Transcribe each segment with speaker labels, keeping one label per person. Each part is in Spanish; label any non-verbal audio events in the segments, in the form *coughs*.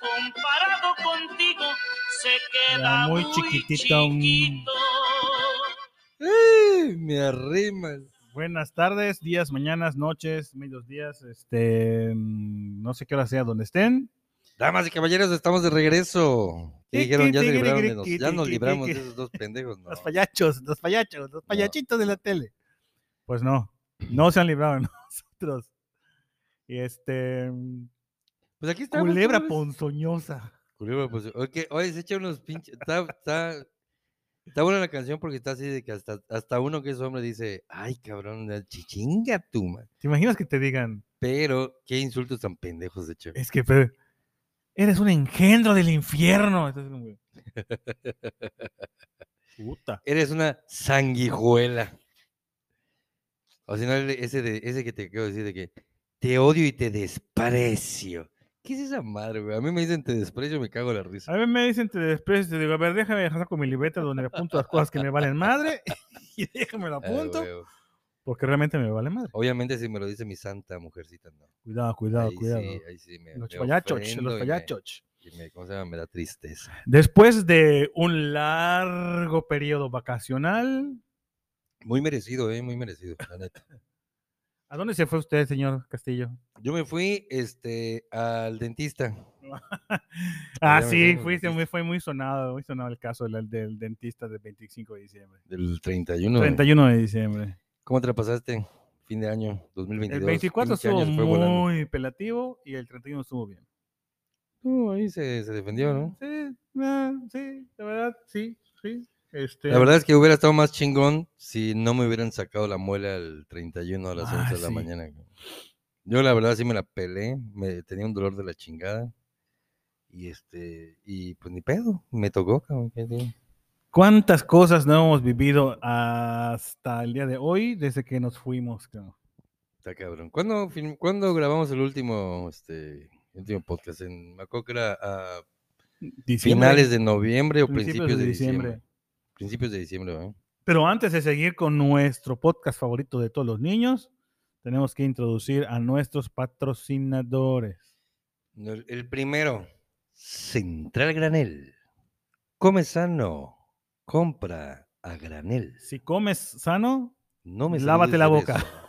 Speaker 1: comparado contigo, se queda
Speaker 2: Era muy
Speaker 1: muy,
Speaker 2: chiquitito, un-
Speaker 1: chiquito.
Speaker 3: Ay, me arrimas.
Speaker 2: Buenas tardes, días, mañanas, noches, medios días, este, mm, no sé qué hora sea, donde estén.
Speaker 3: Damas y caballeros, estamos de regreso. ¿Qué
Speaker 2: Tiqui,
Speaker 3: dijeron? Ya se
Speaker 2: tiqui,
Speaker 3: libraron de
Speaker 2: tiqui,
Speaker 3: nos,
Speaker 2: tiqui,
Speaker 3: ya nos
Speaker 2: tiqui,
Speaker 3: libramos de
Speaker 2: tiqui.
Speaker 3: esos dos pendejos, ¿no?
Speaker 2: Los payachos, los payachos, los payachitos de la tele. Pues no, no se han librado de *laughs* nosotros. Y este, mm,
Speaker 3: Pues aquí estamos.
Speaker 2: culebra
Speaker 3: pues.
Speaker 2: ponzoñosa.
Speaker 3: Culebra, pues. Oye, oye, se echa unos pinches. Está, está, está buena la canción porque está así de que hasta, hasta uno que es hombre dice, ay, cabrón, la chichinga tu ma-".
Speaker 2: ¿Te imaginas que te digan,
Speaker 3: Pero, qué insultos tan pendejos, de hecho.
Speaker 2: es que Fede, eres un engendro del infierno? Estás como que- *laughs* Puta.
Speaker 3: Eres una sanguijuela. O si no, el- ese, de, ese que te quiero decir de que te odio y te desprecio. ¿Qué es esa madre, güey? A mí me dicen te desprecio, me cago en la risa.
Speaker 2: A mí me dicen te desprecio, te digo, a ver, déjame dejar con mi libreta donde me apunto las cosas que me valen madre *laughs* y déjame lo
Speaker 3: Ah,
Speaker 2: apunto
Speaker 3: huevo.
Speaker 2: porque realmente me vale madre.
Speaker 3: Obviamente, si me lo dice mi santa mujercita, no.
Speaker 2: Cuidado, cuidado,
Speaker 3: ahí
Speaker 2: cuidado.
Speaker 3: Sí, ahí sí me.
Speaker 2: los
Speaker 3: me
Speaker 2: payachos,
Speaker 3: ofendo
Speaker 2: los
Speaker 3: y me-
Speaker 2: payachos.
Speaker 3: y me- ¿Cómo se llama? Me da tristeza.
Speaker 2: Después de un largo periodo vacacional,
Speaker 3: Muy merecido, ¿eh? Muy merecido, la neta.
Speaker 2: ¿a dónde se fue usted, señor Castillo?
Speaker 3: Yo me fui este, al dentista.
Speaker 2: Ah,
Speaker 3: ya me fui
Speaker 2: sí,
Speaker 3: con
Speaker 2: fuiste,
Speaker 3: dentista.
Speaker 2: muy, fue muy sonado, muy sonado el caso del, del dentista del 25 de diciembre.
Speaker 3: Del 31.
Speaker 2: 31 de diciembre.
Speaker 3: ¿Cómo te la pasaste? Fin de año, 2022.
Speaker 2: El 24
Speaker 3: 15 años
Speaker 2: estuvo
Speaker 3: fue volando.
Speaker 2: muy pelativo y el 31 estuvo bien.
Speaker 3: No, ahí se, se defendió, ¿no?
Speaker 2: Sí, ah, sí, la verdad, sí, sí. Este,
Speaker 3: La verdad es que hubiera estado más chingón si no me hubieran sacado la muela el 31 a las
Speaker 2: Ah,
Speaker 3: 11 de la
Speaker 2: sí.
Speaker 3: mañana. güey. Yo la verdad sí me la pelé, me tenía un dolor de la chingada. Y este, y pues ni pedo, me tocó, cabrón. ¿qué tiene?
Speaker 2: ¿Cuántas cosas no hemos vivido hasta el día de hoy desde que nos fuimos? creo?
Speaker 3: Está cabrón. ¿Cuándo, film- cuándo grabamos el último, este, el último podcast? En, me acuerdo que era a
Speaker 2: Diciembre,
Speaker 3: finales de noviembre o principios, de, diciembre.
Speaker 2: diciembre.
Speaker 3: Principios de diciembre, ¿eh?
Speaker 2: Pero antes de seguir con nuestro podcast favorito de todos los niños, tenemos que introducir a nuestros patrocinadores.
Speaker 3: No, El, el primero, Central Granel. Come sano, compra a granel.
Speaker 2: Si comes sano,
Speaker 3: No me
Speaker 2: Lávate la
Speaker 3: saludes
Speaker 2: boca.
Speaker 3: de eso.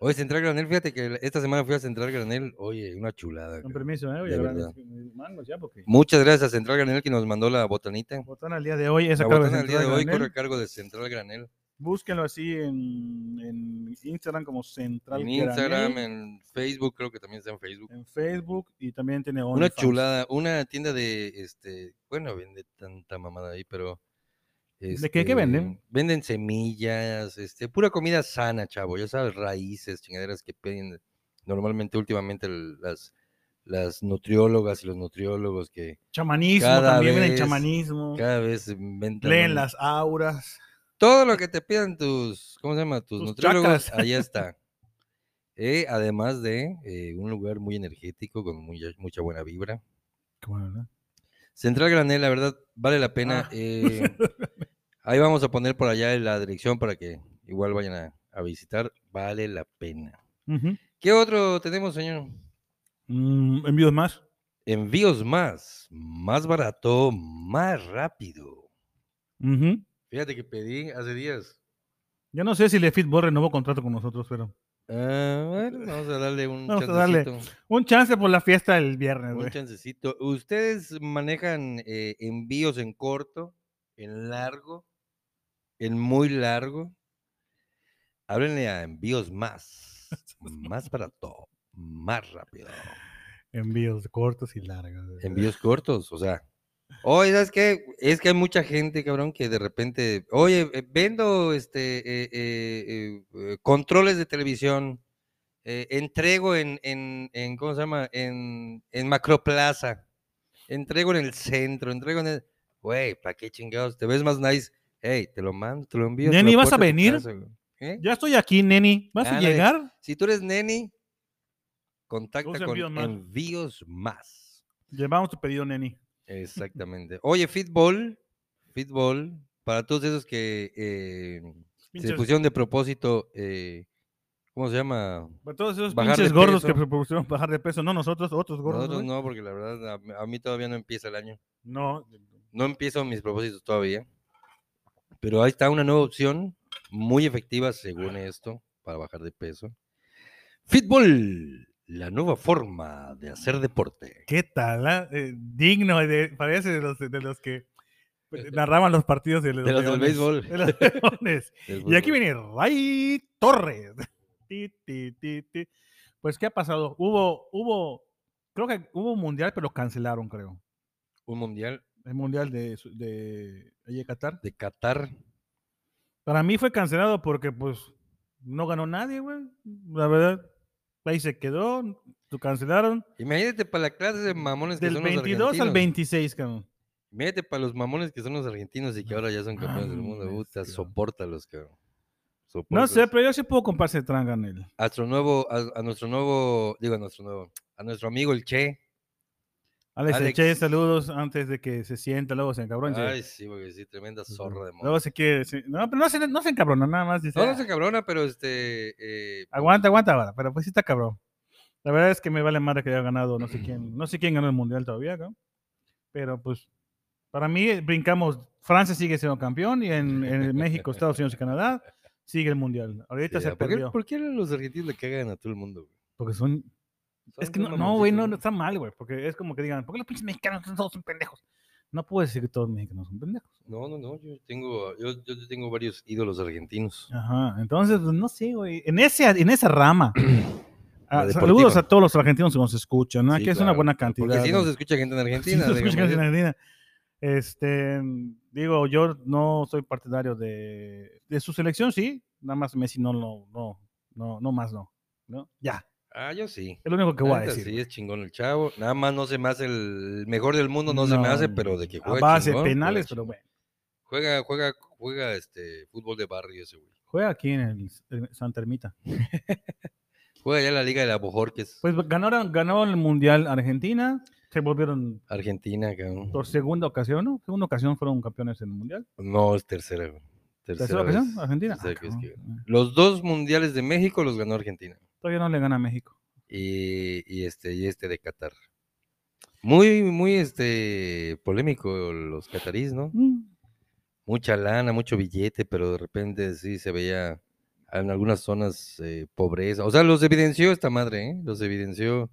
Speaker 3: Oye, Central Granel, fíjate que la- esta semana fui a Central Granel. Oye, una chulada.
Speaker 2: con
Speaker 3: cabrón.
Speaker 2: permiso, ¿eh? Voy a
Speaker 3: de
Speaker 2: agarrar
Speaker 3: verdad.
Speaker 2: mis- mis mangos ya porque
Speaker 3: Muchas gracias a Central Granel que nos mandó la botanita.
Speaker 2: botana al día de hoy es
Speaker 3: La
Speaker 2: a cargo de
Speaker 3: botana del día de
Speaker 2: Central
Speaker 3: hoy
Speaker 2: Granel.
Speaker 3: corre a cargo de Central Granel.
Speaker 2: Búsquenlo así en, en Instagram como Central
Speaker 3: En
Speaker 2: Granel,
Speaker 3: Instagram, en Facebook, creo que también está en Facebook.
Speaker 2: en Facebook y también tiene
Speaker 3: Una
Speaker 2: OnlyFans.
Speaker 3: chulada, una tienda de, este, bueno, vende tanta mamada ahí, pero...
Speaker 2: ¿De qué- qué venden?
Speaker 3: este, Venden semillas, este, pura comida sana, chavo, ya sabes, raíces, chingaderas que piden normalmente últimamente el- las, las nutriólogas y los nutriólogos que
Speaker 2: Chamanismo,
Speaker 3: Cada
Speaker 2: también viene
Speaker 3: vez-
Speaker 2: chamanismo.
Speaker 3: cada vez inventan...
Speaker 2: Leen
Speaker 3: un-
Speaker 2: las auras.
Speaker 3: Todo lo que te pidan tus, ¿cómo se llama? Tus,
Speaker 2: Tus
Speaker 3: nutriólogos,
Speaker 2: chakras. *laughs*
Speaker 3: allá está. Eh, además de eh, un lugar muy energético, con muy- mucha buena vibra. Central Granel, la verdad, vale la pena.
Speaker 2: Ah. *laughs*
Speaker 3: eh, ahí vamos a poner por allá la dirección para que igual vayan a, a visitar. Vale la pena.
Speaker 2: Ujú.
Speaker 3: ¿Qué otro tenemos, señor?
Speaker 2: Mm, envíos más.
Speaker 3: Envíos más, más barato, más rápido.
Speaker 2: Ujú.
Speaker 3: Fíjate que pedí hace días.
Speaker 2: Yo no sé si Lefitball renovó contrato con nosotros, pero.
Speaker 3: Ah, bueno, vamos a darle un
Speaker 2: Vamos a darle
Speaker 3: chancecito.
Speaker 2: Un chance por la fiesta del viernes,
Speaker 3: Un
Speaker 2: güey.
Speaker 3: chancecito. ¿Ustedes manejan eh, envíos en corto, en largo, en muy largo? Háblenle a envíos
Speaker 2: *laughs*
Speaker 3: más, más barato, más rápido.
Speaker 2: Envíos cortos y largos. güey.
Speaker 3: Envíos cortos, o sea. Oye, ¿sabes qué? Es que hay mucha gente, cabrón, que de repente, oye, eh, vendo este eh, eh, eh, eh, controles de televisión, eh, entrego en, en, en, ¿cómo se llama? En, en Macroplaza, entrego en el centro, entrego en el... güey, ¿para qué chingados? Te ves más nice. Hey, te lo mando, te lo envío.
Speaker 2: Neni,
Speaker 3: ¿Neni
Speaker 2: ¿vas a venir? Ya estoy aquí, neni. ¿Vas a
Speaker 3: Ándale.
Speaker 2: llegar?
Speaker 3: ¿Eh? Si tú eres neni, contacta
Speaker 2: Usa
Speaker 3: con
Speaker 2: Envíos Más.
Speaker 3: envíos más.
Speaker 2: Llevamos tu pedido, neni.
Speaker 3: Exactamente. Oye, fitball, fitball, para todos esos que eh, se
Speaker 2: Pinches-
Speaker 3: pusieron de propósito, eh, ¿cómo se llama?
Speaker 2: para todos esos
Speaker 3: bajar de
Speaker 2: pinches gordos que
Speaker 3: peso.
Speaker 2: propusieron bajar de peso. No nosotros, otros gordos.
Speaker 3: Nosotros
Speaker 2: güey.
Speaker 3: no, porque la verdad a mí- a mí todavía no empieza el año.
Speaker 2: no.
Speaker 3: no empiezo mis propósitos todavía, pero ahí está una nueva opción muy efectiva según esto para bajar de peso. Fitball, la nueva forma de hacer deporte.
Speaker 2: ¿Qué tal? ah? Eh, digno, de, parece de los, de los que eh, narraban los partidos de los,
Speaker 3: Eh, De los del
Speaker 2: Leones.
Speaker 3: béisbol.
Speaker 2: De los
Speaker 3: *laughs*
Speaker 2: Leones.
Speaker 3: del
Speaker 2: Y aquí
Speaker 3: fútbol.
Speaker 2: viene Ray Torres. *laughs* Ti, ti, ti, ti. Pues, ¿qué ha pasado? Hubo, hubo, creo que hubo un mundial, pero lo cancelaron, creo.
Speaker 3: un mundial
Speaker 2: El mundial de, su- de, allí de Qatar.
Speaker 3: de Qatar.
Speaker 2: Para mí fue cancelado porque, pues, no ganó nadie, güey. La verdad, ahí se quedó, lo cancelaron.
Speaker 3: Imagínate para la clase de mamones que
Speaker 2: Del
Speaker 3: son los
Speaker 2: 22 al
Speaker 3: argentinos.
Speaker 2: 26, cabrón.
Speaker 3: Imagínate para los mamones que son los argentinos y que ahora ya son campeones del mundo.
Speaker 2: Mames,
Speaker 3: Puta,
Speaker 2: cabrón.
Speaker 3: sopórtalos, cabrón.
Speaker 2: No sé,
Speaker 3: Sopórtalos.
Speaker 2: pero yo sí puedo comprarse tranga en él.
Speaker 3: A nuestro nuevo, a- a nuestro nuevo, digo a nuestro nuevo, a nuestro amigo el Che.
Speaker 2: Alex,
Speaker 3: Alex.
Speaker 2: Eche, saludos antes de que se sienta, luego se encabrona. se-
Speaker 3: Ay, sí, porque sí, tremenda zorra de mono.
Speaker 2: Luego se quiere. se- No, pero no se, no se encabrona, nada más dice.
Speaker 3: No, no
Speaker 2: "Ah,
Speaker 3: se cabrona, pero este. eh,
Speaker 2: Aguanta, aguanta ahora, pero pues sí está cabrón. La verdad es que me vale madre que haya ganado, no sé quién, no sé quién ganó el mundial todavía, ¿no? Pero pues, para mí eh, brincamos, Francia sigue siendo campeón y en, en México, Estados Unidos y Canadá sigue el mundial. Ahorita
Speaker 3: sí,
Speaker 2: se
Speaker 3: ah, ¿por, qué,
Speaker 2: perdió.
Speaker 3: por qué los argentinos le cagan a todo el mundo? güey?
Speaker 2: Porque son, es
Speaker 3: Son
Speaker 2: que
Speaker 3: bien
Speaker 2: no, no, güey, no,
Speaker 3: mamoncitos,
Speaker 2: no, está mal, güey, porque es como que digan, ¿por qué los pinches mexicanos todos son pendejos? No puedo decir que todos los mexicanos son pendejos.
Speaker 3: No, no, no, yo tengo, yo, yo tengo varios ídolos argentinos.
Speaker 2: Ajá, entonces, pues, no sé, güey, en, ese, en
Speaker 3: *clears throat*
Speaker 2: esa rama. Ah,
Speaker 3: La
Speaker 2: saludos
Speaker 3: deportiva.
Speaker 2: a todos los argentinos que nos escuchan,
Speaker 3: Sí,
Speaker 2: ¿no? Aquí es una
Speaker 3: claro,
Speaker 2: buena cantidad.
Speaker 3: Porque si
Speaker 2: güey.
Speaker 3: nos ¿eh? escucha gente en
Speaker 2: *laughs* Sí,
Speaker 3: Argentina.
Speaker 2: nos
Speaker 3: de
Speaker 2: escuchan en
Speaker 3: Gamaleya.
Speaker 2: Argentina. Este, digo, yo no soy partidario de, de su selección, sí. Nada más Messi no, no, no, no, no más no. ¿no? Ya,
Speaker 3: Ah, yo sí.
Speaker 2: es lo único que voy a
Speaker 3: La neta,
Speaker 2: decir.
Speaker 3: Sí, es chingón el chavo. Nada más no se me hace el mejor del mundo, no, se me hace, pero de que
Speaker 2: a
Speaker 3: juega.
Speaker 2: base,
Speaker 3: chingón, pues, juega
Speaker 2: penales, pero
Speaker 3: chingón.
Speaker 2: bueno.
Speaker 3: Juega, juega, juega este fútbol de barrio ese güey.
Speaker 2: Juega aquí en el en Santa Ermita.
Speaker 3: Juega ya en la Liga de la Bojorques,
Speaker 2: Pues ganaron, ganó el Mundial Argentina, se volvieron
Speaker 3: Argentina, cabrón.
Speaker 2: por segunda ocasión, ¿no? Segunda ocasión fueron campeones en el Mundial.
Speaker 3: No, es tercera. güey. Tercera,
Speaker 2: Tercera ocasión,
Speaker 3: vez,
Speaker 2: Argentina. Ah,
Speaker 3: tercera vez que
Speaker 2: cabrón.
Speaker 3: gana. Los dos mundiales de México los ganó Argentina.
Speaker 2: Todavía no le gana a México.
Speaker 3: Y, y este, y este de Qatar. Muy, muy este polémico los catarís, ¿no?
Speaker 2: Mm.
Speaker 3: Mucha lana, mucho billete, pero de repente sí se veía en algunas zonas eh, pobreza. O sea, los evidenció esta madre, ¿eh? Los evidenció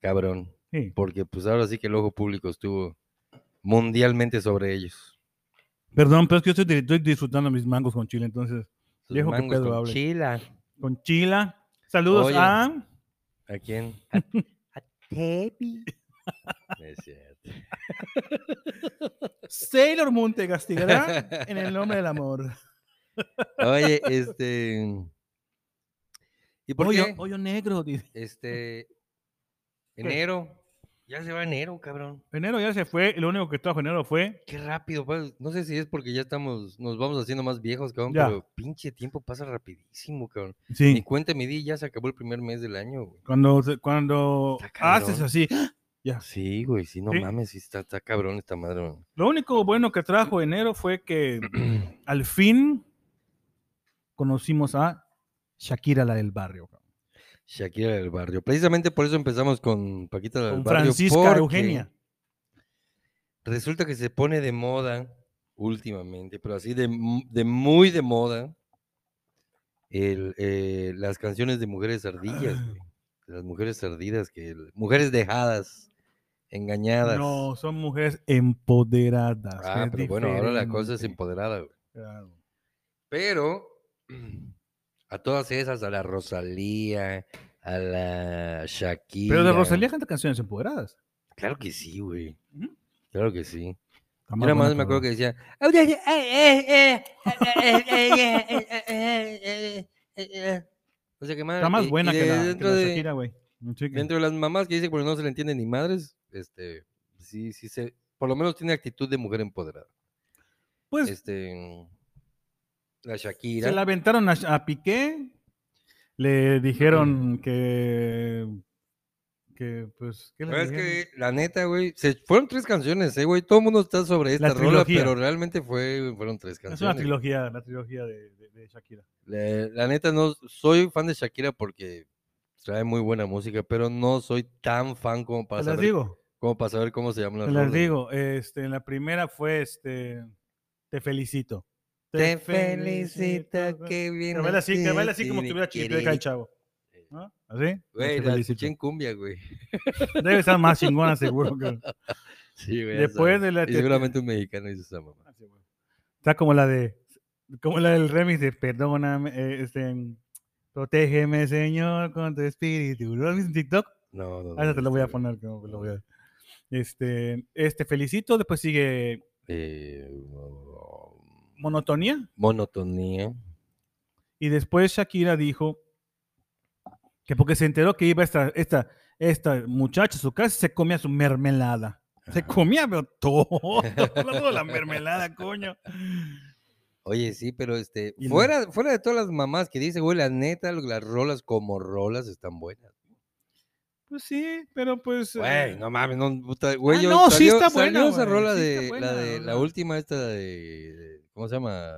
Speaker 3: cabrón.
Speaker 2: Sí.
Speaker 3: Porque pues ahora sí que el ojo público estuvo mundialmente sobre ellos.
Speaker 2: Perdón, pero es que yo estoy, estoy disfrutando mis mangos con chile, entonces,
Speaker 3: Sus
Speaker 2: Viejo que
Speaker 3: mangos
Speaker 2: Pedro
Speaker 3: con
Speaker 2: hable.
Speaker 3: chila.
Speaker 2: con chila. Saludos
Speaker 3: Oye.
Speaker 2: a...
Speaker 3: ¿A quién? *laughs* No es cierto.
Speaker 2: Sailor Moon te castigará en el nombre del *laughs* amor.
Speaker 3: Oye, este. ¿Y por
Speaker 2: Hoyo,
Speaker 3: qué?
Speaker 2: hoyo negro. dice.
Speaker 3: Este. Enero. Ya se va enero, cabrón.
Speaker 2: Enero ya se fue. Lo único que trajo enero fue.
Speaker 3: Qué rápido, pues, No sé si es porque ya estamos, nos vamos haciendo más viejos, cabrón,
Speaker 2: Ya.
Speaker 3: pero pinche tiempo pasa rapidísimo, cabrón. Ni
Speaker 2: Sí.
Speaker 3: cuenta me di, ya se acabó el primer mes del año, güey.
Speaker 2: Cuando, se- cuando
Speaker 3: Está cabrón.
Speaker 2: haces así.
Speaker 3: Ah, Sí, güey, sí, no
Speaker 2: Sí.
Speaker 3: mames, sí está, está cabrón esta madre, güey.
Speaker 2: Lo único bueno que trajo enero fue que al fin conocimos a Shakira, la del barrio. cabrón.
Speaker 3: *clears throat* Shakira del Barrio. Precisamente por eso empezamos con Paquita del
Speaker 2: Con
Speaker 3: Barrio.
Speaker 2: Francisca
Speaker 3: porque
Speaker 2: Eugenia.
Speaker 3: Resulta que se pone de moda últimamente, pero así de, mu- de muy de moda, el, eh, las canciones de mujeres ardillas,
Speaker 2: Ah.
Speaker 3: güey, de las mujeres ardidas, que, el- mujeres dejadas, engañadas.
Speaker 2: No, son mujeres empoderadas.
Speaker 3: ah,
Speaker 2: es
Speaker 3: pero bueno, ahora la cosa es
Speaker 2: diferente.
Speaker 3: empoderada, güey.
Speaker 2: Claro.
Speaker 3: Pero *clears throat* a todas esas, a la Rosalía, a la Shakira.
Speaker 2: Pero de Rosalía canta canciones empoderadas.
Speaker 3: Claro que sí, güey.
Speaker 2: Ujú.
Speaker 3: Claro que sí.
Speaker 2: Está
Speaker 3: Yo
Speaker 2: más
Speaker 3: nada
Speaker 2: buena
Speaker 3: más me acuerdo que
Speaker 2: rola.
Speaker 3: decía, eh, eh, o sea que más.
Speaker 2: Está más
Speaker 3: y-
Speaker 2: buena
Speaker 3: y
Speaker 2: que
Speaker 3: de-
Speaker 2: la, que
Speaker 3: dentro,
Speaker 2: la
Speaker 3: de,
Speaker 2: Shakira, güey. Sí que-
Speaker 3: dentro de las mamás que dice que no se le entiende ni madres, este, sí, sí se, Por lo menos tiene actitud de mujer empoderada.
Speaker 2: Pues
Speaker 3: Este, la
Speaker 2: se
Speaker 3: Shakira.
Speaker 2: la aventaron a, a Piqué, le dijeron que, que pues, ¿qué le
Speaker 3: Pero es
Speaker 2: dijeron?
Speaker 3: que la neta, güey, se fueron tres canciones, eh, güey. Todo el mundo está sobre esta rola,
Speaker 2: trilogía.
Speaker 3: pero realmente fue, fueron tres
Speaker 2: es una
Speaker 3: canciones.
Speaker 2: trilogía, la trilogía de, de- de Shakira.
Speaker 3: La, la neta, no soy fan de Shakira porque trae muy buena música, pero no soy tan fan como para,
Speaker 2: Te las
Speaker 3: saber,
Speaker 2: digo,
Speaker 3: como para saber cómo se llaman las
Speaker 2: te las
Speaker 3: rolas, güey.
Speaker 2: digo. Este, la primera fue, este, te felicito.
Speaker 3: Te felicito,
Speaker 2: güey.
Speaker 3: qué bien.
Speaker 2: Que baila así, que baila así como
Speaker 3: tiene,
Speaker 2: tuviera chiquiteca el
Speaker 3: querere.
Speaker 2: chavo. ¿No? ¿Así?
Speaker 3: Güey,
Speaker 2: Te
Speaker 3: la
Speaker 2: felicito.
Speaker 3: escuché en cumbia, güey. *laughs*
Speaker 2: Debe estar más chingona seguro. que-
Speaker 3: Sí, *laughs* güey.
Speaker 2: Después
Speaker 3: esa-
Speaker 2: de la... Ah,
Speaker 3: y seguramente un mexicano hizo esa mamá.
Speaker 2: Está como la de. Como la del remix de Perdóname, eh, este. Protégeme, Señor, con tu espíritu. ¿Lo has visto en TikTok?
Speaker 3: No, no. no,
Speaker 2: Ahora Ah, te
Speaker 3: este,
Speaker 2: lo voy a
Speaker 3: güey.
Speaker 2: poner. que lo voy a- Este, este, felicito. Después sigue
Speaker 3: Eh, um,
Speaker 2: Monotonía.
Speaker 3: monotonía.
Speaker 2: Y después Shakira dijo que porque se enteró que iba esta, esta, esta muchacha a su casa, se comía su mermelada. Se
Speaker 3: Ajá.
Speaker 2: comía,
Speaker 3: *laughs*
Speaker 2: pero todo. Toda la mermelada, coño.
Speaker 3: Oye, sí, pero este,
Speaker 2: Y la-
Speaker 3: fuera, fuera de todas las mamás que dice, güey, la neta, lo- las rolas como rolas están buenas.
Speaker 2: Pues sí, pero pues.
Speaker 3: Güey,
Speaker 2: eh,
Speaker 3: no mames, no, puta, güey,
Speaker 2: Ah,
Speaker 3: yo
Speaker 2: no, sí
Speaker 3: salió-
Speaker 2: está
Speaker 3: salió
Speaker 2: buena,
Speaker 3: esa
Speaker 2: güey,
Speaker 3: rola
Speaker 2: sí está
Speaker 3: de,
Speaker 2: buena
Speaker 3: la
Speaker 2: la
Speaker 3: de, la
Speaker 2: rola.
Speaker 3: última esta de, de- ¿cómo se llama?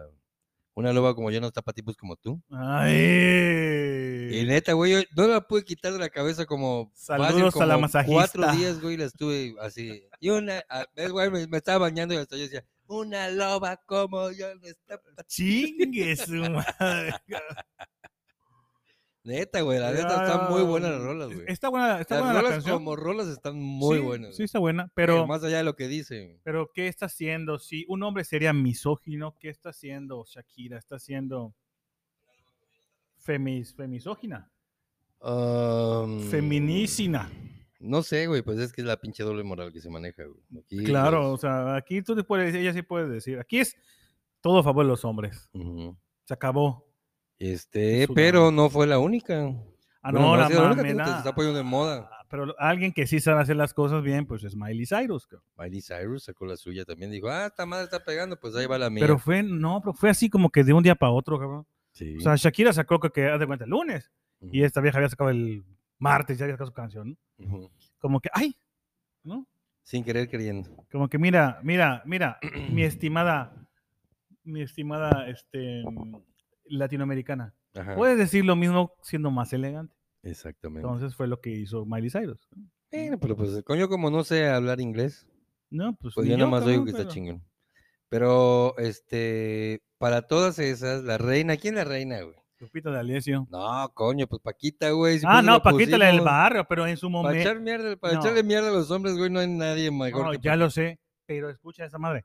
Speaker 3: Una loba como yo no está para tipos como tú. Y
Speaker 2: Ay.
Speaker 3: neta, güey, yo no la pude quitar de la cabeza como fácil,
Speaker 2: Saludos a la
Speaker 3: como Cuatro
Speaker 2: masajista.
Speaker 3: días, güey, la estuve así. Y una, a- ves, güey, me, me estaba bañando y hasta yo decía, una loba como yo no está pa' *laughs*
Speaker 2: Chingue su madre.
Speaker 3: Neta, güey, la neta
Speaker 2: Ya,
Speaker 3: están muy buenas las
Speaker 2: es-
Speaker 3: rolas, güey.
Speaker 2: Está buena, está
Speaker 3: las
Speaker 2: buena la
Speaker 3: rolas
Speaker 2: canción.
Speaker 3: como rolas están muy
Speaker 2: Sí,
Speaker 3: buenas.
Speaker 2: Sí,
Speaker 3: güey.
Speaker 2: está buena,
Speaker 3: Pero
Speaker 2: pero,
Speaker 3: más allá de lo que dicen.
Speaker 2: pero ¿qué está haciendo? Si un hombre sería misógino, ¿qué está haciendo Shakira? Está haciendo femis, femisógina,
Speaker 3: Um,
Speaker 2: feminicina.
Speaker 3: No sé, güey, pues es que es la pinche doble moral que se maneja, güey. Aquí
Speaker 2: Claro, o
Speaker 3: los-
Speaker 2: sea, aquí tú te puedes, ella sí puede decir, aquí es todo a favor de los hombres.
Speaker 3: Ujú.
Speaker 2: Se acabó.
Speaker 3: Este,
Speaker 2: Su
Speaker 3: pero no fue la única.
Speaker 2: Ah,
Speaker 3: Bueno,
Speaker 2: no,
Speaker 3: no
Speaker 2: la
Speaker 3: ha sido la única,
Speaker 2: mame,
Speaker 3: te- te está
Speaker 2: nah.
Speaker 3: poniendo de moda.
Speaker 2: Ah, Pero lo- alguien que sí sabe hacer las cosas bien, pues es Miley Cyrus. cabrón.
Speaker 3: Miley Cyrus sacó la suya también. Dijo, ah, esta madre está pegando, pues ahí va la mía.
Speaker 2: Pero fue, no, pero fue así como que de un día para otro, cabrón.
Speaker 3: Sí.
Speaker 2: O sea, Shakira sacó creo que, haz de cuenta, el lunes. Y
Speaker 3: Ujú.
Speaker 2: esta vieja había sacado el martes, ya había sacado su canción. ¿no?
Speaker 3: Ujú.
Speaker 2: Como que, ay, ¿no?
Speaker 3: Sin querer queriendo.
Speaker 2: Como que, mira, mira, mira, mi estimada, mi estimada, este, latinoamericana.
Speaker 3: Ajá.
Speaker 2: Puedes decir lo mismo siendo más elegante.
Speaker 3: Exactamente.
Speaker 2: Pues, Entonces fue lo que hizo Miley Cyrus.
Speaker 3: Bueno, pero pues coño, como no sé hablar inglés,
Speaker 2: No, pues,
Speaker 3: pues
Speaker 2: ni
Speaker 3: yo nomás digo
Speaker 2: cabrón,
Speaker 3: que está
Speaker 2: pero-
Speaker 3: chingón. Pero, este, para todas esas, la reina, ¿quién es la reina, güey?
Speaker 2: Lupita D'Alessio.
Speaker 3: No, coño, pues Paquita, güey.
Speaker 2: Ah, no, Paquita la del
Speaker 3: bar.
Speaker 2: barrio, pero en su
Speaker 3: Para,
Speaker 2: momento.
Speaker 3: echar mierda, para
Speaker 2: No.
Speaker 3: echarle mierda a los hombres, güey, no hay nadie mejor
Speaker 2: No,
Speaker 3: que
Speaker 2: ya lo sé, pero escucha esa madre.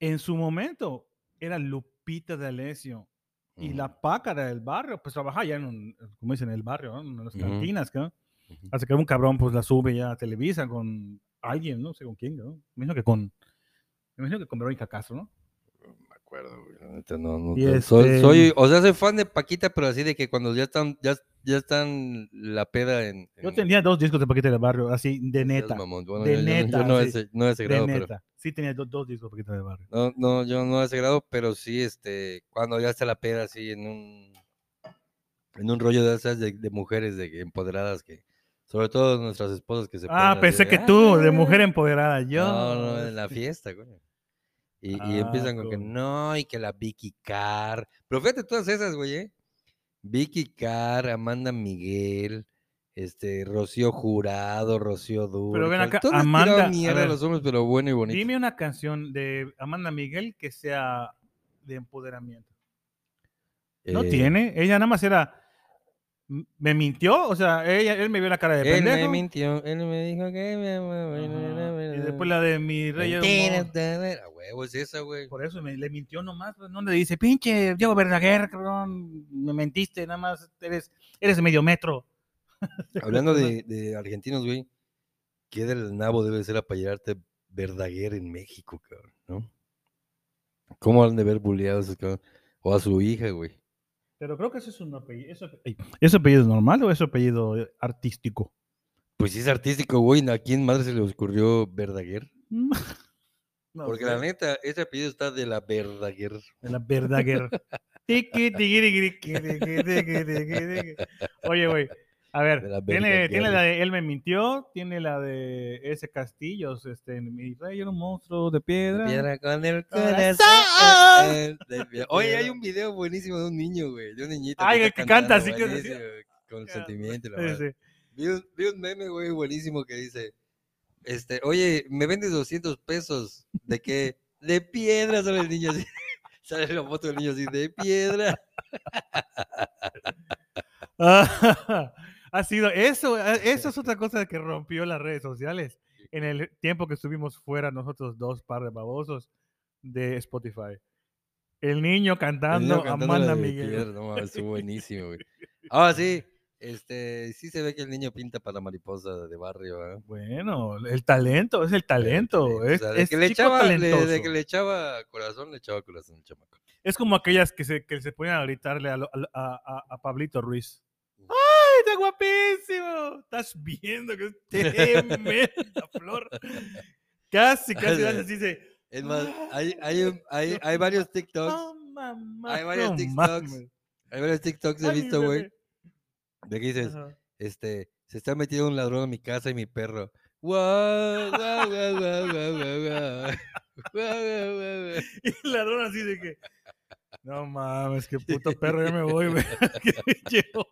Speaker 2: En su momento era Lupita D'Alessio
Speaker 3: Paquita.
Speaker 2: y la pácara del barrio, pues trabajaba ya en, un- como dicen, en el barrio, ¿no? en las
Speaker 3: Ujú.
Speaker 2: cantinas, ¿no?
Speaker 3: Ujú.
Speaker 2: Hasta que un cabrón pues la sube ya a Televisa con alguien, no sé con quién, ¿no? Me imagino que con, me imagino que con Verónica Castro, ¿no?
Speaker 3: Me acuerdo, güey. la neta, no, no
Speaker 2: Y
Speaker 3: te- soy,
Speaker 2: este-
Speaker 3: soy- o sea, soy fan de Paquita, pero así de que cuando ya están, ya, ya están la peda en.
Speaker 2: Yo
Speaker 3: en-
Speaker 2: tenía dos discos de Paquita del Barrio, así, de
Speaker 3: seas
Speaker 2: neta,
Speaker 3: mamón. Bueno,
Speaker 2: de
Speaker 3: yo- yo no-
Speaker 2: neta,
Speaker 3: Yo no,
Speaker 2: sí.
Speaker 3: ese- no de ese
Speaker 2: de
Speaker 3: grado, pero.
Speaker 2: neta. Sí tenía do- dos discos de Paquita del Barrio.
Speaker 3: No, no, yo no de ese grado, pero sí, este, cuando ya está la peda así en un, en un rollo de esas de, de mujeres de, que- empoderadas que, sobre todo nuestras esposas que se ponen
Speaker 2: Ah,
Speaker 3: así
Speaker 2: pensé
Speaker 3: de,
Speaker 2: que tú, de
Speaker 3: "Ah,
Speaker 2: mujer empoderada, yo.
Speaker 3: No, no, en
Speaker 2: *laughs*
Speaker 3: la fiesta, coño. Y, y
Speaker 2: Ah,
Speaker 3: empiezan con que
Speaker 2: con-
Speaker 3: no, y que la Vicky Carr. Pero fíjate todas esas, güey, ¿eh? Vicky Carr, Amanda Miguel, este, Rocío Jurado, Rocío Duro.
Speaker 2: ven acá, Amanda, a
Speaker 3: mierda a
Speaker 2: ver,
Speaker 3: los hombres, pero bueno y bonito.
Speaker 2: Dime una canción de Amanda Miguel que sea de empoderamiento. No
Speaker 3: Eh,
Speaker 2: tiene. Ella nada más era. "M- Me mintió. O sea, ella, él me vio la cara de
Speaker 3: Él me
Speaker 2: pendejo.
Speaker 3: mintió, él me dijo que me amaba. y no era
Speaker 2: ajá, Y
Speaker 3: verdad.
Speaker 2: después la de mi rey. era un
Speaker 3: Mentira,
Speaker 2: mon-
Speaker 3: da, da, da. A huevo es esa, güey.
Speaker 2: Por eso me- le mintió nomás. pues, No le dice, pinche Diego Verdaguer, cabrón. Me mentiste. Nada más eres, eres medio metro. *laughs*
Speaker 3: Hablando de, de argentinos, güey, ¿qué del nabo debe ser apallarte Verdaguer en México, cabrón? ¿No? ¿Cómo han de ver buleados esos cabrón? O a su hija, güey.
Speaker 2: Pero creo que ese es un apellido. ¿Ese ape- ay, ¿ese apellido es normal o es apellido eh, artístico?
Speaker 3: Pues sí es artístico, güey. ¿A quién madre se le ocurrió Verdaguer?
Speaker 2: Mm. *laughs* No,
Speaker 3: Porque
Speaker 2: sé.
Speaker 3: la neta, ese apellido está de la verdad.
Speaker 2: De la verdad guerra. Tiqui, tiquiri, tiquiri, tiqui, tiqui, tiqui, tiqui. Oye, güey. A ver,
Speaker 3: De la
Speaker 2: tiene,
Speaker 3: verga
Speaker 2: tiene la
Speaker 3: guerra.
Speaker 2: de Él me mintió, tiene la de ese castillos, este, mi rey era un monstruo de piedra.
Speaker 3: Piedra con el
Speaker 2: Corazón.
Speaker 3: corazón. eh, de piedra. Oye, hay un video buenísimo de un niño, güey, de un niñito.
Speaker 2: Ay, el
Speaker 3: está
Speaker 2: que canta,
Speaker 3: cantando,
Speaker 2: así que-
Speaker 3: buenísimo, Con sentimiento, y la
Speaker 2: Sí,
Speaker 3: madre.
Speaker 2: sí.
Speaker 3: Vi un, vi un meme, güey, buenísimo que dice, este, oye, ¿me vendes 200 pesos? ¿De qué? De piedra sale el niño así. *laughs* Sale la foto del niño así, de piedra.
Speaker 2: Ah, *laughs* ha sido eso, ah, eso es otra cosa que rompió las redes sociales en el tiempo que estuvimos fuera nosotros dos par de babosos de Spotify.
Speaker 3: El
Speaker 2: El niño
Speaker 3: niño
Speaker 2: cantando,
Speaker 3: cantando la
Speaker 2: Amanda
Speaker 3: de
Speaker 2: Miguel.
Speaker 3: Piedra, no mames, estuvo buenísimo, güey. Ahora sí, este, sí se ve que el niño pinta para mariposa de barrio, ¿ah?
Speaker 2: Bueno, el talento, es el talento.
Speaker 3: O
Speaker 2: Es,
Speaker 3: sea, de
Speaker 2: es
Speaker 3: que le
Speaker 2: chico
Speaker 3: echaba, le- de
Speaker 2: talentoso.
Speaker 3: que le echaba corazón, le echaba corazón al chamaco.
Speaker 2: Es como aquellas que se, que se ponían a gritarle a, lo- a lo- a- a- a Pablito Ruiz. ¡Ay, está guapísimo! Estás viendo que es
Speaker 3: *laughs*
Speaker 2: tremenda flor. Casi, casi
Speaker 3: Ala.
Speaker 2: hace así dice.
Speaker 3: Es más,
Speaker 2: Ah, *laughs*
Speaker 3: hay, hay, un- hay, hay varios TikToks,
Speaker 2: mamá!
Speaker 3: hay varios
Speaker 2: no
Speaker 3: TikToks,
Speaker 2: mames".
Speaker 3: hay varios TikToks he
Speaker 2: Ay,
Speaker 3: visto, güey,
Speaker 2: bebé.
Speaker 3: de que dices,
Speaker 2: Ajá. *laughs*
Speaker 3: este, se está metiendo un ladrón a mi casa y mi perro. Guau, guau, guau, guau, guau, guau, guau. *laughs* Guau, guau, guau, guau.
Speaker 2: Y la dona así de que. No
Speaker 3: *laughs*
Speaker 2: mames, que puto perro, ya me voy, güey. *laughs* Qué llevo.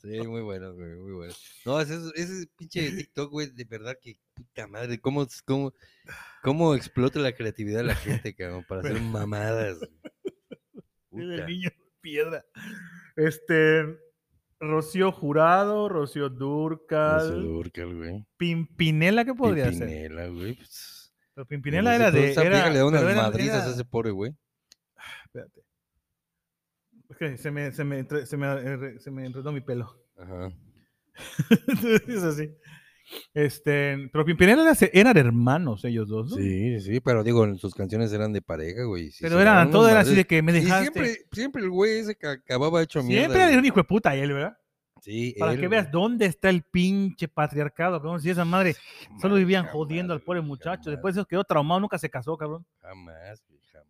Speaker 3: Sí, muy bueno, güey, muy bueno. No, ese, ese pinche TikTok, güey, de verdad que puta madre, cómo, cómo, cómo explota la creatividad de la gente, cabrón, para hacer mamadas.
Speaker 2: *laughs*
Speaker 3: güey.
Speaker 2: Era el
Speaker 3: Puta.
Speaker 2: niño piedra. Este. Rocío Jurado, Rocío Durcal,
Speaker 3: Ese Durcal, güey.
Speaker 2: Pimpinela, ¿qué podría ser?
Speaker 3: Pimpinela, güey. pues,
Speaker 2: Pero
Speaker 3: no
Speaker 2: Pimpinela
Speaker 3: sé,
Speaker 2: era
Speaker 3: pero
Speaker 2: de.
Speaker 3: esa
Speaker 2: Era,
Speaker 3: vieja le da unas
Speaker 2: pero era-
Speaker 3: madrizas a
Speaker 2: era-
Speaker 3: ese pobre, güey.
Speaker 2: espérate. Es que se me, se me, entre- se me, eh, se me enredó mi pelo.
Speaker 3: Ajá.
Speaker 2: *laughs* es así. Este, pero Pimpinela era, eran hermanos ellos dos, ¿no?
Speaker 3: Sí, sí, pero digo, en sus canciones eran de pareja, güey. sí
Speaker 2: Pero
Speaker 3: se
Speaker 2: eran,
Speaker 3: daban
Speaker 2: todo
Speaker 3: unas
Speaker 2: era así de
Speaker 3: madres.
Speaker 2: que me
Speaker 3: Y
Speaker 2: dejaste.
Speaker 3: siempre, siempre el güey ese que acababa hecho mierda.
Speaker 2: Siempre era
Speaker 3: güey.
Speaker 2: un hijo de puta él, ¿verdad?
Speaker 3: Sí,
Speaker 2: Para
Speaker 3: él,
Speaker 2: que
Speaker 3: güey.
Speaker 2: veas dónde está el pinche patriarcado, cabrón. Si esa madre solo
Speaker 3: Madre,
Speaker 2: vivían
Speaker 3: jamás,
Speaker 2: jodiendo al
Speaker 3: güey,
Speaker 2: pobre muchacho.
Speaker 3: jamás,
Speaker 2: Después se quedó traumado, nunca se casó, cabrón.
Speaker 3: Jamás, güey, jamás.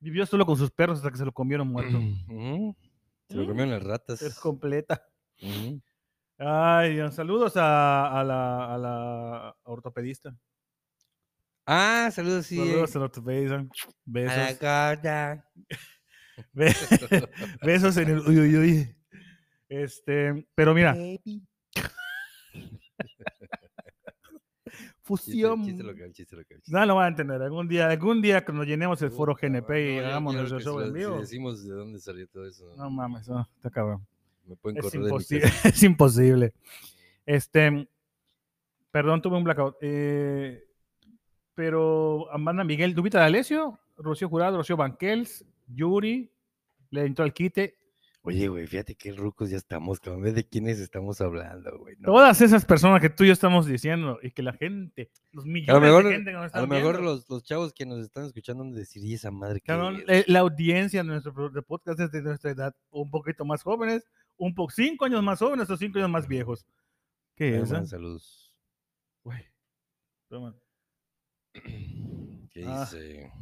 Speaker 2: Vivió solo con sus perros hasta que se lo comieron *clears throat* muerto.
Speaker 3: Mm. Ujú. Se lo
Speaker 2: Mm.
Speaker 3: comieron las ratas.
Speaker 2: *laughs* Es completa.
Speaker 3: Ujú.
Speaker 2: Ay, Dios, saludos a, a la, a la ortopedista.
Speaker 3: Ah, saludos, sí.
Speaker 2: Saludos
Speaker 3: eh.
Speaker 2: a la ortopedista.
Speaker 3: A la
Speaker 2: Besos.
Speaker 3: gorda.
Speaker 2: *laughs* Be- besos en el uy, uy, uy. Este, pero mira,
Speaker 3: Baby. Chiste-
Speaker 2: *laughs* fusión.
Speaker 3: Chiste local, chiste local. chiste
Speaker 2: No lo van a entender. Algún día, algún día que nos llenemos el foro
Speaker 3: Puta,
Speaker 2: GNP
Speaker 3: no,
Speaker 2: y
Speaker 3: yo- yo
Speaker 2: hagamos
Speaker 3: creo
Speaker 2: nuestro
Speaker 3: que
Speaker 2: show
Speaker 3: si
Speaker 2: en
Speaker 3: lo- si
Speaker 2: vivo.
Speaker 3: decimos de dónde salió todo eso.
Speaker 2: No mames, no, está cabrón.
Speaker 3: Me pueden
Speaker 2: Es
Speaker 3: correr de mi
Speaker 2: imposible.
Speaker 3: casa.
Speaker 2: *laughs* Es imposible. Este, perdón, tuve un blackout. Eh, pero Amanda Miguel, Dubita D'Alessio, Rocío Jurado, Rocío Banquels, Yuri, le entró al quite.
Speaker 3: Oye, güey, fíjate qué rucos ya estamos, cabrón. ¿Ves de quiénes estamos hablando, güey? No
Speaker 2: Todas esas personas que tú y yo estamos diciendo y que la gente, los millones
Speaker 3: mejor-
Speaker 2: de gente que nos
Speaker 3: A lo
Speaker 2: están
Speaker 3: mejor
Speaker 2: viendo,
Speaker 3: los, los chavos que nos están escuchando han de decir, y esa madre que
Speaker 2: cabrón, eh, la audiencia de nuestro pro- de podcast es de nuestra edad, un poquito más jóvenes, un poco cinco años más jóvenes o cinco años más viejos. ¿Qué es? eso?
Speaker 3: saludos.
Speaker 2: Güey. Toma.
Speaker 3: *clears throat* ¿Qué
Speaker 2: Ah.
Speaker 3: dice?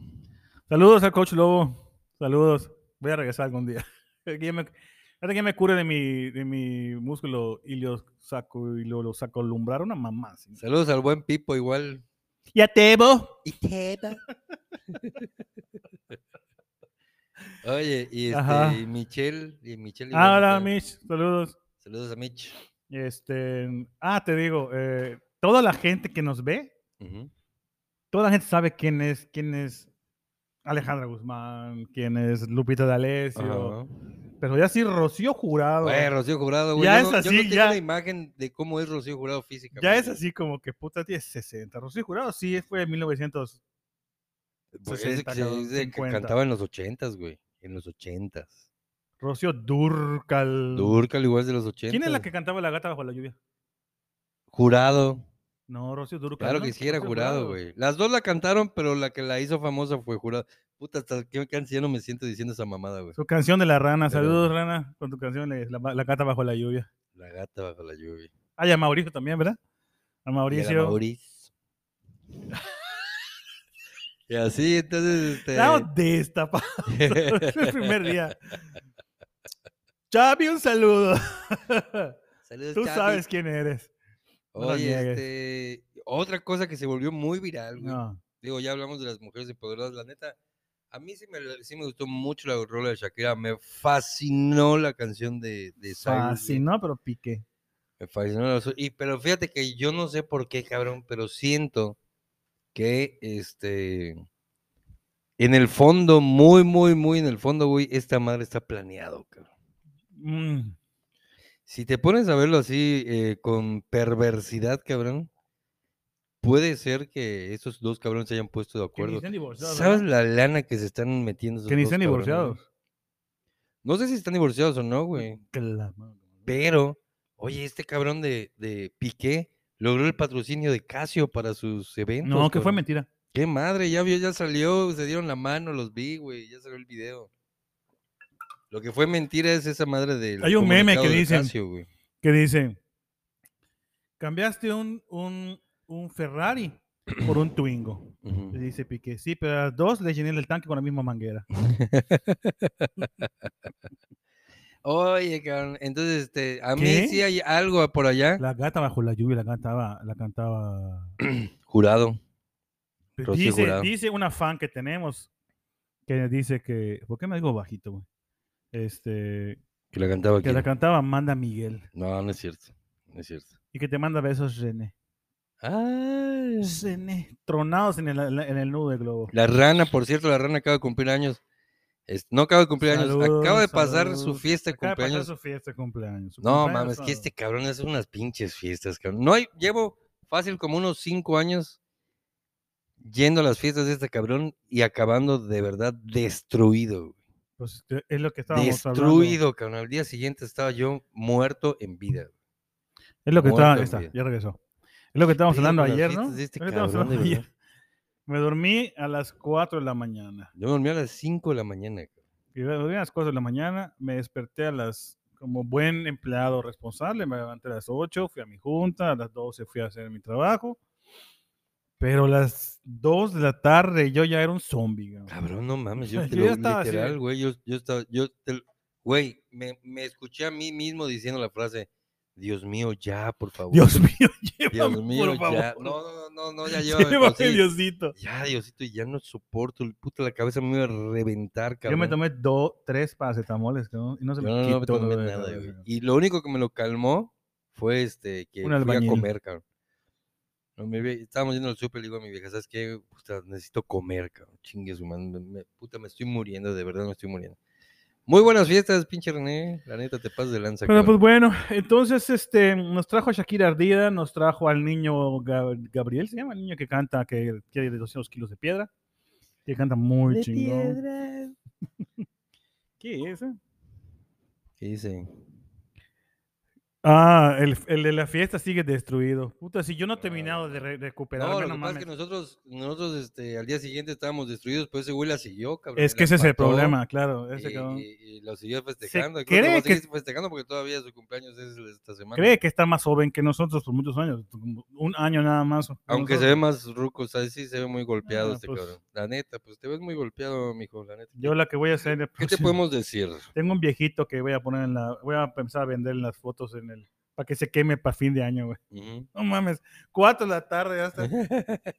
Speaker 2: Saludos al coach Lobo. Saludos. Voy a regresar algún día. *laughs* Que ya me, hasta que ya me cure de mi, de mi músculo y lo saco y lo, lo saco lumbrar una mamá. así.
Speaker 3: Saludos al buen Pipo igual.
Speaker 2: Ya te bo.
Speaker 3: Y *laughs* Oye, y,
Speaker 2: Ajá. Ah,
Speaker 3: este, y Michelle, y Michelle igual,
Speaker 2: Ahora,
Speaker 3: igual.
Speaker 2: Mitch. Saludos.
Speaker 3: Saludos a Mitch.
Speaker 2: Este, ah, te digo, eh, toda la gente que nos ve,
Speaker 3: Ujú.
Speaker 2: toda la gente sabe quién es, quién es Alejandra Guzmán, quién es Lupita D'Alessio.
Speaker 3: Ajá.
Speaker 2: Pero ya sí, Rocío Jurado.
Speaker 3: Güey, Rocío Jurado, güey. yo
Speaker 2: Ya es
Speaker 3: no- yo no
Speaker 2: así,
Speaker 3: tengo
Speaker 2: ya.
Speaker 3: una imagen de cómo es Rocío Jurado física.
Speaker 2: ya es así como que puta, tiene 60. Rocío Jurado sí fue en 1900.
Speaker 3: es
Speaker 2: 60,
Speaker 3: que, se
Speaker 2: cabrón,
Speaker 3: dice que
Speaker 2: 50.
Speaker 3: cantaba en los ochentas, güey. En los ochentas.
Speaker 2: Rocío Durcal.
Speaker 3: Durcal igual es de los ochentas.
Speaker 2: Mm. ¿Quién es la que cantaba La gata bajo la lluvia?
Speaker 3: Jurado.
Speaker 2: No, Rocío Durcal.
Speaker 3: Claro
Speaker 2: ¿no?
Speaker 3: que sí, era
Speaker 2: Rocío
Speaker 3: jurado, güey. Las dos la cantaron, pero la que la hizo famosa fue jurado. Puta, hasta qué canción me siento diciendo esa mamada, güey.
Speaker 2: Su canción de La Rana.
Speaker 3: Pero-
Speaker 2: Saludos, Rana, con tu canción de la, la gata bajo la lluvia.
Speaker 3: La gata bajo la lluvia.
Speaker 2: Ah, y a Mauricio también, ¿verdad? A
Speaker 3: Y era
Speaker 2: Mauricio.
Speaker 3: Mauriz. *laughs* Y así, entonces, este,
Speaker 2: Claro, destapa. *laughs* el primer día. Chavi, un saludo.
Speaker 3: *laughs* saludos,
Speaker 2: Tú
Speaker 3: Chapi.
Speaker 2: sabes quién eres. no lo
Speaker 3: Oye,
Speaker 2: niegues.
Speaker 3: este, otra cosa que se volvió muy viral, güey.
Speaker 2: No.
Speaker 3: Digo, ya hablamos de las mujeres empoderadas, la neta. A mí sí me, sí me gustó mucho la rola de Shakira. Me fascinó la canción de, de Cyrus, güey.
Speaker 2: Así, ¿no? Pero piqué.
Speaker 3: Me fascinó la su- Y, pero fíjate que yo no sé por qué, cabrón, pero siento que este. En el fondo, muy, muy, muy en el fondo, güey, esta madre está planeado, cabrón.
Speaker 2: Mm.
Speaker 3: Si te pones a verlo así eh, con perversidad, cabrón, puede ser que esos dos cabrones se hayan puesto de
Speaker 2: Que ni
Speaker 3: acuerdo.
Speaker 2: estén divorciados.
Speaker 3: ¿Sabes
Speaker 2: ¿verdad?
Speaker 3: la lana que se están metiendo? esos
Speaker 2: Que ni
Speaker 3: dos
Speaker 2: estén
Speaker 3: cabrones, güey?
Speaker 2: divorciados.
Speaker 3: No sé si están divorciados o no, güey.
Speaker 2: Que la madre.
Speaker 3: Pero, oye, este cabrón de, de Piqué logró el patrocinio de Casio para sus eventos.
Speaker 2: No, que fue
Speaker 3: cabrón.
Speaker 2: mentira.
Speaker 3: Qué madre, ya vio, ya salió, se dieron la mano, los vi, güey, ya salió el video. Lo que fue mentira es esa madre del
Speaker 2: Hay un meme que
Speaker 3: comunicado de
Speaker 2: dicen,
Speaker 3: Casio, güey.
Speaker 2: Que dice: Cambiaste un, un, un Ferrari por un Twingo.
Speaker 3: Ujú.
Speaker 2: Le dice Piqué, sí, pero a las dos le llené el tanque con la
Speaker 3: *laughs*
Speaker 2: misma manguera.
Speaker 3: Oye, cabrón, entonces, este, a mí
Speaker 2: ¿Qué?
Speaker 3: sí hay algo por allá.
Speaker 2: La gata bajo la lluvia la cantaba, la cantaba.
Speaker 3: Jurado.
Speaker 2: Pues
Speaker 3: Rocío
Speaker 2: Dice,
Speaker 3: Jurado.
Speaker 2: dice una fan que tenemos que dice que. ¿Por qué me digo bajito, güey? Este.
Speaker 3: Que la cantaba aquí.
Speaker 2: Que la cantaba Amanda Miguel.
Speaker 3: No, no es cierto. No es cierto.
Speaker 2: Y que te manda besos, René.
Speaker 3: Ah,
Speaker 2: René. Tronados en el, en el nudo de globo.
Speaker 3: la rana, por cierto, la rana acaba de cumplir años. Es- no acaba de cumplir años. Acaba de
Speaker 2: Saludos,
Speaker 3: pasar su
Speaker 2: saludos.
Speaker 3: fiesta de
Speaker 2: Acaba de pasar
Speaker 3: cumpleaños.
Speaker 2: su fiesta de cumpleaños. Su
Speaker 3: No
Speaker 2: cumpleaños
Speaker 3: mames, que
Speaker 2: sábado.
Speaker 3: este cabrón hace unas pinches fiestas, cabrón. No hay, llevo fácil como unos cinco años yendo a las fiestas de este cabrón y acabando de verdad destruido. güey.
Speaker 2: Pues, este, es lo que estábamos hablando.
Speaker 3: Destruido, cabrón. Al día siguiente estaba yo muerto en vida.
Speaker 2: Es lo que
Speaker 3: Muerto
Speaker 2: estaba.
Speaker 3: en
Speaker 2: está,
Speaker 3: vida.
Speaker 2: ya regresó. Es lo que estábamos
Speaker 3: Fíjate
Speaker 2: hablando
Speaker 3: las
Speaker 2: ayer,
Speaker 3: fiestas
Speaker 2: ¿no?
Speaker 3: de este
Speaker 2: Es lo que estábamos
Speaker 3: cabrón, de
Speaker 2: hablando ayer.
Speaker 3: verdad.
Speaker 2: Me dormí a las 4 de la mañana.
Speaker 3: Yo me dormí a las cinco de la mañana. cabrón.
Speaker 2: Y Me dormí a las 4 de la mañana, me desperté a las, como buen empleado responsable, me levanté a las 8, fui a mi junta, a las 12 fui a hacer mi trabajo. Pero a las 2 de la tarde yo ya era un zombie. *laughs*
Speaker 3: Cabrón, no mames,
Speaker 2: sea,
Speaker 3: yo te
Speaker 2: yo ya
Speaker 3: lo-
Speaker 2: estaba así de-
Speaker 3: literal, güey, yo, yo estaba, yo te lo- güey, me, me escuché a mí mismo diciendo la frase, Dios mío, ya, por favor.
Speaker 2: Dios mío,
Speaker 3: *laughs*
Speaker 2: *laughs*
Speaker 3: Dios
Speaker 2: llévame,
Speaker 3: mío,
Speaker 2: por favor. *laughs*
Speaker 3: ya. No, no, no, no, no, ya llévame, pero
Speaker 2: llévame,
Speaker 3: sí,
Speaker 2: Diosito.
Speaker 3: Ya, Diosito, ya no soporto, el puto la cabeza me iba a reventar,
Speaker 2: Yo
Speaker 3: cabrón.
Speaker 2: me tomé 2, 3 paracetamoles ¿no? y no se
Speaker 3: Yo
Speaker 2: me
Speaker 3: no, no me
Speaker 2: quitó
Speaker 3: tomé
Speaker 2: dolor de
Speaker 3: nada,
Speaker 2: cabeza.
Speaker 3: güey. Y lo único que me lo calmó fue este, que
Speaker 2: Un
Speaker 3: fui a
Speaker 2: albañil.
Speaker 3: comer, cabrón. No, mi vie- Estábamos yendo al súper, le digo a mi vieja, ¿sabes qué? Puta, necesito comer, cabrón. Chingue su madre, me- me- puta, me estoy muriendo, de verdad me estoy muriendo. Muy buenas fiestas, pinche René. La neta, te pasas de lanza,
Speaker 2: Pero pues
Speaker 3: cabrón.
Speaker 2: bueno, entonces este nos trajo a Shakira Ardida, nos trajo al niño Ga- Gabriel, se llama el niño que canta, que quiere 200 kilos de piedra, que canta muy chingón. *laughs* ¿Qué es? eh? pues,
Speaker 3: ¿Qué dice?
Speaker 2: Ah, el, el de la fiesta sigue destruido. Puta, si yo no he terminado de re-
Speaker 3: No, lo
Speaker 2: recuperarme, no
Speaker 3: que pasa es
Speaker 2: mames.
Speaker 3: que nosotros, nosotros este, al día siguiente estábamos destruidos, pero ese güey la siguió, cabrón.
Speaker 2: Es
Speaker 3: y
Speaker 2: que
Speaker 3: la
Speaker 2: ese es el
Speaker 3: empató.
Speaker 2: problema, claro. ese
Speaker 3: y,
Speaker 2: cabrón.
Speaker 3: y- y lo siguió festejando. y creo que
Speaker 2: cree
Speaker 3: lo va a
Speaker 2: que-
Speaker 3: seguir festejando porque todavía su cumpleaños es esta semana.
Speaker 2: Cree que está más joven que nosotros por muchos años, como un año nada más. que
Speaker 3: Aunque se
Speaker 2: nosotros.
Speaker 3: ve más ruco, o sea, sí se ve muy golpeado
Speaker 2: Ah,
Speaker 3: este
Speaker 2: pues.
Speaker 3: cabrón. La neta, pues te ves muy golpeado, mijo, la neta.
Speaker 2: Yo la que voy a hacer. el
Speaker 3: ¿Qué te
Speaker 2: próximo-
Speaker 3: podemos decir?
Speaker 2: Tengo un viejito que voy a poner en la. Voy a pensar a vender en las fotos en el. Para que se queme para fin de año, güey. *laughs*
Speaker 3: Ujú.
Speaker 2: No mames. Cuatro de la tarde ya
Speaker 3: *laughs*
Speaker 2: está.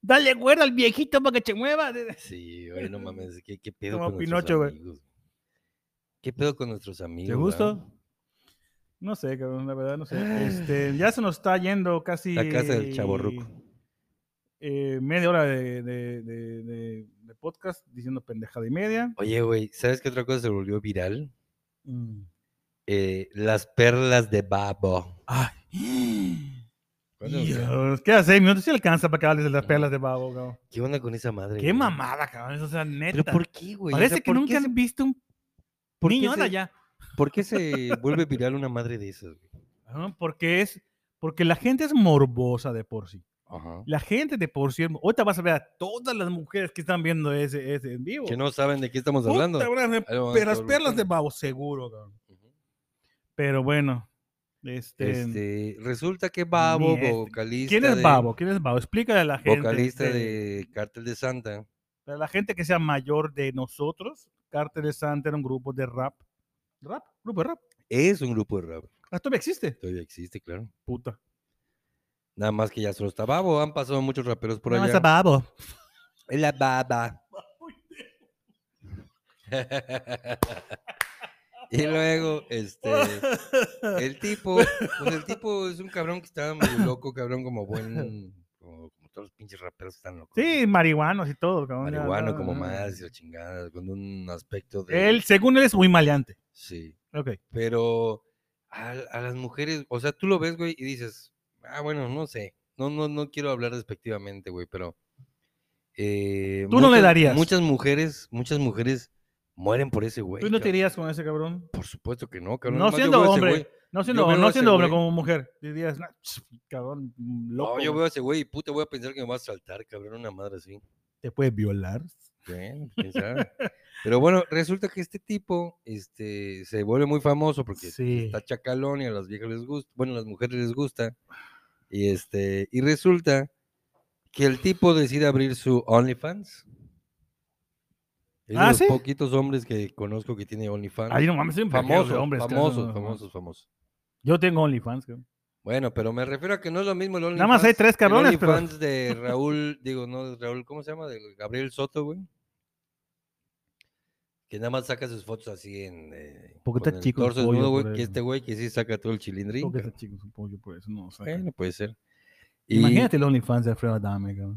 Speaker 2: Dale cuerda al viejito para que se mueva.
Speaker 3: Sí, güey, no mames, ¿qué, qué pedo
Speaker 2: Como
Speaker 3: con
Speaker 2: Pinocho,
Speaker 3: nuestros
Speaker 2: güey.
Speaker 3: amigos? ¿Qué pedo con nuestros amigos? ah?
Speaker 2: ¿Te
Speaker 3: va?
Speaker 2: gusta? No sé, cabrón, la verdad, no sé. Este, ya se nos está yendo casi.
Speaker 3: Ah. La casa del chaborruco.
Speaker 2: eh, media hora de, de- de- de- de podcast diciendo pendejada y media.
Speaker 3: Oye, güey, ¿sabes qué otra cosa se volvió viral?
Speaker 2: Mm.
Speaker 3: Eh, las perlas de babo. *gasps*
Speaker 2: Ay.
Speaker 3: ¿Cuándo nos queda?
Speaker 2: Dios, queda seis minutos. Si alcanza para que hables de
Speaker 3: Ah.
Speaker 2: las perlas de babo, cabrón.
Speaker 3: ¿Qué onda con esa madre?
Speaker 2: Qué
Speaker 3: güey?
Speaker 2: mamada, cabrón. O sea, neta.
Speaker 3: ¿Pero por qué, güey? O
Speaker 2: Parece
Speaker 3: sea,
Speaker 2: que
Speaker 3: ¿por qué
Speaker 2: nunca
Speaker 3: se-
Speaker 2: han visto un
Speaker 3: por qué
Speaker 2: niño ahora
Speaker 3: se-
Speaker 2: ya.
Speaker 3: ¿Por qué
Speaker 2: *laughs*
Speaker 3: se vuelve viral una madre de esas? güey?
Speaker 2: Ajá, Porque es. Porque la gente es morbosa de por sí.
Speaker 3: Ajá.
Speaker 2: La gente de por sí. es mo- Ahorita vas a ver a todas las mujeres que están viendo ese, ese en vivo.
Speaker 3: Que no saben de qué estamos
Speaker 2: Puta,
Speaker 3: hablando.
Speaker 2: van a ver
Speaker 3: Ahí lo van a
Speaker 2: perlas,
Speaker 3: estar
Speaker 2: perlas de
Speaker 3: buscando.
Speaker 2: babo, seguro, cabrón.
Speaker 3: Ujú.
Speaker 2: Pero bueno. Este,
Speaker 3: Este, resulta que Babo,
Speaker 2: este-
Speaker 3: vocalista.
Speaker 2: ¿Quién es
Speaker 3: de-
Speaker 2: Babo? ¿Quién es Babo? Explícale a la gente.
Speaker 3: Vocalista
Speaker 2: este,
Speaker 3: de Cártel de Santa.
Speaker 2: Para la gente que sea mayor de nosotros, Cartel de Santa era un grupo de rap. ¿Rap? Grupo de rap.
Speaker 3: Es un grupo de rap.
Speaker 2: Ah, Todavía existe.
Speaker 3: Todavía existe, claro.
Speaker 2: Puta.
Speaker 3: Nada más que ya solo está Babo. Han pasado muchos raperos por allá.
Speaker 2: Babo.
Speaker 3: Es la
Speaker 2: *laughs*
Speaker 3: baba. y luego, este, el tipo, pues el tipo es un cabrón que estaba medio loco, cabrón, como
Speaker 2: *laughs*
Speaker 3: buen, como, como todos los pinches raperos que están locos.
Speaker 2: Sí, marihuanos y todo. cabrón, ya,
Speaker 3: Marihuano
Speaker 2: no,
Speaker 3: como
Speaker 2: no, no.
Speaker 3: más y la chingada, con un aspecto de...
Speaker 2: Él, según él, es muy maleante.
Speaker 3: Sí,
Speaker 2: Ok.
Speaker 3: pero a, a las mujeres, o sea, tú lo ves, güey, y dices, ah, bueno, no sé, no, no, no quiero hablar despectivamente, güey, pero... eh,
Speaker 2: Tú no le
Speaker 3: muchas-
Speaker 2: darías.
Speaker 3: Muchas mujeres, muchas mujeres mueren por ese güey.
Speaker 2: Tú Pues no te
Speaker 3: cabrón.
Speaker 2: irías con ese cabrón.
Speaker 3: Por supuesto que no, cabrón.
Speaker 2: No
Speaker 3: nomás yo
Speaker 2: siendo
Speaker 3: veo a ese
Speaker 2: hombre,
Speaker 3: güey-
Speaker 2: No siendo,
Speaker 3: veo a
Speaker 2: no
Speaker 3: ese
Speaker 2: siendo hombre
Speaker 3: güey-
Speaker 2: como mujer. Dirías, "No, ch, cabrón, loco.
Speaker 3: No, yo
Speaker 2: güey,
Speaker 3: veo a ese güey y puta, voy a pensar que me va a saltar, cabrón, una madre así.
Speaker 2: Te puede violar.
Speaker 3: Bueno, pues, quién sabe. Pero bueno, resulta que este tipo este, se vuelve muy famoso porque pues,
Speaker 2: Sí.
Speaker 3: está chacalón y a las viejas les gusta, bueno, a las mujeres les gusta. Y, este, y resulta que el tipo decide abrir su OnlyFans. Es de
Speaker 2: Ah,
Speaker 3: los
Speaker 2: ¿sí?
Speaker 3: poquitos hombres que conozco que tiene OnlyFans.
Speaker 2: Ahí no mames, soy un verguero de
Speaker 3: famosos,
Speaker 2: hombres, cabrón,
Speaker 3: famosos,
Speaker 2: no, no, no.
Speaker 3: famosos, famosos.
Speaker 2: Yo tengo OnlyFans. cabrón.
Speaker 3: Bueno, pero me refiero a que no es lo mismo el OnlyFans.
Speaker 2: Nada más hay tres
Speaker 3: el
Speaker 2: cabrones, pero. *laughs*
Speaker 3: OnlyFans de Raúl, digo, no de Raúl, ¿cómo se llama? De Gabriel Soto, güey. Que nada más saca sus fotos así en. eh,
Speaker 2: Porque
Speaker 3: con
Speaker 2: está
Speaker 3: el
Speaker 2: chico el
Speaker 3: torso
Speaker 2: pollo,
Speaker 3: desnudo, güey.
Speaker 2: por
Speaker 3: Que
Speaker 2: eso.
Speaker 3: este güey que sí saca todo el chilindrín.
Speaker 2: Porque
Speaker 3: cabrón.
Speaker 2: está chico, supongo yo, por eso no saca.
Speaker 3: Bueno, puede ser. Y,
Speaker 2: Imagínate el OnlyFans de Alfredo
Speaker 3: *laughs*
Speaker 2: Adame, cabrón.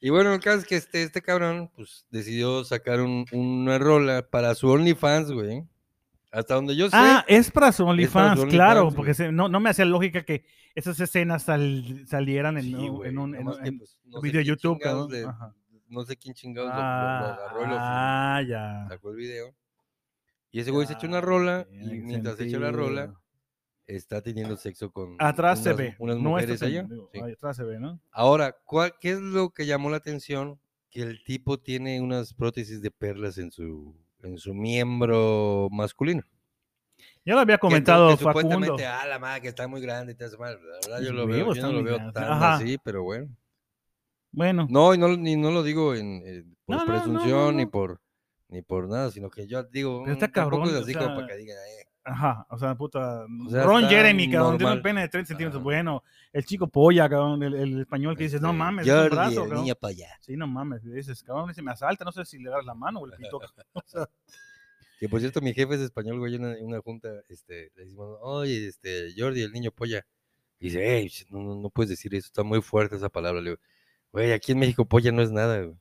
Speaker 3: y bueno, el caso es que este, este cabrón, pues decidió sacar un- una rola para su OnlyFans, güey. Hasta donde yo sé.
Speaker 2: Ah, es para su
Speaker 3: para
Speaker 2: OnlyFans,
Speaker 3: su
Speaker 2: claro,
Speaker 3: OnlyFans,
Speaker 2: porque
Speaker 3: güey.
Speaker 2: se- no, no me hacía lógica que esas escenas sal- salieran en,
Speaker 3: Sí,
Speaker 2: un-
Speaker 3: güey,
Speaker 2: en un...
Speaker 3: nada
Speaker 2: en
Speaker 3: más
Speaker 2: un-
Speaker 3: que,
Speaker 2: en-
Speaker 3: pues, no sé
Speaker 2: video
Speaker 3: quién
Speaker 2: YouTube,
Speaker 3: chingados
Speaker 2: cabrón,
Speaker 3: le-
Speaker 2: ajá.
Speaker 3: No sé quién chingados lo- lo, lo agarró y lo filmó.
Speaker 2: Ah, ya.
Speaker 3: sacó el video. Y ese güey se echó
Speaker 2: Ya,
Speaker 3: una rola
Speaker 2: tiene
Speaker 3: y mientras se echa la rola
Speaker 2: sentido.
Speaker 3: está teniendo sexo con
Speaker 2: Atrás se
Speaker 3: unas-
Speaker 2: ve.
Speaker 3: unas
Speaker 2: no está
Speaker 3: mujeres allá.
Speaker 2: entendido.
Speaker 3: sí.
Speaker 2: Ahí Atrás se ve, ¿no?
Speaker 3: Ahora, ¿cuál, ¿qué es lo que llamó la atención? Que el tipo tiene unas prótesis de perlas en su en su miembro masculino.
Speaker 2: Ya lo había
Speaker 3: Que tú- que
Speaker 2: comentado Facundo.
Speaker 3: supuestamente, ah, la madre que está muy grande y te hace mal. La verdad, yo
Speaker 2: Mis
Speaker 3: lo veo,
Speaker 2: huevos
Speaker 3: yo no
Speaker 2: están
Speaker 3: lo
Speaker 2: muy
Speaker 3: veo
Speaker 2: grandes.
Speaker 3: tan
Speaker 2: Ajá.
Speaker 3: así, pero bueno.
Speaker 2: Bueno,
Speaker 3: No, y no, ni, no lo digo en, eh, por
Speaker 2: No, no, no, no,
Speaker 3: presunción ni
Speaker 2: no.
Speaker 3: por ni por nada, sino que yo digo,
Speaker 2: Pero está
Speaker 3: "Mm, tampoco
Speaker 2: cabrón,
Speaker 3: es
Speaker 2: o
Speaker 3: así como para
Speaker 2: sea,
Speaker 3: que digan, "Eh,
Speaker 2: ajá, o sea, puta.
Speaker 3: sea,
Speaker 2: Ron
Speaker 3: está
Speaker 2: Jeremy, cabrón, tiene
Speaker 3: normal.
Speaker 2: un pene de 30 centímetros.
Speaker 3: Ajá.
Speaker 2: Bueno, el chico polla, cabrón, el, el español que dices, no
Speaker 3: Este,
Speaker 2: mames, es
Speaker 3: Jordi,
Speaker 2: un brazo,
Speaker 3: el
Speaker 2: cabrón.
Speaker 3: niño para allá.
Speaker 2: Sí, no mames, le dices, cabrón, se me asalta, no sé si le das la mano o le pito.
Speaker 3: Que por cierto, mi jefe es español, güey, en una, en una junta, este, le decimos, oye, este, Jordi, el niño polla. Y dice, hey, no, no, no puedes decir eso, está muy fuerte esa palabra. Le digo, güey, aquí en México polla no es nada, güey.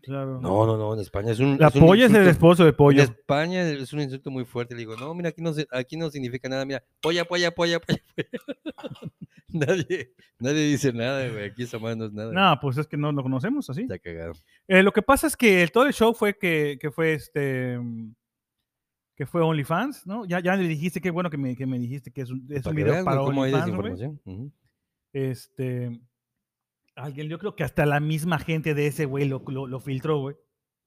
Speaker 2: Claro.
Speaker 3: No, no, no, en España es un.
Speaker 2: la
Speaker 3: es un
Speaker 2: polla es el
Speaker 3: insulto-
Speaker 2: esposo de pollo.
Speaker 3: En España es un insulto muy fuerte. Le digo, no, mira, aquí no, se- aquí no significa nada. Mira, polla, polla, polla, polla. *laughs* polla". nadie, nadie dice nada, güey. Aquí esa madre no es nada. güey.
Speaker 2: No, pues es que no lo conocemos así.
Speaker 3: Está cagado.
Speaker 2: Eh, lo que pasa es que el, todo el show fue que, que fue este mm, que fue OnlyFans, ¿no? Ya, ya le dijiste, qué bueno que me, que me dijiste que es un, es
Speaker 3: Para
Speaker 2: un
Speaker 3: que
Speaker 2: video
Speaker 3: vean, güey,
Speaker 2: para
Speaker 3: cómo hay
Speaker 2: OnlyFans, güey.
Speaker 3: desinformación. Ujú.
Speaker 2: Este, alguien, yo creo que hasta la misma gente de ese güey lo, lo, lo filtró, güey.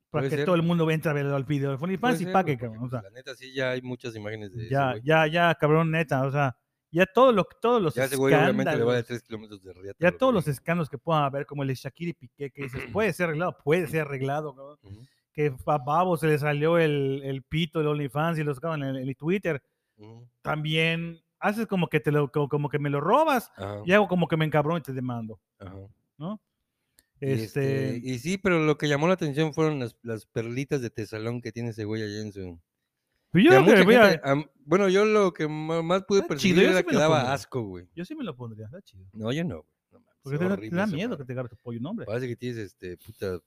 Speaker 2: Para
Speaker 3: Puede
Speaker 2: que
Speaker 3: ser.
Speaker 2: todo el mundo entre a ver al video de OnlyFans
Speaker 3: Puede
Speaker 2: y
Speaker 3: ser,
Speaker 2: pague,
Speaker 3: güey,
Speaker 2: cabrón.
Speaker 3: porque,
Speaker 2: o sea,
Speaker 3: pues, la neta, sí, ya hay muchas imágenes de ese
Speaker 2: ya,
Speaker 3: güey.
Speaker 2: ya, ya, cabrón, neta, o sea, ya todo lo, todos los
Speaker 3: Ya ese güey obviamente le va de
Speaker 2: escándalos-
Speaker 3: 3 kilómetros de riata.
Speaker 2: Ya
Speaker 3: lo que
Speaker 2: todos los
Speaker 3: diga.
Speaker 2: escándalos que puedan haber, como el de Shakira y Piqué,
Speaker 3: *clears throat*
Speaker 2: que dices, puede ser arreglado, puede ser arreglado, cabrón.
Speaker 3: Ujú,
Speaker 2: Que a Babo se le salió el, el pito del OnlyFans y lo sacaban en el, en Twitter.
Speaker 3: ujú,
Speaker 2: También haces como que, te lo, co- como que me lo robas
Speaker 3: ajá,
Speaker 2: y hago como que me encabrono y te demando.
Speaker 3: ajá. Y
Speaker 2: Este,
Speaker 3: este, Y sí, pero lo que llamó la atención fueron las, las perlitas de tesalón que tiene ese güey allá en su... que
Speaker 2: pero yo,
Speaker 3: a
Speaker 2: creo
Speaker 3: mucha
Speaker 2: que voy a-
Speaker 3: gente- a- bueno, yo lo que ma- más pude
Speaker 2: Está
Speaker 3: percibir
Speaker 2: chido, yo
Speaker 3: era
Speaker 2: sí me
Speaker 3: que
Speaker 2: lo
Speaker 3: daba
Speaker 2: pondría.
Speaker 3: asco, güey.
Speaker 2: yo sí me lo pondría, está chido.
Speaker 3: No, yo no. güey, no mames,
Speaker 2: Porque
Speaker 3: está
Speaker 2: te, da- te
Speaker 3: horrible
Speaker 2: da
Speaker 3: esa
Speaker 2: miedo
Speaker 3: madre.
Speaker 2: que te agarre tu pollo, no, hombre.
Speaker 3: Parece que tienes, este, puta,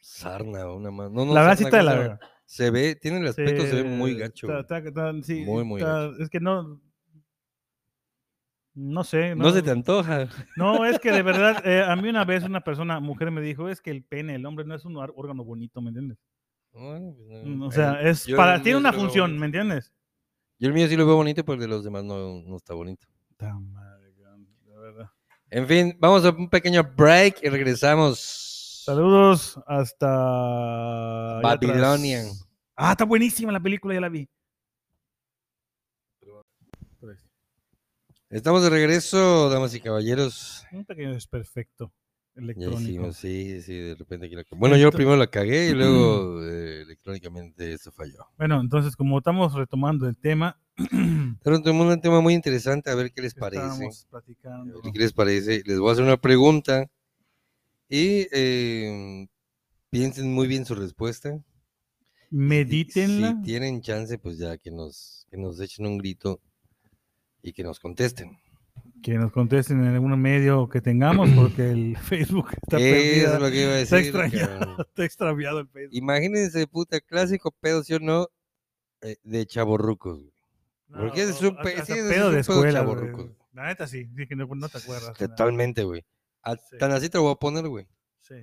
Speaker 3: sarna o una más. No, no,
Speaker 2: la verdad sí
Speaker 3: sarna,
Speaker 2: está de
Speaker 3: ¿cómo se
Speaker 2: la
Speaker 3: llama?
Speaker 2: verga.
Speaker 3: Se ve, tiene el aspecto, se ve muy
Speaker 2: Sí,
Speaker 3: gacho.
Speaker 2: está-
Speaker 3: güey.
Speaker 2: está- está- sí,
Speaker 3: Muy, muy
Speaker 2: está- Es que no. No sé.
Speaker 3: No se te antoja. *laughs*
Speaker 2: No, es que de verdad, eh, a mí una vez una persona, mujer, me dijo, es que el pene, el hombre, no es un or- órgano bonito, ¿me entiendes?
Speaker 3: Bueno, pues, no,
Speaker 2: Mm, O
Speaker 3: bueno,
Speaker 2: sea, es
Speaker 3: yo el
Speaker 2: para,
Speaker 3: mío
Speaker 2: tiene
Speaker 3: sí
Speaker 2: una
Speaker 3: lo veo
Speaker 2: función,
Speaker 3: bonito.
Speaker 2: ¿me entiendes?
Speaker 3: Yo el mío sí lo veo bonito, pero el de los demás no, no está bonito.
Speaker 2: Ta madre, cabrón, de verdad.
Speaker 3: En fin, vamos a un pequeño break y regresamos.
Speaker 2: Saludos hasta... allá atrás.
Speaker 3: Babilonia.
Speaker 2: Ah, está buenísima la película, ya la vi.
Speaker 3: Estamos de regreso, damas y caballeros.
Speaker 2: Un pequeño desperfecto
Speaker 3: Ya
Speaker 2: electrónico.
Speaker 3: hicimos, sí, sí, de repente aquí la- Bueno, yo
Speaker 2: Esto-
Speaker 3: primero la cagué y luego eh, electrónicamente esto falló.
Speaker 2: Bueno, entonces, como estamos retomando el tema,
Speaker 3: Pero tenemos un tema muy interesante, a ver qué les parece.
Speaker 2: estábamos platicando.
Speaker 3: ¿Qué les parece? Les voy a hacer una pregunta y eh, piensen muy bien su respuesta.
Speaker 2: Medítenla.
Speaker 3: Si tienen chance, pues ya que nos, que nos echen un grito y que nos contesten.
Speaker 2: que nos contesten en algún medio que tengamos,
Speaker 3: *clears throat*
Speaker 2: porque el Facebook está
Speaker 3: ¿Qué
Speaker 2: perdido.
Speaker 3: es lo que iba a
Speaker 2: está
Speaker 3: decir?
Speaker 2: extrañado.
Speaker 3: cabrón?
Speaker 2: Está extraviado el Facebook.
Speaker 3: Imagínense, puta, clásico pedo, ¿sí o no? Eh, de chaborrucos. güey. porque ese es un pe-
Speaker 2: hasta-
Speaker 3: sí,
Speaker 2: hasta
Speaker 3: ese es
Speaker 2: pedo
Speaker 3: un
Speaker 2: de
Speaker 3: pedo
Speaker 2: escuela. güey.
Speaker 3: chavorruco.
Speaker 2: La neta sí, sí, que no, no te acuerdas. nada.
Speaker 3: Totalmente, güey. A-
Speaker 2: Sí.
Speaker 3: Tan así te lo voy a poner, güey.
Speaker 2: Sí.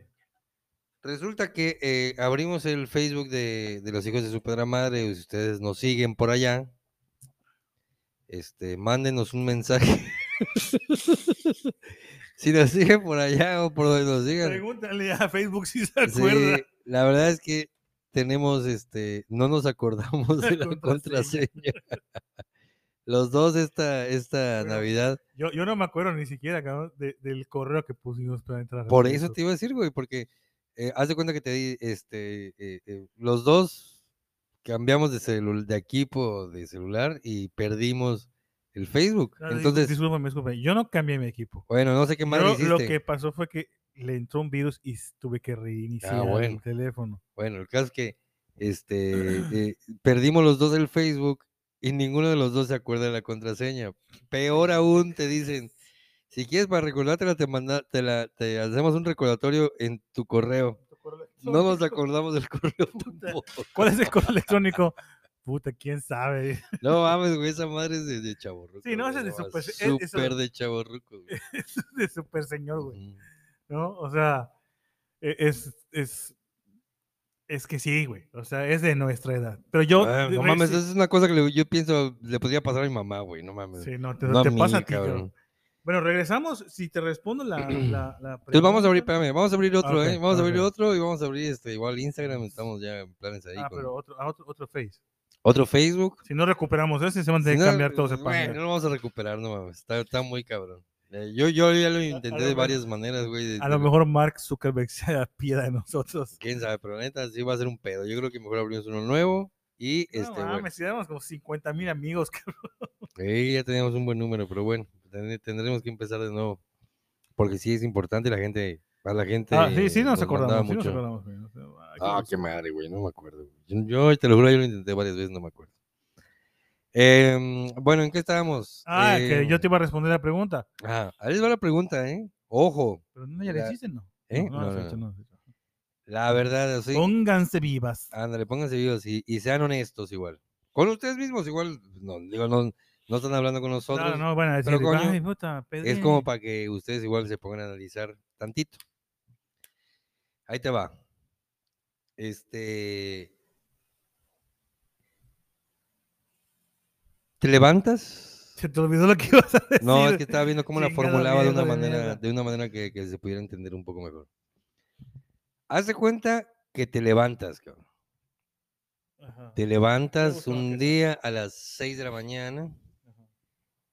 Speaker 3: Resulta que eh, abrimos el Facebook de, de los hijos de su pedra madre. y Si ustedes nos siguen por allá, este, mándenos un mensaje. *laughs* si nos siguen por allá o por donde nos sigan.
Speaker 2: Pregúntale a Facebook si se
Speaker 3: Sí,
Speaker 2: *laughs* acuerda.
Speaker 3: la verdad es que tenemos, este, no nos
Speaker 2: *laughs*
Speaker 3: acordamos de la
Speaker 2: Contraseña.
Speaker 3: contraseña. *laughs* los dos esta, esta
Speaker 2: Bueno,
Speaker 3: Navidad.
Speaker 2: Yo, yo no me acuerdo ni siquiera cabrón, de- del correo que pusimos para entrar. a
Speaker 3: Por eso
Speaker 2: Facebook.
Speaker 3: te iba a decir, güey, porque eh, haz de cuenta que te di, este, eh, eh, los dos cambiamos de, celu- de equipo de celular y perdimos el Facebook.
Speaker 2: No, dis-
Speaker 3: Entonces,
Speaker 2: Ah, discúlpame, discúlpame. Yo no cambié mi equipo.
Speaker 3: bueno, no sé qué madre
Speaker 2: Yo
Speaker 3: hiciste.
Speaker 2: lo que pasó fue que le entró un virus y s- tuve que reiniciar
Speaker 3: Ah, bueno.
Speaker 2: el teléfono.
Speaker 3: Bueno, el caso es que este,
Speaker 2: *clears throat*
Speaker 3: eh, perdimos los dos el Facebook y ninguno de los dos se acuerda de la contraseña. Peor aún, te dicen, si quieres para recordártela, te, manda, te, la, te hacemos un recordatorio en tu correo. No nos acordamos del *laughs* correo
Speaker 2: Puta.
Speaker 3: tampoco.
Speaker 2: ¿Cuál es el correo electrónico? Puta, quién sabe.
Speaker 3: No mames, güey, esa madre es de, de chaborruco.
Speaker 2: Sí, no, ese es de super- es- eso-
Speaker 3: Súper de chaborruco, güey.
Speaker 2: *laughs* de super señor, güey.
Speaker 3: Ujú.
Speaker 2: ¿No? O sea, e- es, es, es que sí, güey. O sea, es de nuestra edad. Pero yo.
Speaker 3: Ah,
Speaker 2: de-
Speaker 3: no
Speaker 2: re-
Speaker 3: mames,
Speaker 2: sí-
Speaker 3: esa es una cosa que le- yo pienso le podría pasar a mi mamá, güey, no mames.
Speaker 2: sí, no, te,
Speaker 3: no a
Speaker 2: te
Speaker 3: mí,
Speaker 2: pasa a ti,
Speaker 3: cabrón.
Speaker 2: cabrón. Bueno, regresamos. Si te
Speaker 3: *clears throat*
Speaker 2: respondo la, la, la
Speaker 3: Entonces Pues vamos a abrir,
Speaker 2: pregunta.
Speaker 3: espérame, vamos a abrir otro,
Speaker 2: Ah, ok,
Speaker 3: ¿eh? Vamos a abrir
Speaker 2: ok.
Speaker 3: otro y vamos a abrir este, igual Instagram, estamos ya en planes ahí.
Speaker 2: Ah,
Speaker 3: con-
Speaker 2: pero otro, a otro, otro Face.
Speaker 3: Otro Facebook.
Speaker 2: Si no recuperamos ese, se van a
Speaker 3: Si
Speaker 2: tener
Speaker 3: no,
Speaker 2: que cambiar todos el
Speaker 3: güey,
Speaker 2: pan.
Speaker 3: no lo vamos a recuperar, no mames, está, está muy cabrón. Eh, Yo, yo ya lo
Speaker 2: lo
Speaker 3: intenté de
Speaker 2: mejor-
Speaker 3: varias maneras, güey. de-
Speaker 2: A lo
Speaker 3: de-
Speaker 2: mejor Mark Zuckerberg *laughs* se da piedra de nosotros.
Speaker 3: Quién sabe, pero neta, sí va a ser un pedo. Yo creo que mejor abrimos uno nuevo y
Speaker 2: No
Speaker 3: este, bueno.
Speaker 2: mames, si éramos como 50 mil amigos, cabrón.
Speaker 3: Sí, ya tenemos un buen número, pero bueno, tend- tendremos que empezar de nuevo. Porque sí es importante la gente, a la gente.
Speaker 2: Ah, sí, sí nos
Speaker 3: mandaba
Speaker 2: acordamos. Sí nos
Speaker 3: mucho.
Speaker 2: acordamos güey. O sea, ay, qué
Speaker 3: Ah,
Speaker 2: gusto.
Speaker 3: qué madre, güey, no me acuerdo. güey. Yo, yo te lo juro, yo lo intenté varias veces, no me acuerdo. Em, bueno, ¿en qué estábamos?
Speaker 2: Ah, que yo te
Speaker 3: Em,
Speaker 2: iba a responder la pregunta.
Speaker 3: ah, ahí les va la pregunta, ¿eh? Ojo,
Speaker 2: Pero no, ya le
Speaker 3: La-
Speaker 2: hiciste, ¿no?
Speaker 3: ¿eh?
Speaker 2: No,
Speaker 3: No,
Speaker 2: no,
Speaker 3: no,
Speaker 2: has hecho,
Speaker 3: no.
Speaker 2: no has hecho.
Speaker 3: la verdad, sí.
Speaker 2: Pónganse vivas.
Speaker 3: Ándale, pónganse vivos y, y sean honestos igual. Con ustedes mismos, igual, no, digo, no, no están hablando con nosotros.
Speaker 2: Claro, no van a
Speaker 3: pero
Speaker 2: decir,
Speaker 3: coño,
Speaker 2: ay, puta,
Speaker 3: Es como
Speaker 2: Pedrín".
Speaker 3: para que ustedes igual se pongan a analizar tantito. Ahí te va. Este. ¿Te *laughs* levantas?
Speaker 2: *laughs* Se te olvidó lo que ibas a decir.
Speaker 3: No, es que estaba viendo cómo la
Speaker 2: Chingado
Speaker 3: formulaba de una
Speaker 2: viejo de
Speaker 3: manera,
Speaker 2: mierda.
Speaker 3: de una manera que, que se pudiera entender un poco mejor. Haz de cuenta que te levantas, cabrón.
Speaker 2: Ajá,
Speaker 3: Te levantas
Speaker 2: gustó la
Speaker 3: un
Speaker 2: gente.
Speaker 3: día a las 6 de la mañana
Speaker 2: ajá.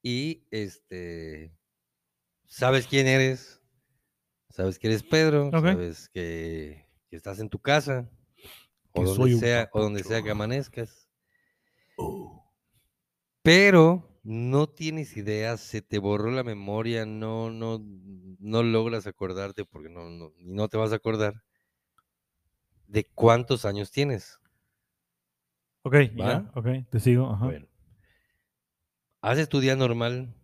Speaker 3: y este sabes quién eres, sabes que eres Pedro,
Speaker 2: Ok.
Speaker 3: sabes que, que estás en tu casa o
Speaker 2: Que
Speaker 3: donde
Speaker 2: soy un
Speaker 3: sea o donde sea que
Speaker 2: papucho.
Speaker 3: amanezcas,
Speaker 2: Oh.
Speaker 3: pero no tienes idea, se te borró la memoria, no no no logras acordarte porque no no y no te vas a acordar de cuántos años tienes.
Speaker 2: Ok,
Speaker 3: ¿Va?
Speaker 2: ya, ok, te sigo. Ajá.
Speaker 3: Bueno. Haces tu día normal.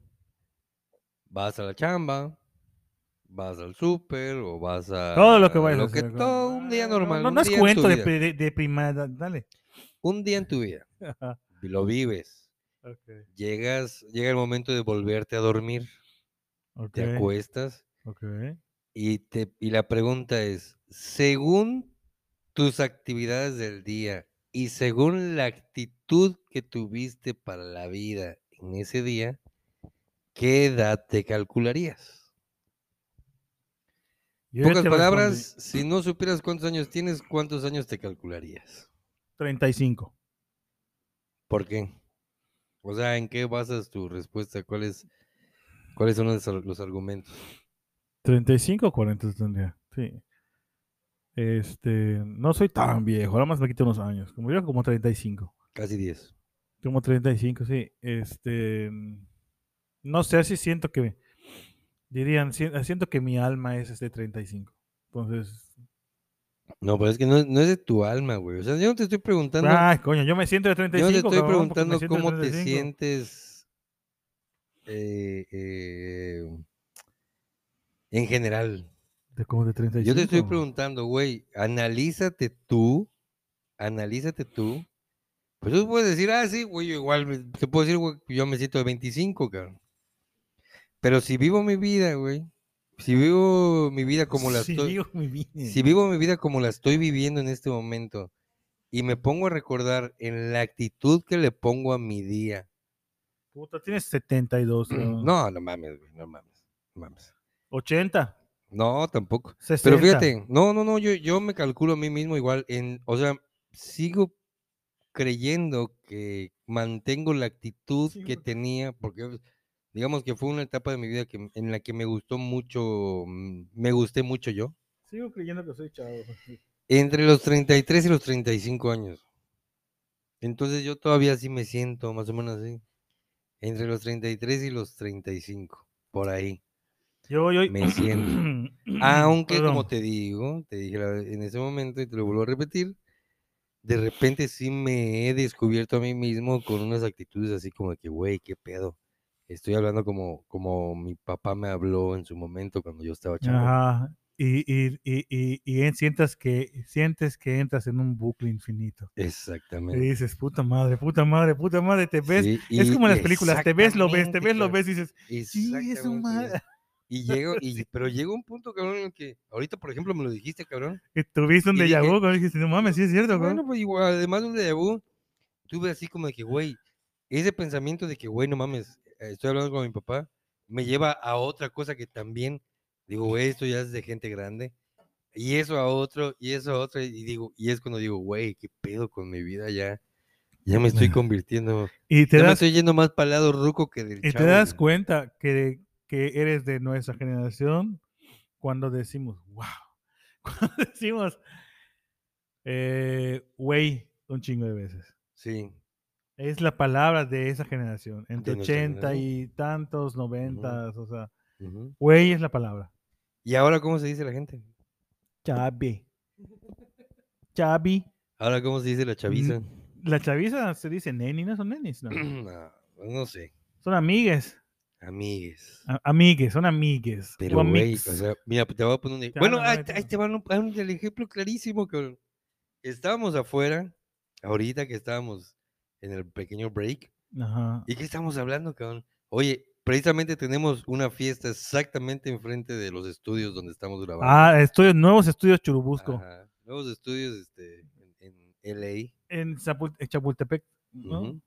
Speaker 3: Vas a la chamba, vas al súper o vas a.
Speaker 2: todo lo que vayas a
Speaker 3: Lo que
Speaker 2: hacer. cabrón.
Speaker 3: todo un día
Speaker 2: No, no,
Speaker 3: normal.
Speaker 2: No,
Speaker 3: un
Speaker 2: no es
Speaker 3: día en tu
Speaker 2: cuento de,
Speaker 3: vida,
Speaker 2: pri- de, de primada,
Speaker 3: *laughs*
Speaker 2: dale.
Speaker 3: Un día en tu vida.
Speaker 2: Ajá,
Speaker 3: y Lo vives.
Speaker 2: ok,
Speaker 3: Llegas, llega el momento de volverte a dormir.
Speaker 2: ok,
Speaker 3: Te acuestas
Speaker 2: ok.
Speaker 3: y, te, y la pregunta es: según tus actividades del día y según la actitud que tuviste para la vida en ese día, ¿qué edad te calcularías?
Speaker 2: Yo ya
Speaker 3: Pocas
Speaker 2: te respondí,
Speaker 3: palabras, si no supieras cuántos años tienes, ¿cuántos años te calcularías?
Speaker 2: 35.
Speaker 3: ¿Por qué? O sea, ¿en qué basas tu respuesta? ¿Cuál es ¿Cuáles son los, los argumentos?
Speaker 2: 35 o 40 tendría. Sí. Este, no soy tan viejo, ahora más me quito unos años. Como yo, como 35.
Speaker 3: Casi 10.
Speaker 2: Como 35, sí. Este, no sé si siento que, dirían, si- ah, siento que mi alma es este 35. Entonces,
Speaker 3: No, pero es que no, no es de tu alma, güey. O sea, yo no te estoy preguntando.
Speaker 2: ay, coño, yo me siento de
Speaker 3: yo
Speaker 2: 35.
Speaker 3: no te estoy
Speaker 2: cabrón, porque
Speaker 3: preguntando
Speaker 2: me siento de
Speaker 3: cómo te
Speaker 2: 35.
Speaker 3: sientes eh, eh, en general.
Speaker 2: De como de 35.
Speaker 3: Yo te estoy preguntando, güey, analízate tú, analízate tú. Pues tú puedes decir, ah, sí, güey, yo igual me- te puedo decir, güey, yo me siento de 25, cabrón. Pero si vivo mi vida, güey, si vivo mi vida como la
Speaker 2: Sí,
Speaker 3: estoy,
Speaker 2: *laughs* digo, mi vida.
Speaker 3: si vivo mi vida como la estoy viviendo en este momento y me pongo a recordar en la actitud que le pongo a mi día.
Speaker 2: Puta, tienes 72. cabrón.
Speaker 3: Mm, No, no mames, güey, no mames, no mames.
Speaker 2: 80.
Speaker 3: No, tampoco.
Speaker 2: 60.
Speaker 3: Pero fíjate, no, no, no, yo, yo me calculo a mí mismo igual, en, o sea, sigo creyendo que mantengo la actitud
Speaker 2: Sí,
Speaker 3: que
Speaker 2: güey.
Speaker 3: tenía, porque pues, digamos que fue una etapa de mi vida que, en la que me gustó mucho, mm, me gusté mucho yo,
Speaker 2: Sigo creyendo que soy chavo.
Speaker 3: entre los 33 y los 35 años. Entonces yo todavía así me siento, más o menos así, entre los 33 y los 35, por ahí.
Speaker 2: Yo, yo.
Speaker 3: Me
Speaker 2: *clears throat*
Speaker 3: siento. Ah, Aunque, como
Speaker 2: Mm, Perdón.
Speaker 3: te digo, te dije la- en ese momento y te lo vuelvo a repetir, de repente sí me he descubierto a mí mismo con unas actitudes así como de que, güey, qué pedo. Estoy hablando como, como mi papá me habló en su momento cuando yo estaba chavo.
Speaker 2: Ajá. Y, y, y, y, y en- sientas, que, sientes que entras en un bucle infinito. Y
Speaker 3: Exactamente.
Speaker 2: dices, puta madre, puta madre, puta madre, te ves.
Speaker 3: Sí,
Speaker 2: es
Speaker 3: y-
Speaker 2: como en las
Speaker 3: y
Speaker 2: películas, te ves, lo ves, te
Speaker 3: exactamente,
Speaker 2: ves, lo
Speaker 3: cabrón,
Speaker 2: ves, dices, sí, es un
Speaker 3: exactamente,
Speaker 2: madre. *laughs*
Speaker 3: güey. Y llego, y, pero llega un punto, cabrón, en el que ahorita, por ejemplo, me lo dijiste, cabrón.
Speaker 2: Estuviste un
Speaker 3: Y
Speaker 2: déjà
Speaker 3: dije,
Speaker 2: vu, cabrón, dijiste, no mames, sí es cierto, cabrón".
Speaker 3: Bueno, pues igual, además de un déjà vu, tuve así como de que, güey, ese pensamiento de que, güey, no mames, eh, estoy hablando con mi papá, me lleva a otra cosa que también, digo, güey, esto ya es de gente grande, y eso a otro, y eso a otro, y digo, y es cuando digo, güey, qué pedo con mi vida ya, ya me estoy
Speaker 2: Nah.
Speaker 3: convirtiendo,
Speaker 2: Y te
Speaker 3: ya me
Speaker 2: das,
Speaker 3: estoy yendo más palado ruco que del
Speaker 2: y te
Speaker 3: chavo,
Speaker 2: das
Speaker 3: güey".
Speaker 2: cuenta que, que eres de nuestra generación cuando decimos, wow. *laughs* Cuando decimos, eh, güey, un chingo de veces.
Speaker 3: Sí,
Speaker 2: Es la palabra de esa generación, entre
Speaker 3: nuestra
Speaker 2: 80
Speaker 3: generación.
Speaker 2: y tantos, 90, o sea,
Speaker 3: ujú.
Speaker 2: güey es la palabra.
Speaker 3: ¿Y ahora cómo se dice la gente?
Speaker 2: Chavi. *laughs* Chavi.
Speaker 3: ¿Ahora cómo se dice la chaviza?
Speaker 2: La chaviza se dice neni, no son nenis,
Speaker 3: *clears throat*
Speaker 2: no. *clears throat*
Speaker 3: no, Ah, pues, no sé,
Speaker 2: Son amigues.
Speaker 3: amigues.
Speaker 2: a- Amigues, son amigues. o
Speaker 3: Pero, güey, o
Speaker 2: amix.
Speaker 3: sea, mira, te voy a poner un ej-
Speaker 2: Ya,
Speaker 3: Bueno,
Speaker 2: no,
Speaker 3: ahí, te-
Speaker 2: ahí te
Speaker 3: ahí
Speaker 2: va.
Speaker 3: te van un, ahí un- el ejemplo clarísimo, cabrón. Estábamos afuera, ahorita que estábamos en el pequeño break,
Speaker 2: Ajá.
Speaker 3: ¿y qué estamos hablando, cabrón? Oye, precisamente tenemos una fiesta exactamente enfrente de los estudios donde estamos grabando.
Speaker 2: Ah, estudios, nuevos estudios Churubusco.
Speaker 3: Ajá, Nuevos estudios este, en, en LA.
Speaker 2: En, Zapul- en Chapultepec. ¿no?
Speaker 3: ujú.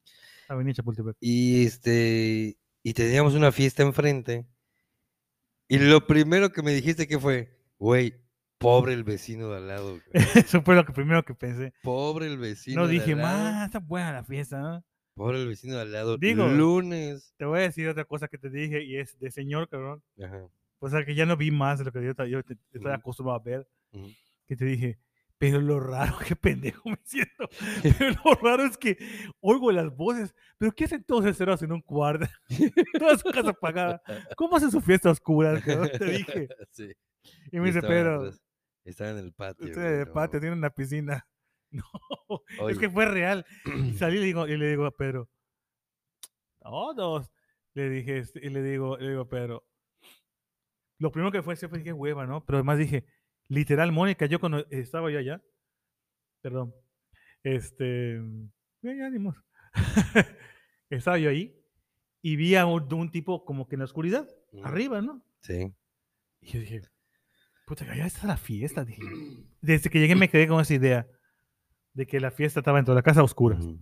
Speaker 2: Avenida Chapultepec. *laughs*
Speaker 3: Y este, y teníamos una fiesta enfrente. Y lo primero que me dijiste que fue, güey, pobre el vecino de al lado. cabrón".
Speaker 2: *laughs* Eso fue lo que primero que pensé.
Speaker 3: Pobre el vecino.
Speaker 2: No
Speaker 3: de al
Speaker 2: dije,
Speaker 3: lado,
Speaker 2: más, está buena la fiesta, ¿no?
Speaker 3: Pobre el vecino de al lado.
Speaker 2: Digo-
Speaker 3: Lunes.
Speaker 2: Te voy a decir otra cosa que te dije y es de señor, cabrón. *laughs*
Speaker 3: Ajá.
Speaker 2: O sea, que ya no vi más de lo que yo, ta- yo te- estoy
Speaker 3: Ujú.
Speaker 2: acostumbrado a ver.
Speaker 3: Ujú.
Speaker 2: Que te dije, pero lo raro, *laughs* qué pendejo me
Speaker 3: *laughs*
Speaker 2: siento. Pero lo raro es que oigo las voces. ¿Pero qué hacen todos encerrados en un cuarto? *laughs* Toda su casa apagada. ¿Cómo hacen su fiesta a
Speaker 3: *laughs*
Speaker 2: oscuras, cabrón? Te dije.
Speaker 3: Sí,
Speaker 2: Y me dice,
Speaker 3: estaban
Speaker 2: pero...
Speaker 3: atrás, Estaban en el patio.
Speaker 2: Ustedes
Speaker 3: güey,
Speaker 2: de
Speaker 3: no
Speaker 2: patio
Speaker 3: mames.
Speaker 2: tienen una piscina. No, es
Speaker 3: Oye,
Speaker 2: que fue real.
Speaker 3: *clears throat*
Speaker 2: Y salí y le digo, y le digo a Pedro, todos. Le dije, este, y le digo, le digo a Pedro, lo primero que fue, fue dije, hueva, ¿no? Pero además dije, literal, Mónica, yo cuando estaba yo allá, perdón, este, ya, ya, ni modo. *laughs* estaba yo ahí y vi a un, un tipo como que en la oscuridad,
Speaker 3: Ujú.
Speaker 2: arriba, ¿no?
Speaker 3: mm, Sí.
Speaker 2: Y yo dije, puta, que allá está la fiesta. Dije. Desde que llegué me quedé con esa idea de que la fiesta estaba en toda la casa a oscuras.
Speaker 3: ujú.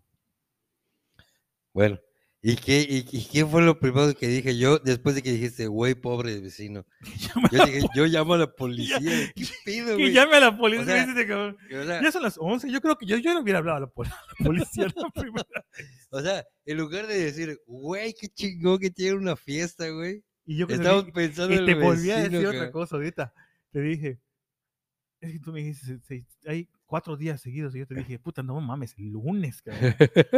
Speaker 3: Bueno. ¿Y qué, y, y qué fue lo primero que dije yo después de que dijiste, güey, pobre el
Speaker 2: *laughs*
Speaker 3: vecino?
Speaker 2: Llama-
Speaker 3: Yo dije, yo llamo
Speaker 2: *laughs*
Speaker 3: a la policía. ¿Qué pedo,
Speaker 2: que
Speaker 3: güey?
Speaker 2: llame a la policía.
Speaker 3: sea,
Speaker 2: dice, cabrón.
Speaker 3: O sea,
Speaker 2: Ya son las 11. Yo creo que yo, yo no hubiera hablado *laughs* a la, pol- a la policía la primera.
Speaker 3: o sea, en lugar de decir, güey, qué chingón que tiene una fiesta, güey.
Speaker 2: Y yo que salí-
Speaker 3: Estamos pensando
Speaker 2: y
Speaker 3: en
Speaker 2: te
Speaker 3: el
Speaker 2: volví a
Speaker 3: vecino,
Speaker 2: decir otra
Speaker 3: cabrón.
Speaker 2: cosa ahorita. Te dije, es que tú me dijiste, se- se- hay cuatro días seguidos y yo te dije, puta, no mames, el
Speaker 3: *laughs*
Speaker 2: lunes, cabrón.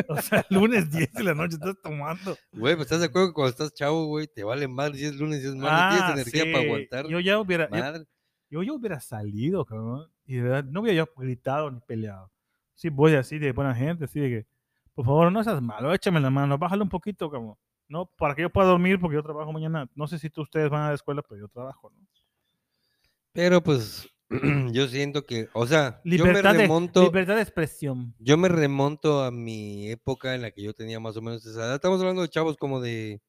Speaker 2: O sea, el lunes 10 de la noche estás tomando.
Speaker 3: Güey, pues estás de acuerdo que cuando estás chavo, güey, te vale mal si es lunes, si es martes, tienes energía para
Speaker 2: Ah, sí,
Speaker 3: aguantar.
Speaker 2: Yo ya hubiera, yo-
Speaker 3: Madre.
Speaker 2: yo, ya hubiera salido, cabrón. Y de verdad, no hubiera yo gritado ni peleado. Sí, voy así de buena gente, así de que, por favor, no seas malo, échame la mano, bájale un poquito, cabrón. No, para que yo pueda dormir, porque yo trabajo mañana. No sé si tú, ustedes van a la escuela, pero yo trabajo, ¿no?
Speaker 3: Pero pues *clears throat* yo siento que, o sea, yo
Speaker 2: Libertad,
Speaker 3: me remonto,
Speaker 2: de, libertad de expresión.
Speaker 3: yo me remonto a mi época en la que yo tenía más o menos esa edad. Estamos hablando de chavos como de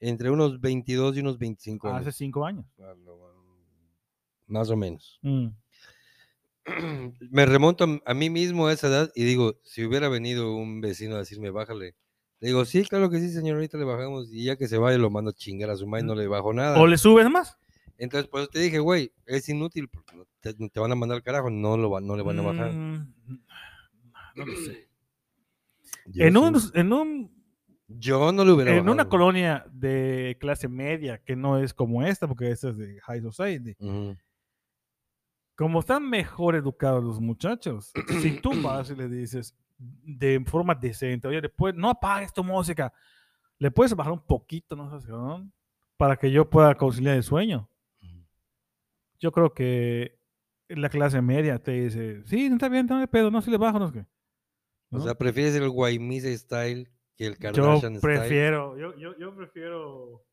Speaker 3: entre unos 22 y unos 25
Speaker 2: Hace
Speaker 3: años. Ah,
Speaker 2: cinco años. Mm.
Speaker 3: Más o menos. *clears throat* me remonto a m- a mí mismo a esa edad y digo, si hubiera venido un vecino a decirme, bájale. Le digo, sí, claro que sí, señor, ahorita le bajamos y ya que se vaya lo mando a chingar a su madre, no le bajo nada.
Speaker 2: O le subes más.
Speaker 3: Entonces, por eso te dije, güey, es inútil porque no te, no te van a mandar al carajo, no, lo va- no le van a bajar.
Speaker 2: Mm, no lo sé.
Speaker 3: Yo
Speaker 2: En
Speaker 3: sí-
Speaker 2: un, en un,
Speaker 3: yo no le hubiera
Speaker 2: en una
Speaker 3: bajado.
Speaker 2: colonia de clase media que no es como esta, porque esta es de high society.
Speaker 3: Ujú.
Speaker 2: Como están mejor educados los muchachos, si *clears throat* tú vas y le dices de forma decente, oye, después no apagues tu música, le puedes bajar un poquito, no seas cabrón, para que yo pueda conciliar el sueño. yo creo que la clase media te dice, sí, no está bien, no hay pedo, no, si le bajo, no sé qué.
Speaker 3: O
Speaker 2: ¿no?
Speaker 3: sea, prefieres el Guaymise style que el
Speaker 2: yo
Speaker 3: Kardashian
Speaker 2: prefiero, yo, yo, yo prefiero...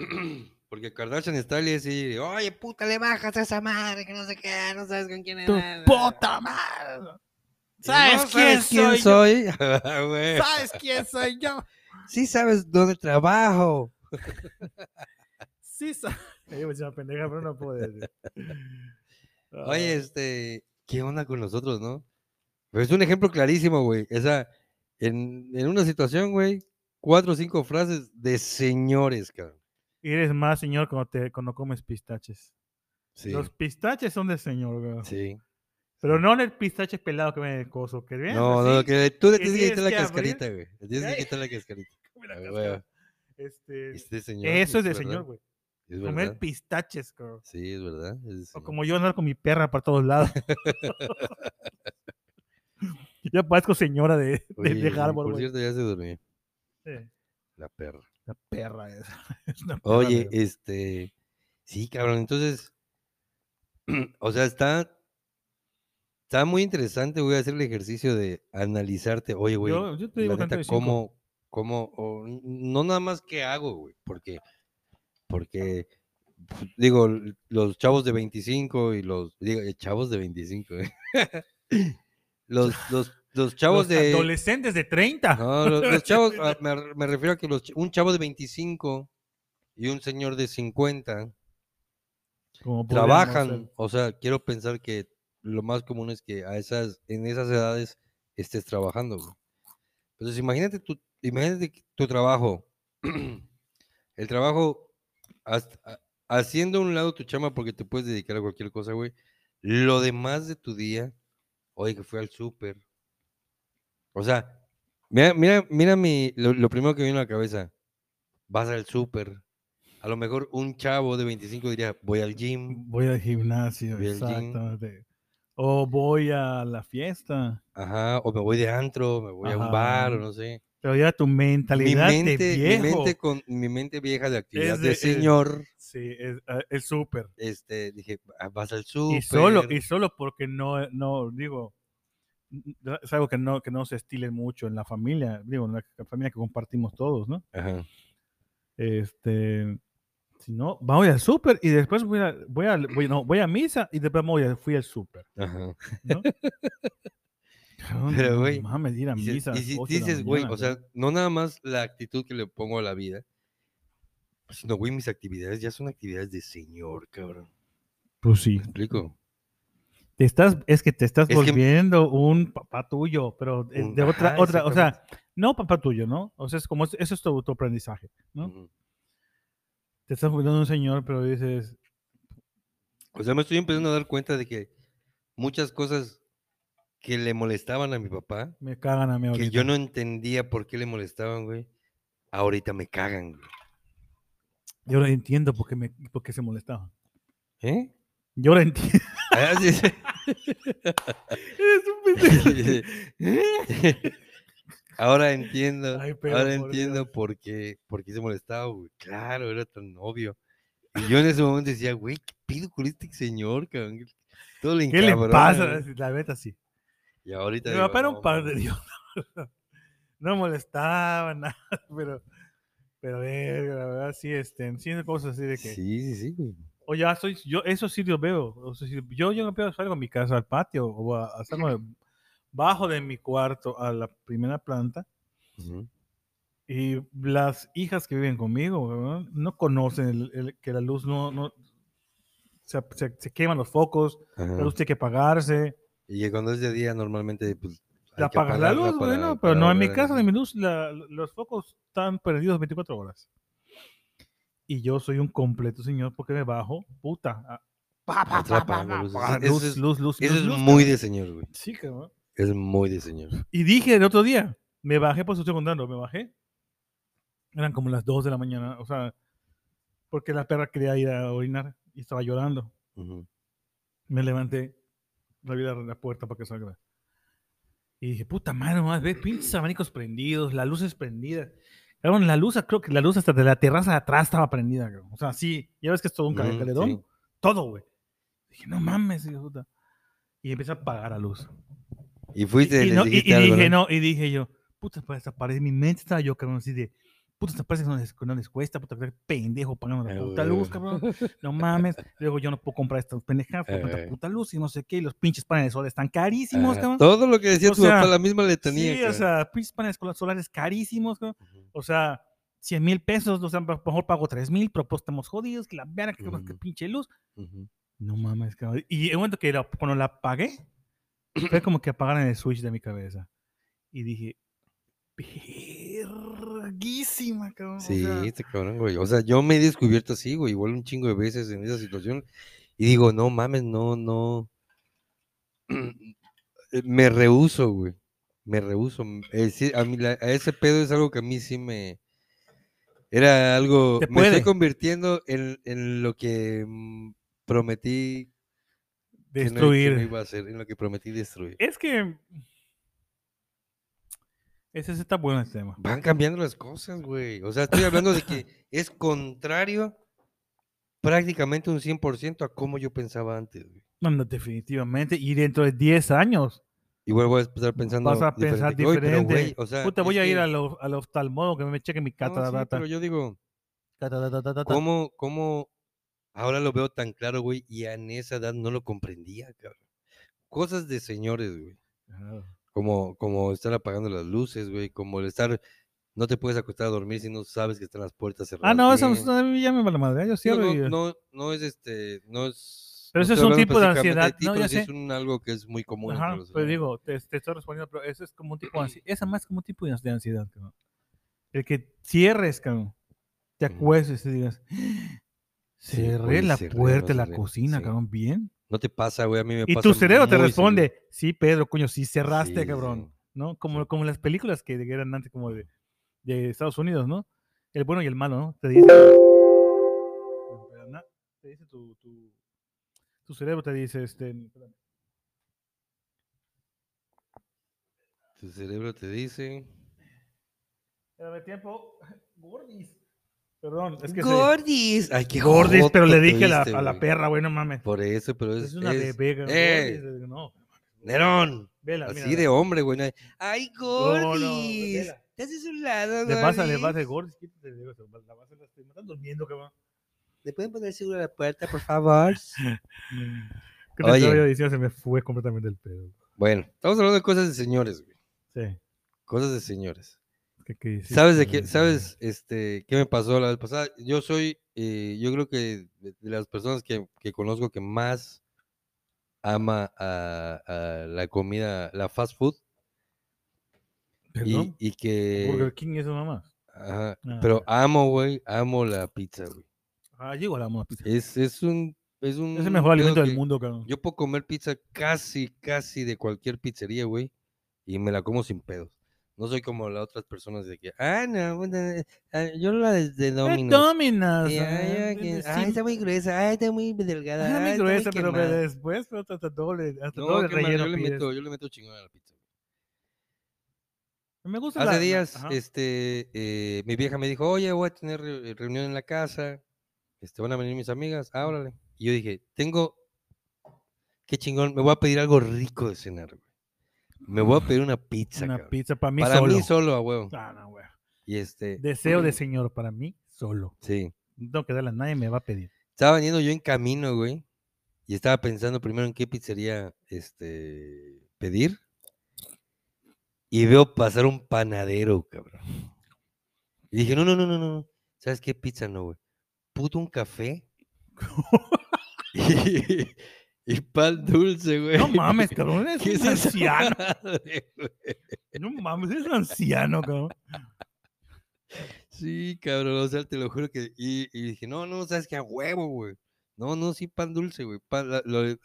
Speaker 3: style. Porque Kardashian style es decir, oye, puta, le bajas a esa madre que no sé qué, no sabes con quién es.
Speaker 2: ¡Tu
Speaker 3: nada".
Speaker 2: puta madre!
Speaker 3: Y,
Speaker 2: ¿Sabes
Speaker 3: "No
Speaker 2: quién soy yo?
Speaker 3: soy?
Speaker 2: *laughs*
Speaker 3: *laughs* Ah, güey.
Speaker 2: ¿Sabes quién soy yo?
Speaker 3: Sí sabes dónde trabajo.
Speaker 2: Sí, *laughs* sabes. Yo me echaba pues, pendeja, pero no
Speaker 3: *laughs*
Speaker 2: puedo decir. Ah,
Speaker 3: Oye, este, ¿qué onda con nosotros, no? Pero es un ejemplo clarísimo, güey. Esa, en, en una situación, güey, cuatro o cinco frases de señores, cabrón.
Speaker 2: Eres más señor cuando, te, cuando comes pistaches.
Speaker 3: Sí,
Speaker 2: Los pistaches son de señor, güey.
Speaker 3: sí.
Speaker 2: Pero no en el pistache pelado que me el coso, que ves
Speaker 3: No, no,
Speaker 2: así, *laughs*
Speaker 3: que tú le
Speaker 2: que
Speaker 3: tienes que quitar la
Speaker 2: tienes que abrir.
Speaker 3: cascarita, güey. Le tienes que
Speaker 2: Ey.
Speaker 3: quitar la cascarita.
Speaker 2: come la
Speaker 3: Ah,
Speaker 2: cáscara.
Speaker 3: güey.
Speaker 2: Este,
Speaker 3: Este señor,
Speaker 2: eso es de
Speaker 3: verdad,
Speaker 2: señor, güey.
Speaker 3: Es
Speaker 2: Comer
Speaker 3: verdad.
Speaker 2: pistaches, cabrón.
Speaker 3: Sí, es verdad. es de
Speaker 2: O *laughs*
Speaker 3: señor.
Speaker 2: como yo andar con mi perra para
Speaker 3: *laughs*
Speaker 2: todos lados. ya parezco señora de, de,
Speaker 3: Oye,
Speaker 2: de
Speaker 3: y
Speaker 2: Harvard,
Speaker 3: Por
Speaker 2: güey.
Speaker 3: cierto, ya se durmió
Speaker 2: Sí,
Speaker 3: la perra.
Speaker 2: La perra esa. *laughs* Es una perra,
Speaker 3: Oye,
Speaker 2: güey.
Speaker 3: este, sí, cabrón, entonces, *clears throat* o sea, está, está muy interesante, voy a hacer el ejercicio de analizarte, oye, güey,
Speaker 2: yo, yo te
Speaker 3: la
Speaker 2: digo
Speaker 3: neta,
Speaker 2: 35.
Speaker 3: cómo, cómo, o n- no nada más qué hago, güey, porque, porque, pues, digo, l- los chavos de 25 y los, digo, eh, chavos de 25, eh, *laughs*
Speaker 2: *laughs*
Speaker 3: los, los, los chavos
Speaker 2: Los
Speaker 3: de...
Speaker 2: adolescentes de 30.
Speaker 3: No, lo- los,
Speaker 2: *laughs*
Speaker 3: chavos, ah, me, re- me refiero a que los, ch- un chavo de 25 y un señor de 50
Speaker 2: Como podríamos
Speaker 3: trabajan.
Speaker 2: ser.
Speaker 3: O sea, quiero pensar que lo más común es que a esas, en esas edades estés trabajando. güey. Entonces, imagínate tu, imagínate que tu trabajo. *clears throat* El trabajo, haz- ha- haciendo a un lado tu chama porque te puedes dedicar a cualquier cosa, güey. Lo demás de tu día, oye, que fui al súper. O sea, mira, mira, mira mi, lo, lo primero que me vino a la cabeza. Vas al súper. A lo mejor un chavo de 25 diría, voy al gym.
Speaker 2: Voy al gimnasio,
Speaker 3: Voy al gym.
Speaker 2: exactamente. O voy a la fiesta.
Speaker 3: Ajá, o me voy de antro, me voy a un bar, o
Speaker 2: Ajá.
Speaker 3: no sé.
Speaker 2: Pero ya tu
Speaker 3: Mi
Speaker 2: mentalidad de
Speaker 3: mente, mi
Speaker 2: viejo.
Speaker 3: mente con mi mente vieja de actividad de,
Speaker 2: de- es-
Speaker 3: señor,
Speaker 2: Sí, es ah, es súper.
Speaker 3: este, dije, "Ah, vas al súper.
Speaker 2: Y solo, y solo porque no, no, digo, n- n- es algo que no, que no se estile mucho en la familia, digo, en la c- familia que compartimos todos, ¿no?
Speaker 3: Ajá.
Speaker 2: Este, si no, voy al súper y después voy a, voy a, voy, no, voy a misa y después voy a- fui al súper.
Speaker 3: Ajá.
Speaker 2: Cabrón,
Speaker 3: *laughs* Pero,
Speaker 2: no
Speaker 3: güey,
Speaker 2: mames, ir a
Speaker 3: Y si-
Speaker 2: misa. a
Speaker 3: y
Speaker 2: las
Speaker 3: si
Speaker 2: ocho de la
Speaker 3: dices, güey, o
Speaker 2: mañana,
Speaker 3: sea, no nada más la actitud que le pongo a la vida, sino, güey, mis actividades ya son actividades de señor, cabrón.
Speaker 2: Pues sí,
Speaker 3: ¿Me explico?
Speaker 2: te estás, es que te estás
Speaker 3: Es que-
Speaker 2: volviendo un papá tuyo, pero eh,
Speaker 3: Un-
Speaker 2: de otra,
Speaker 3: ajá,
Speaker 2: otra, o sea, no papá tuyo, ¿no? O sea, es como, es- eso es tu, tu aprendizaje, ¿no?
Speaker 3: Ujú.
Speaker 2: Te estás volviendo un señor, pero dices,
Speaker 3: O sea, me estoy empezando a dar cuenta de que muchas cosas que le molestaban a mi papá,
Speaker 2: me cagan a mí
Speaker 3: que
Speaker 2: ahorita.
Speaker 3: yo no entendía por qué le molestaban, güey, ahorita me cagan, güey.
Speaker 2: Yo lo entiendo porque me, por qué se molestaba.
Speaker 3: ¿Eh?
Speaker 2: Yo
Speaker 3: *laughs*
Speaker 2: lo entiendo. *laughs*
Speaker 3: Ah, sí, sí.
Speaker 2: Eres un pendejo.
Speaker 3: *laughs* Ahora entiendo,
Speaker 2: Ay, pero
Speaker 3: ahora
Speaker 2: por
Speaker 3: entiendo por qué, por qué se molestaba, güey. Claro, era tan obvio. Y yo en ese momento decía, güey, ¿qué pido con este señor, cabrón? Que Todo le
Speaker 2: ¿Qué le
Speaker 3: encabrona,
Speaker 2: pasa? *laughs*
Speaker 3: güey".
Speaker 2: La neta sí.
Speaker 3: Y ahorita
Speaker 2: Mi
Speaker 3: digo,
Speaker 2: papá era
Speaker 3: "No,
Speaker 2: un par de
Speaker 3: mames".
Speaker 2: Dios. *laughs* No molestaba *laughs* nada, pero, pero verga, la verdad sí, este, sí, cosas así de que.
Speaker 3: Sí, sí, sí, güey.
Speaker 2: O ya soy, yo eso sí lo veo. o sea, si yo, yo veo, salgo a mi casa al patio o a,
Speaker 3: *laughs*
Speaker 2: a- salgo de- bajo de mi cuarto a la primera planta
Speaker 3: Ujú.
Speaker 2: y las hijas que viven conmigo weón, no conocen el- el- que la luz no, no se, se- se queman los focos,
Speaker 3: Ajá.
Speaker 2: la luz tiene que apagarse.
Speaker 3: Y que cuando es de día, normalmente, pues. hay
Speaker 2: La
Speaker 3: que
Speaker 2: apagas la
Speaker 3: apagarla
Speaker 2: luz,
Speaker 3: para-
Speaker 2: bueno, pero
Speaker 3: para
Speaker 2: no en mi
Speaker 3: volver a-
Speaker 2: casa, en mi luz, la- los focos están perdidos 24 horas. Y yo soy un completo señor porque me bajo, puta. a- Pa, pa,
Speaker 3: Otra
Speaker 2: pa, pa,
Speaker 3: apagando luces.
Speaker 2: pa, pa,
Speaker 3: Eso
Speaker 2: luz,
Speaker 3: es-
Speaker 2: luz, luz,
Speaker 3: Eso
Speaker 2: luz,
Speaker 3: es
Speaker 2: luz,
Speaker 3: muy
Speaker 2: cabrón.
Speaker 3: de señor, güey.
Speaker 2: Sí, cabrón.
Speaker 3: Es muy de señor.
Speaker 2: Y dije el otro día, me bajé, por eso estoy contando, me bajé. Eran como las 2 de la mañana, o sea, porque la perra quería ir a orinar y estaba llorando.
Speaker 3: Ujú.
Speaker 2: Me levanté, la vi la, la puerta para que salga. Y dije, puta madre, más ve pinches abanicos prendidos, las luces prendidas. Cabrón, la luz, creo que la luz hasta de la terraza de atrás estaba prendida, cabrón. O sea, sí, ya ves que es todo un
Speaker 3: Ujú,
Speaker 2: caledón
Speaker 3: sí.
Speaker 2: todo, güey. Dije, no mames, hijo de puta. Y empecé a apagar la luz.
Speaker 3: Y
Speaker 2: Y,
Speaker 3: fuiste,
Speaker 2: y
Speaker 3: les
Speaker 2: no- y-
Speaker 3: dijiste
Speaker 2: y
Speaker 3: algo,
Speaker 2: dije,
Speaker 3: ¿no? Ah,
Speaker 2: no, y dije yo, puta, para esta pared, mi mente estaba yo, cabrón, así de, puta, esta pared que no les, que no les cuesta, puta, qué pendejo pagando
Speaker 3: Eh,
Speaker 2: la puta
Speaker 3: güey.
Speaker 2: luz, cabrón, no mames, luego yo no puedo comprar estas pendejadas por tanta
Speaker 3: Eh.
Speaker 2: puta luz y no sé qué, y los pinches paneles solares están carísimos,
Speaker 3: Ajá,
Speaker 2: cabrón.
Speaker 3: Todo lo que decía
Speaker 2: O
Speaker 3: tu
Speaker 2: sea,
Speaker 3: papá, la misma letanía.
Speaker 2: Sí, o
Speaker 3: cabrón.
Speaker 2: sea, pinches paneles col- solares carísimos, cabrón.
Speaker 3: Ujú.
Speaker 2: O sea, 100 mil pesos, o sea, mejor pago 3 mil, pero pues estamos jodidos, que la verga, que pues, que
Speaker 3: Ujú.
Speaker 2: pinche luz.
Speaker 3: Ujú.
Speaker 2: No mames, cabrón. Y en momento que la- cuando la apagué, fue como que apagaron el switch de mi cabeza. Y dije, verguísima, cabrón. o
Speaker 3: Sí,
Speaker 2: sea,
Speaker 3: este cabrón, güey. O sea, yo me he descubierto así, güey, igual un chingo de veces en esa situación. Y digo, no mames, no, no. *clears throat* Eh, Me rehuso, güey. Me rehuso. m- eh, sí, a, mí la- a ese pedo es algo que a mí sí me. Era algo.
Speaker 2: Te
Speaker 3: Me estoy
Speaker 2: puede.
Speaker 3: convirtiendo en, en lo que mm, prometí que no- que no
Speaker 2: destruir.
Speaker 3: iba a hacer, en lo que prometí destruir.
Speaker 2: Es que. Ese sí está bueno el tema.
Speaker 3: Van cambiando las cosas, güey. O sea, estoy hablando de
Speaker 2: *laughs*
Speaker 3: que es contrario prácticamente un 100% a como yo pensaba antes, güey.
Speaker 2: Bueno, definitivamente. Y dentro de 10 años,
Speaker 3: Igual voy a estar pensando
Speaker 2: Vas a pensar
Speaker 3: Oye, pero,
Speaker 2: diferente.
Speaker 3: güey, o sea,
Speaker 2: puta,
Speaker 3: es
Speaker 2: voy a ir
Speaker 3: que-
Speaker 2: al of- al oftalmólogo que me cheque mi
Speaker 3: No, sí,
Speaker 2: catadata.
Speaker 3: pero yo digo,
Speaker 2: catadata,
Speaker 3: ¿cómo, ¿cómo ahora lo veo tan claro, güey? Y en esa edad no lo comprendía, cabrón. Cosas de señores, güey.
Speaker 2: Claro.
Speaker 3: Como, como estar apagando las luces, güey. Como el estar... No te puedes acostar a dormir si no sabes que están las puertas cerradas.
Speaker 2: Ah, no, eso
Speaker 3: bien.
Speaker 2: a mí ya me vale madre. Yo
Speaker 3: Digo,
Speaker 2: cierro y-
Speaker 3: no, no, no es este, no es.
Speaker 2: Pero
Speaker 3: no
Speaker 2: ese es
Speaker 3: estoy
Speaker 2: un
Speaker 3: hablando
Speaker 2: tipo de
Speaker 3: específicamente
Speaker 2: ansiedad,
Speaker 3: ti,
Speaker 2: no,
Speaker 3: pero
Speaker 2: ya
Speaker 3: sí es
Speaker 2: sé.
Speaker 3: un algo que es muy común. entre
Speaker 2: Ajá,
Speaker 3: los
Speaker 2: pues
Speaker 3: señores.
Speaker 2: digo, te, te estoy respondiendo, pero eso es como un tipo de ansiedad. Esa más como un tipo de ansi- de ansiedad, cabrón. El que cierres, cabrón. Te
Speaker 3: Ujú.
Speaker 2: acuestes y digas,
Speaker 3: Sí,
Speaker 2: cerré
Speaker 3: güey,
Speaker 2: la
Speaker 3: cerré, no
Speaker 2: puerta de la
Speaker 3: cerré,
Speaker 2: cocina,
Speaker 3: sí.
Speaker 2: cabrón, bien.
Speaker 3: No te pasa, güey, a mí me
Speaker 2: Y
Speaker 3: pasa.
Speaker 2: tu cerebro te
Speaker 3: muy
Speaker 2: responde,
Speaker 3: seguido.
Speaker 2: sí, Pedro, coño, sí cerraste,
Speaker 3: Sí,
Speaker 2: cabrón.
Speaker 3: sí.
Speaker 2: ¿No? Como, como las películas que eran antes como de, de Estados Unidos, ¿no? El bueno y el malo, ¿no? Te dice, Espera, te dice tu, tu, tu cerebro, te dice, este, espérame.
Speaker 3: Tu cerebro te dice.
Speaker 2: Espérame, tiempo. *laughs* Gordis. Perdón, es que se-
Speaker 3: Gordis. Ay, qué
Speaker 2: Gordis, pero
Speaker 3: joto
Speaker 2: le dije a la,
Speaker 3: tuviste,
Speaker 2: a la
Speaker 3: güey.
Speaker 2: perra, güey, no mames.
Speaker 3: Por eso, pero es.
Speaker 2: Es una
Speaker 3: es-
Speaker 2: bebé, güey,
Speaker 3: ¡Eh!
Speaker 2: Gordis, le digo, no,
Speaker 3: Nerón.
Speaker 2: vela,
Speaker 3: Así
Speaker 2: mírala.
Speaker 3: de hombre, güey. no hay- Ay,
Speaker 2: No, no,
Speaker 3: Gordis.
Speaker 2: vela.
Speaker 3: te haces un lado,
Speaker 2: Le pasa, le
Speaker 3: Gordis.
Speaker 2: pasa, Gordis, quítate, le digo, se- la vas a la me están durmiendo, cabrón.
Speaker 3: ¿Le pueden poner seguro a la puerta, por
Speaker 2: *laughs*
Speaker 3: favor?
Speaker 2: ¿Qué te
Speaker 3: Mm. Oye.
Speaker 2: estaba yo diciendo? Se me fue completamente el pedo.
Speaker 3: bueno, estamos hablando de cosas de señores, güey.
Speaker 2: Sí.
Speaker 3: Cosas de señores.
Speaker 2: ¿Qué, qué hiciste,
Speaker 3: ¿Sabes de qué?
Speaker 2: güey?
Speaker 3: ¿Sabes este, qué me pasó la vez pasada? Yo soy, eh, yo creo que de de las personas que, que conozco que más ama a, a la comida, la fast food, y,
Speaker 2: ¿Perdón?
Speaker 3: y eh, que...
Speaker 2: Burger King y eso nomás.
Speaker 3: ajá,
Speaker 2: Ah,
Speaker 3: pero
Speaker 2: ok.
Speaker 3: amo, güey, amo la pizza, güey.
Speaker 2: Ah, llego a la mona pizza.
Speaker 3: Es, es un... Es, un
Speaker 2: Es el mejor
Speaker 3: pedo
Speaker 2: alimento del
Speaker 3: que
Speaker 2: mundo, cabrón.
Speaker 3: Yo puedo comer pizza casi, casi de cualquier pizzería, güey, y me la como sin pedos. No soy como las otras personas de que, ah, no, bueno, eh, ah, yo la de, de
Speaker 2: Eh,
Speaker 3: Domino's.
Speaker 2: Dominos. Ah,
Speaker 3: Sí, ay, ay, que-
Speaker 2: sí,
Speaker 3: ay, está muy gruesa, ay, está muy delgada.
Speaker 2: ah,
Speaker 3: ay,
Speaker 2: mi
Speaker 3: está muy
Speaker 2: gruesa, pero
Speaker 3: quemada".
Speaker 2: después pero hasta doble, hasta
Speaker 3: No,
Speaker 2: doble
Speaker 3: qué mal,
Speaker 2: relleno
Speaker 3: yo le
Speaker 2: pides.
Speaker 3: meto, yo le meto chingón a la pizza.
Speaker 2: Me gusta
Speaker 3: Hace
Speaker 2: la- la-
Speaker 3: días,
Speaker 2: ajá.
Speaker 3: este, eh, mi vieja me dijo, oye, voy a tener re- eh, reunión en la casa, este, van a venir mis amigas, ah, órale". Y yo dije, tengo, qué chingón, me voy a pedir algo rico de cenar, güey. Me voy a pedir una pizza,
Speaker 2: una
Speaker 3: cabrón.
Speaker 2: pizza para mí
Speaker 3: Para
Speaker 2: solo.
Speaker 3: mí solo, a huevo.
Speaker 2: Ah, no, güey.
Speaker 3: Y este,
Speaker 2: Deseo
Speaker 3: *laughs*
Speaker 2: de señor para mí solo.
Speaker 3: sí.
Speaker 2: No tengo que darle a nadie, me va
Speaker 3: *laughs*
Speaker 2: a pedir.
Speaker 3: Estaba veniendo yo en camino, güey. Y estaba pensando primero en qué pizzería este, pedir. Y veo pasar un panadero, cabrón. Y dije, no, no, no, no, no. ¿Sabes qué pizza no, güey? Puto un
Speaker 2: *laughs*
Speaker 3: café. *laughs* y, y pan dulce, güey. *laughs*
Speaker 2: No mames, cabrón, es
Speaker 3: ¿Qué es
Speaker 2: un
Speaker 3: esa
Speaker 2: anciano.
Speaker 3: madre, güey?
Speaker 2: No mames, es un anciano,
Speaker 3: *laughs*
Speaker 2: cabrón.
Speaker 3: Sí, cabrón, o sea, te lo juro que. Y, y dije, no, no, sabes que a huevo, güey. No, no, sí, pan dulce, güey. pan- la- lo de-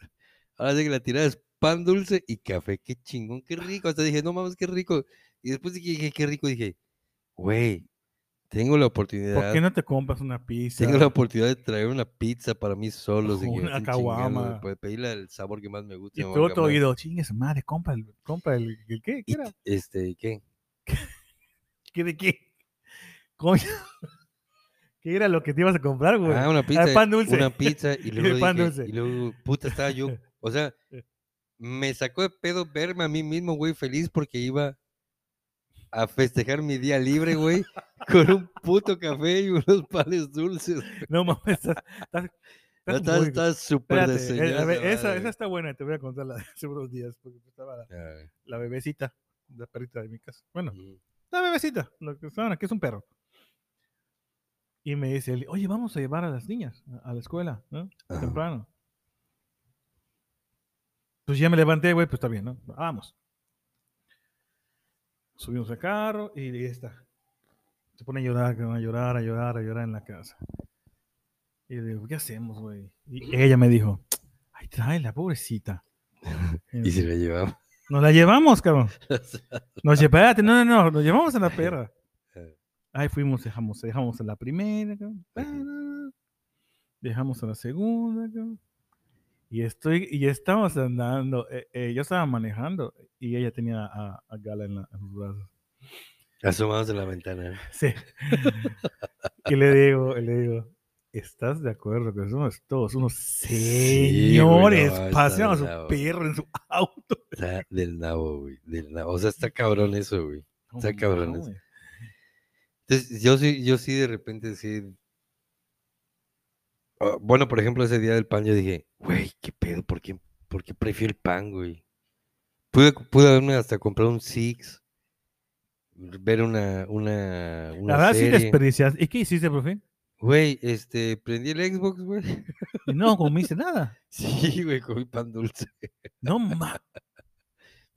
Speaker 3: ahora sí que la tirada es pan dulce y café, qué chingón, qué rico. Hasta dije, no mames, qué rico. Y después dije, dije, qué rico, dije, güey, tengo la
Speaker 2: ¿Por
Speaker 3: oportunidad.
Speaker 2: qué no te compras una pizza?
Speaker 3: Tengo la oportunidad de traer una pizza para mí
Speaker 2: *laughs*
Speaker 3: solo. sin que me
Speaker 2: Una
Speaker 3: estén chingando, güey,
Speaker 2: caguama.
Speaker 3: Pues pedirle el sabor que más me gusta.
Speaker 2: Y todo tu oído, chingue su madre, compra el, compra el, el qué,
Speaker 3: *laughs*
Speaker 2: ¿Qué era?
Speaker 3: Este, ¿qué?
Speaker 2: ¿Qué de qué? Coño. *laughs* ¿Qué era lo que te ibas a comprar, güey?
Speaker 3: Ah, una pizza.
Speaker 2: pan dulce.
Speaker 3: Una pizza y
Speaker 2: *laughs* El
Speaker 3: luego
Speaker 2: pan
Speaker 3: dije-
Speaker 2: dulce.
Speaker 3: Y luego, puta, estaba yo. O sea, me sacó de pedo verme a mí mismo, güey, feliz porque iba a festejar mi día libre,
Speaker 2: *laughs*
Speaker 3: güey, con un puto café y unos panes dulces.
Speaker 2: No mames, estás, estás,
Speaker 3: *laughs* No,
Speaker 2: estás
Speaker 3: Está
Speaker 2: muy-
Speaker 3: está súper
Speaker 2: Espérate, eh, a
Speaker 3: desayunado.
Speaker 2: ver, esa, esa está buena, te voy a contar la de hace unos días, porque estaba la, la bebecita, la perrita de mi casa. Bueno, la bebecita, lo que saben, aquí es un perro. Y me dice, él, oye, vamos a llevar a las niñas a, a la escuela, ¿no? Temprano. Pues ya me levanté, güey, pues está bien, ¿no? Vamos. Subimos al carro y, y está. Se pone a llorar, cabrón, a llorar, a llorar, a llorar en la casa. Y le digo, ¿qué hacemos, güey? Y ella me dijo, ay, tráela, pobrecita.
Speaker 3: *laughs* Y se la *laughs* llevaba.
Speaker 2: Nos la llevamos, cabrón. Nos llevaste, no, no, no, nos llevamos a la perra.
Speaker 3: Eh.
Speaker 2: Ahí fuimos, dejamos, dejamos a la primera, cabrón. pa,
Speaker 3: Ujú.
Speaker 2: na, na. Dejamos a la segunda, cabrón. Y estoy, y estamos andando, eh, eh, yo estaba manejando y ella tenía a, a Gala en, la- en los brazos. *laughs*
Speaker 3: Asomados a la ventana.
Speaker 2: Sí. y le digo, y le digo, ¿estás de acuerdo que somos todos unos
Speaker 3: Sí, güey, no,
Speaker 2: señores
Speaker 3: está
Speaker 2: paseando a
Speaker 3: de
Speaker 2: su
Speaker 3: la-
Speaker 2: perro en su auto?
Speaker 3: Está del nabo, güey. Del nabo. O sea, está cabrón eso, güey. Está
Speaker 2: No
Speaker 3: cabrón eso.
Speaker 2: mames.
Speaker 3: Entonces, yo sí, yo sí de repente sí. Ah, Bueno, por ejemplo, ese día del pan yo dije, güey, qué pedo, ¿por qué, por qué prefiero el pan, güey? Pude, pude haberme hasta comprado un Six, ver una, una, una
Speaker 2: La verdad sí
Speaker 3: serie.
Speaker 2: desperdiciaste. ¿Y qué hiciste, profe?
Speaker 3: Güey, este, prendí el Xbox, güey. *laughs*
Speaker 2: Y no comiste nada.
Speaker 3: Sí, güey, comí pan dulce.
Speaker 2: No mames.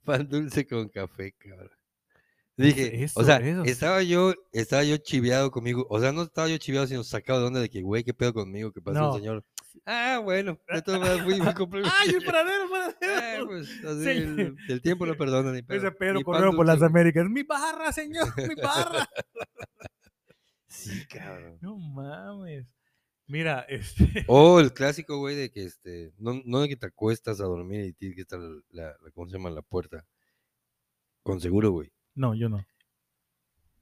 Speaker 3: Pan dulce con café, cabrón. Dije, o
Speaker 2: eso,
Speaker 3: sea,
Speaker 2: eso.
Speaker 3: estaba yo, estaba yo chiveado conmigo. O sea, no estaba yo chiveado, sino sacado de onda de que, güey, qué pedo conmigo, que pasó
Speaker 2: No.
Speaker 3: el señor. Ah, bueno, de todas maneras fui, fui
Speaker 2: *laughs*
Speaker 3: compré.
Speaker 2: *laughs*
Speaker 3: *laughs*
Speaker 2: ¡Ay, el paradero,
Speaker 3: Ah,
Speaker 2: paradero!
Speaker 3: pues, así,
Speaker 2: Sí.
Speaker 3: el, el
Speaker 2: *laughs*
Speaker 3: tiempo no perdona ni pedo.
Speaker 2: Ese
Speaker 3: Ni
Speaker 2: Pedro
Speaker 3: pan
Speaker 2: corrió por
Speaker 3: dulce,
Speaker 2: las
Speaker 3: güey.
Speaker 2: Américas. ¡Mi barra,
Speaker 3: *laughs*
Speaker 2: señor! ¡Mi barra!
Speaker 3: Sí,
Speaker 2: *laughs*
Speaker 3: cabrón.
Speaker 2: No mames. Mira, este. *laughs*
Speaker 3: O el clásico, güey, de que este, no, no de que te acuestas a dormir y tienes que estar la, la- ¿cómo se llama? La puerta. Con seguro, güey.
Speaker 2: No, yo no.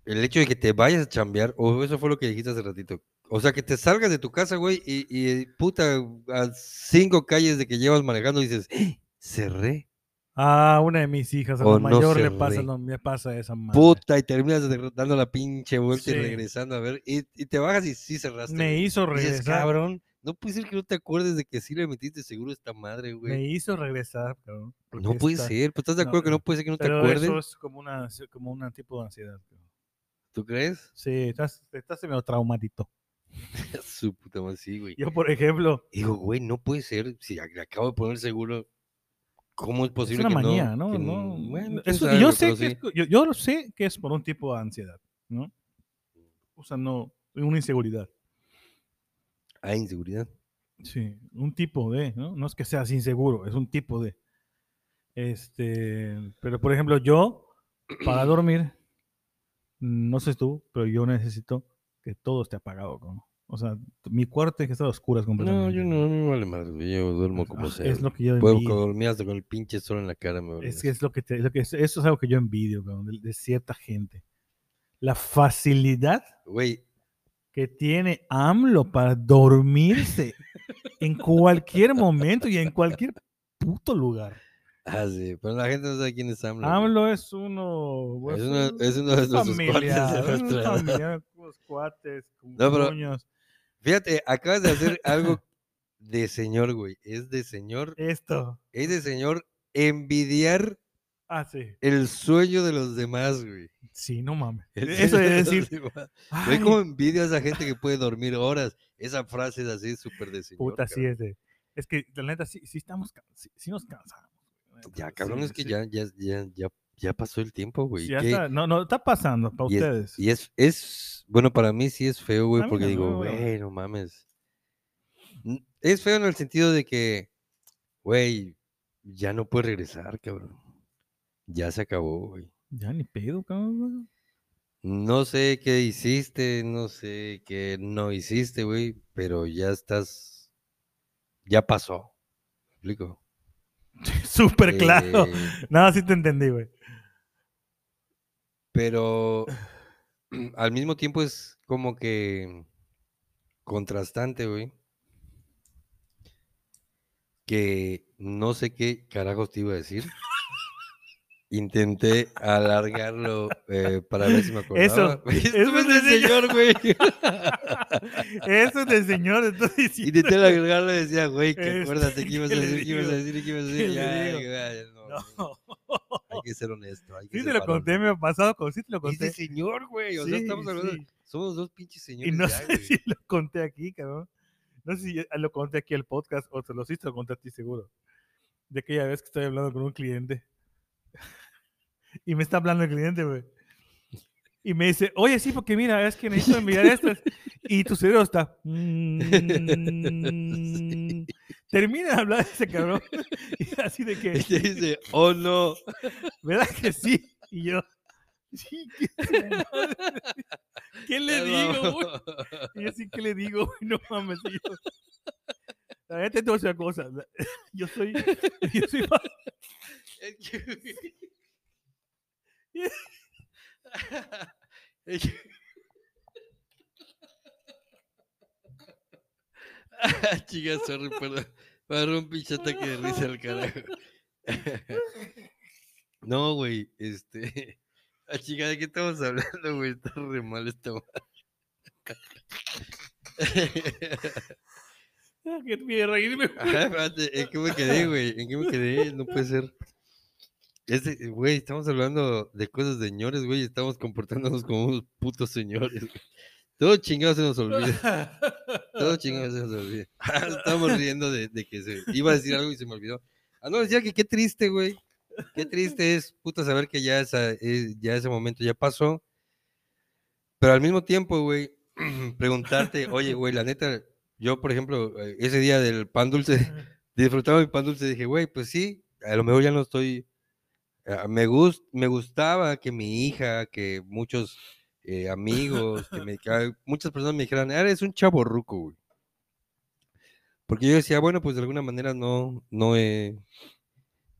Speaker 3: El hecho de que te vayas a chambear, o eso fue lo que dijiste hace ratito. O sea, que te salgas de tu casa, güey, y, y, puta, a cinco calles de que llevas manejando dices, "Eh, cerré.
Speaker 2: Ah, una de mis hijas, a
Speaker 3: O
Speaker 2: la
Speaker 3: Oh, no
Speaker 2: mayor
Speaker 3: se
Speaker 2: le pasa,
Speaker 3: ríe.
Speaker 2: lo- le pasa esa madre.
Speaker 3: Puta, y terminas de- dando la pinche vuelta y
Speaker 2: Sí.
Speaker 3: regresando a ver. Y, y te bajas y sí cerraste.
Speaker 2: Me
Speaker 3: güey.
Speaker 2: hizo
Speaker 3: Dices,
Speaker 2: regresar.
Speaker 3: cabrón, no puede ser que no te acuerdes de que sí le metiste seguro a esta madre,
Speaker 2: Me
Speaker 3: güey.
Speaker 2: hizo regresar, cabrón. porque
Speaker 3: No puede
Speaker 2: está-
Speaker 3: ser, pues estás de
Speaker 2: no,
Speaker 3: acuerdo que
Speaker 2: no.
Speaker 3: no puede ser que no te
Speaker 2: Pero
Speaker 3: acuerdes.
Speaker 2: eso es como una, como un tipo de ansiedad. cabrón.
Speaker 3: ¿Tú crees? *laughs*
Speaker 2: Sí, estás, estás medio traumatito.
Speaker 3: Su puta madre, sí, güey.
Speaker 2: Yo, por ejemplo,
Speaker 3: Digo, güey, no puede ser. Si ac- le acabo de poner seguro, ¿cómo es
Speaker 2: Es
Speaker 3: posible
Speaker 2: una
Speaker 3: que
Speaker 2: manía,
Speaker 3: no?
Speaker 2: ¿no?
Speaker 3: que
Speaker 2: no,
Speaker 3: n- bueno,
Speaker 2: no,
Speaker 3: quién
Speaker 2: eso- y
Speaker 3: sabe,
Speaker 2: yo,
Speaker 3: güey,
Speaker 2: sé
Speaker 3: pero
Speaker 2: que es
Speaker 3: sí.
Speaker 2: co- yo, yo lo sé que es por un tipo de ansiedad, ¿no? O sea, no, una inseguridad.
Speaker 3: Hay Ah, inseguridad.
Speaker 2: Sí, un tipo de, ¿no? No es que seas inseguro, es
Speaker 3: *clears throat*
Speaker 2: un tipo de. Este, pero por ejemplo, yo, para dormir, no sé tú, pero yo necesito que todo esté apagado. cabrón. O sea, mi cuarto tiene que estar a oscuras
Speaker 3: No,
Speaker 2: completamente.
Speaker 3: yo no, me vale madre, güey, yo duermo como
Speaker 2: Ah,
Speaker 3: sea.
Speaker 2: Es lo que yo
Speaker 3: Puedo
Speaker 2: envidio.
Speaker 3: dormir hasta con el pinche sol en la cara, me vale
Speaker 2: Es que es lo que te- lo que es- eso es algo que yo envidio cabrón, de, de cierta gente. La facilidad
Speaker 3: Güey,
Speaker 2: que tiene
Speaker 3: *laughs*
Speaker 2: AMLO para dormirse en cualquier momento y en cualquier puto lugar.
Speaker 3: ah, sí, pero la gente no sabe quién es AMLO. güey.
Speaker 2: AMLO es uno.
Speaker 3: Es uno- es uno de nuestros cuates de
Speaker 2: familiar, es un
Speaker 3: nuestra edad.
Speaker 2: familiar, unos cuates, con
Speaker 3: No, pero-
Speaker 2: coños.
Speaker 3: Fíjate, acabas de hacer
Speaker 2: *laughs*
Speaker 3: algo de señor, güey. Es de señor,
Speaker 2: Esto.
Speaker 3: es de señor envidiar
Speaker 2: Ah, sí.
Speaker 3: el sueño de los demás, güey.
Speaker 2: Sí, no mames.
Speaker 3: El
Speaker 2: Eso
Speaker 3: sueño
Speaker 2: es
Speaker 3: de los
Speaker 2: decir.
Speaker 3: demás.
Speaker 2: ay,
Speaker 3: Ve cómo envidio a esa gente que puede dormir horas. Esa frase es así, súper de señor.
Speaker 2: Puta, sí
Speaker 3: cabrón.
Speaker 2: es de. Es que, la neta, sí, sí estamos. can- Sí, sí nos cansamos. güey, la neta,
Speaker 3: Ya,
Speaker 2: sí,
Speaker 3: cabrón, es que
Speaker 2: sí.
Speaker 3: ya, ya, ya, ya, ya pasó el tiempo, güey.
Speaker 2: Sí, ya
Speaker 3: ¿Qué-
Speaker 2: está. No, no, está pasando para
Speaker 3: Y es-
Speaker 2: ustedes.
Speaker 3: Y es, es, bueno, para mí sí es feo,
Speaker 2: A
Speaker 3: güey,
Speaker 2: mí
Speaker 3: porque
Speaker 2: no,
Speaker 3: digo,
Speaker 2: güey.
Speaker 3: güey, no mames. N- Es feo en el sentido de que, güey, ya no puedes regresar, cabrón. Ya se acabó, güey.
Speaker 2: Ya ni pedo, cabrón.
Speaker 3: *laughs*
Speaker 2: güey. *laughs*
Speaker 3: No sé qué hiciste, no sé qué no hiciste, güey, pero ya estás, ya pasó. ¿Me explico?
Speaker 2: Súper claro.
Speaker 3: Eh,
Speaker 2: Nada, sí te entendí, güey.
Speaker 3: pero mm, al mismo tiempo es como que contrastante, güey. Que no sé qué carajos te iba a decir. Intenté alargarlo eh, para ver si me acordaba. *laughs*
Speaker 2: Eso,
Speaker 3: güey.
Speaker 2: eso
Speaker 3: Estuve
Speaker 2: es
Speaker 3: de
Speaker 2: de
Speaker 3: señor,
Speaker 2: *laughs*
Speaker 3: güey.
Speaker 2: Eso es del señor, entonces. sí.
Speaker 3: Intenté alargarlo y decía, güey, que
Speaker 2: Este,
Speaker 3: acuérdate qué ibas a
Speaker 2: ¿qué le
Speaker 3: decir, qué ibas a
Speaker 2: digo?
Speaker 3: decir, qué ibas a
Speaker 2: ¿Qué
Speaker 3: decir.
Speaker 2: le
Speaker 3: Ya,
Speaker 2: digo?
Speaker 3: ya, no, no,
Speaker 2: *laughs* No.
Speaker 3: Hay que ser honesto. Hay que
Speaker 2: Sí
Speaker 3: ser
Speaker 2: te lo
Speaker 3: varón.
Speaker 2: conté, me ha pasado, con- sí te lo
Speaker 3: Es de
Speaker 2: conté.
Speaker 3: señor, güey. O sea,
Speaker 2: Sí,
Speaker 3: estamos hablando. de-
Speaker 2: sí.
Speaker 3: Somos dos pinches
Speaker 2: Y
Speaker 3: señores.
Speaker 2: no
Speaker 3: ya,
Speaker 2: sé
Speaker 3: güey.
Speaker 2: si lo conté aquí, cabrón. No sé si ya ah, lo conté aquí el podcast o te lo hiciste, lo conté a ti seguro. De aquella vez que estoy hablando con un cliente. *laughs* Y me está hablando el cliente, güey. Y me dice, oye, sí, porque mira, es que necesito enviar estas. Y tu cerebro está. *laughs* "Mm". Termina de hablar ese cabrón. *laughs* Y así
Speaker 3: *laughs*
Speaker 2: de que.
Speaker 3: *laughs* Y te dice, oh no.
Speaker 2: ¿Verdad que sí? Y yo, sí, ¿qué, *laughs* su madre? ¿Qué *laughs* le
Speaker 3: *laughs* Ya
Speaker 2: digo,
Speaker 3: vamos.
Speaker 2: güey? Y yo, sí, ¿qué le digo, güey? No mames. y yo, la verdad te voy a decir una cosa. la- *laughs* Yo soy, yo soy más-
Speaker 3: Es que, *laughs* güey. Es que- Ah, Chica, sorry, perdón. Me agarró un pinche ataque de risa al carajo. *laughs* No, güey, este. *laughs* Ah, chica, ¿de qué estamos hablando, güey? Está re mal esta *laughs* madre.
Speaker 2: que me de reírme. güey.
Speaker 3: Ajá, espérate, ¿en qué me quedé, güey? ¿En qué me quedé? No puede ser. Es de- güey, estamos hablando de cosas de señores, güey, y estamos comportándonos como unos putos señores. güey. Todo chingado se nos olvida. Todo chingado se nos olvida. *laughs* Estamos riendo de, de que se iba a decir algo y se me olvidó. Ah, no, decía que qué triste, güey. Qué triste es, puta, saber que ya, esa, eh, ya ese momento ya pasó. Pero al mismo tiempo, güey, *clears throat* preguntarte, oye, güey, la neta, yo, por ejemplo, eh, ese día del pan dulce, *laughs* disfrutaba mi pan dulce, dije, güey, pues sí, a lo mejor ya no estoy. ah, Me, gust, me gustaba que mi hija, que muchos eh, amigos, que me, ca- *laughs* muchas personas me dijeran, "Ah, eres un chavo ruco, güey. Porque yo decía, bueno, pues de alguna manera no, no he. n- eh,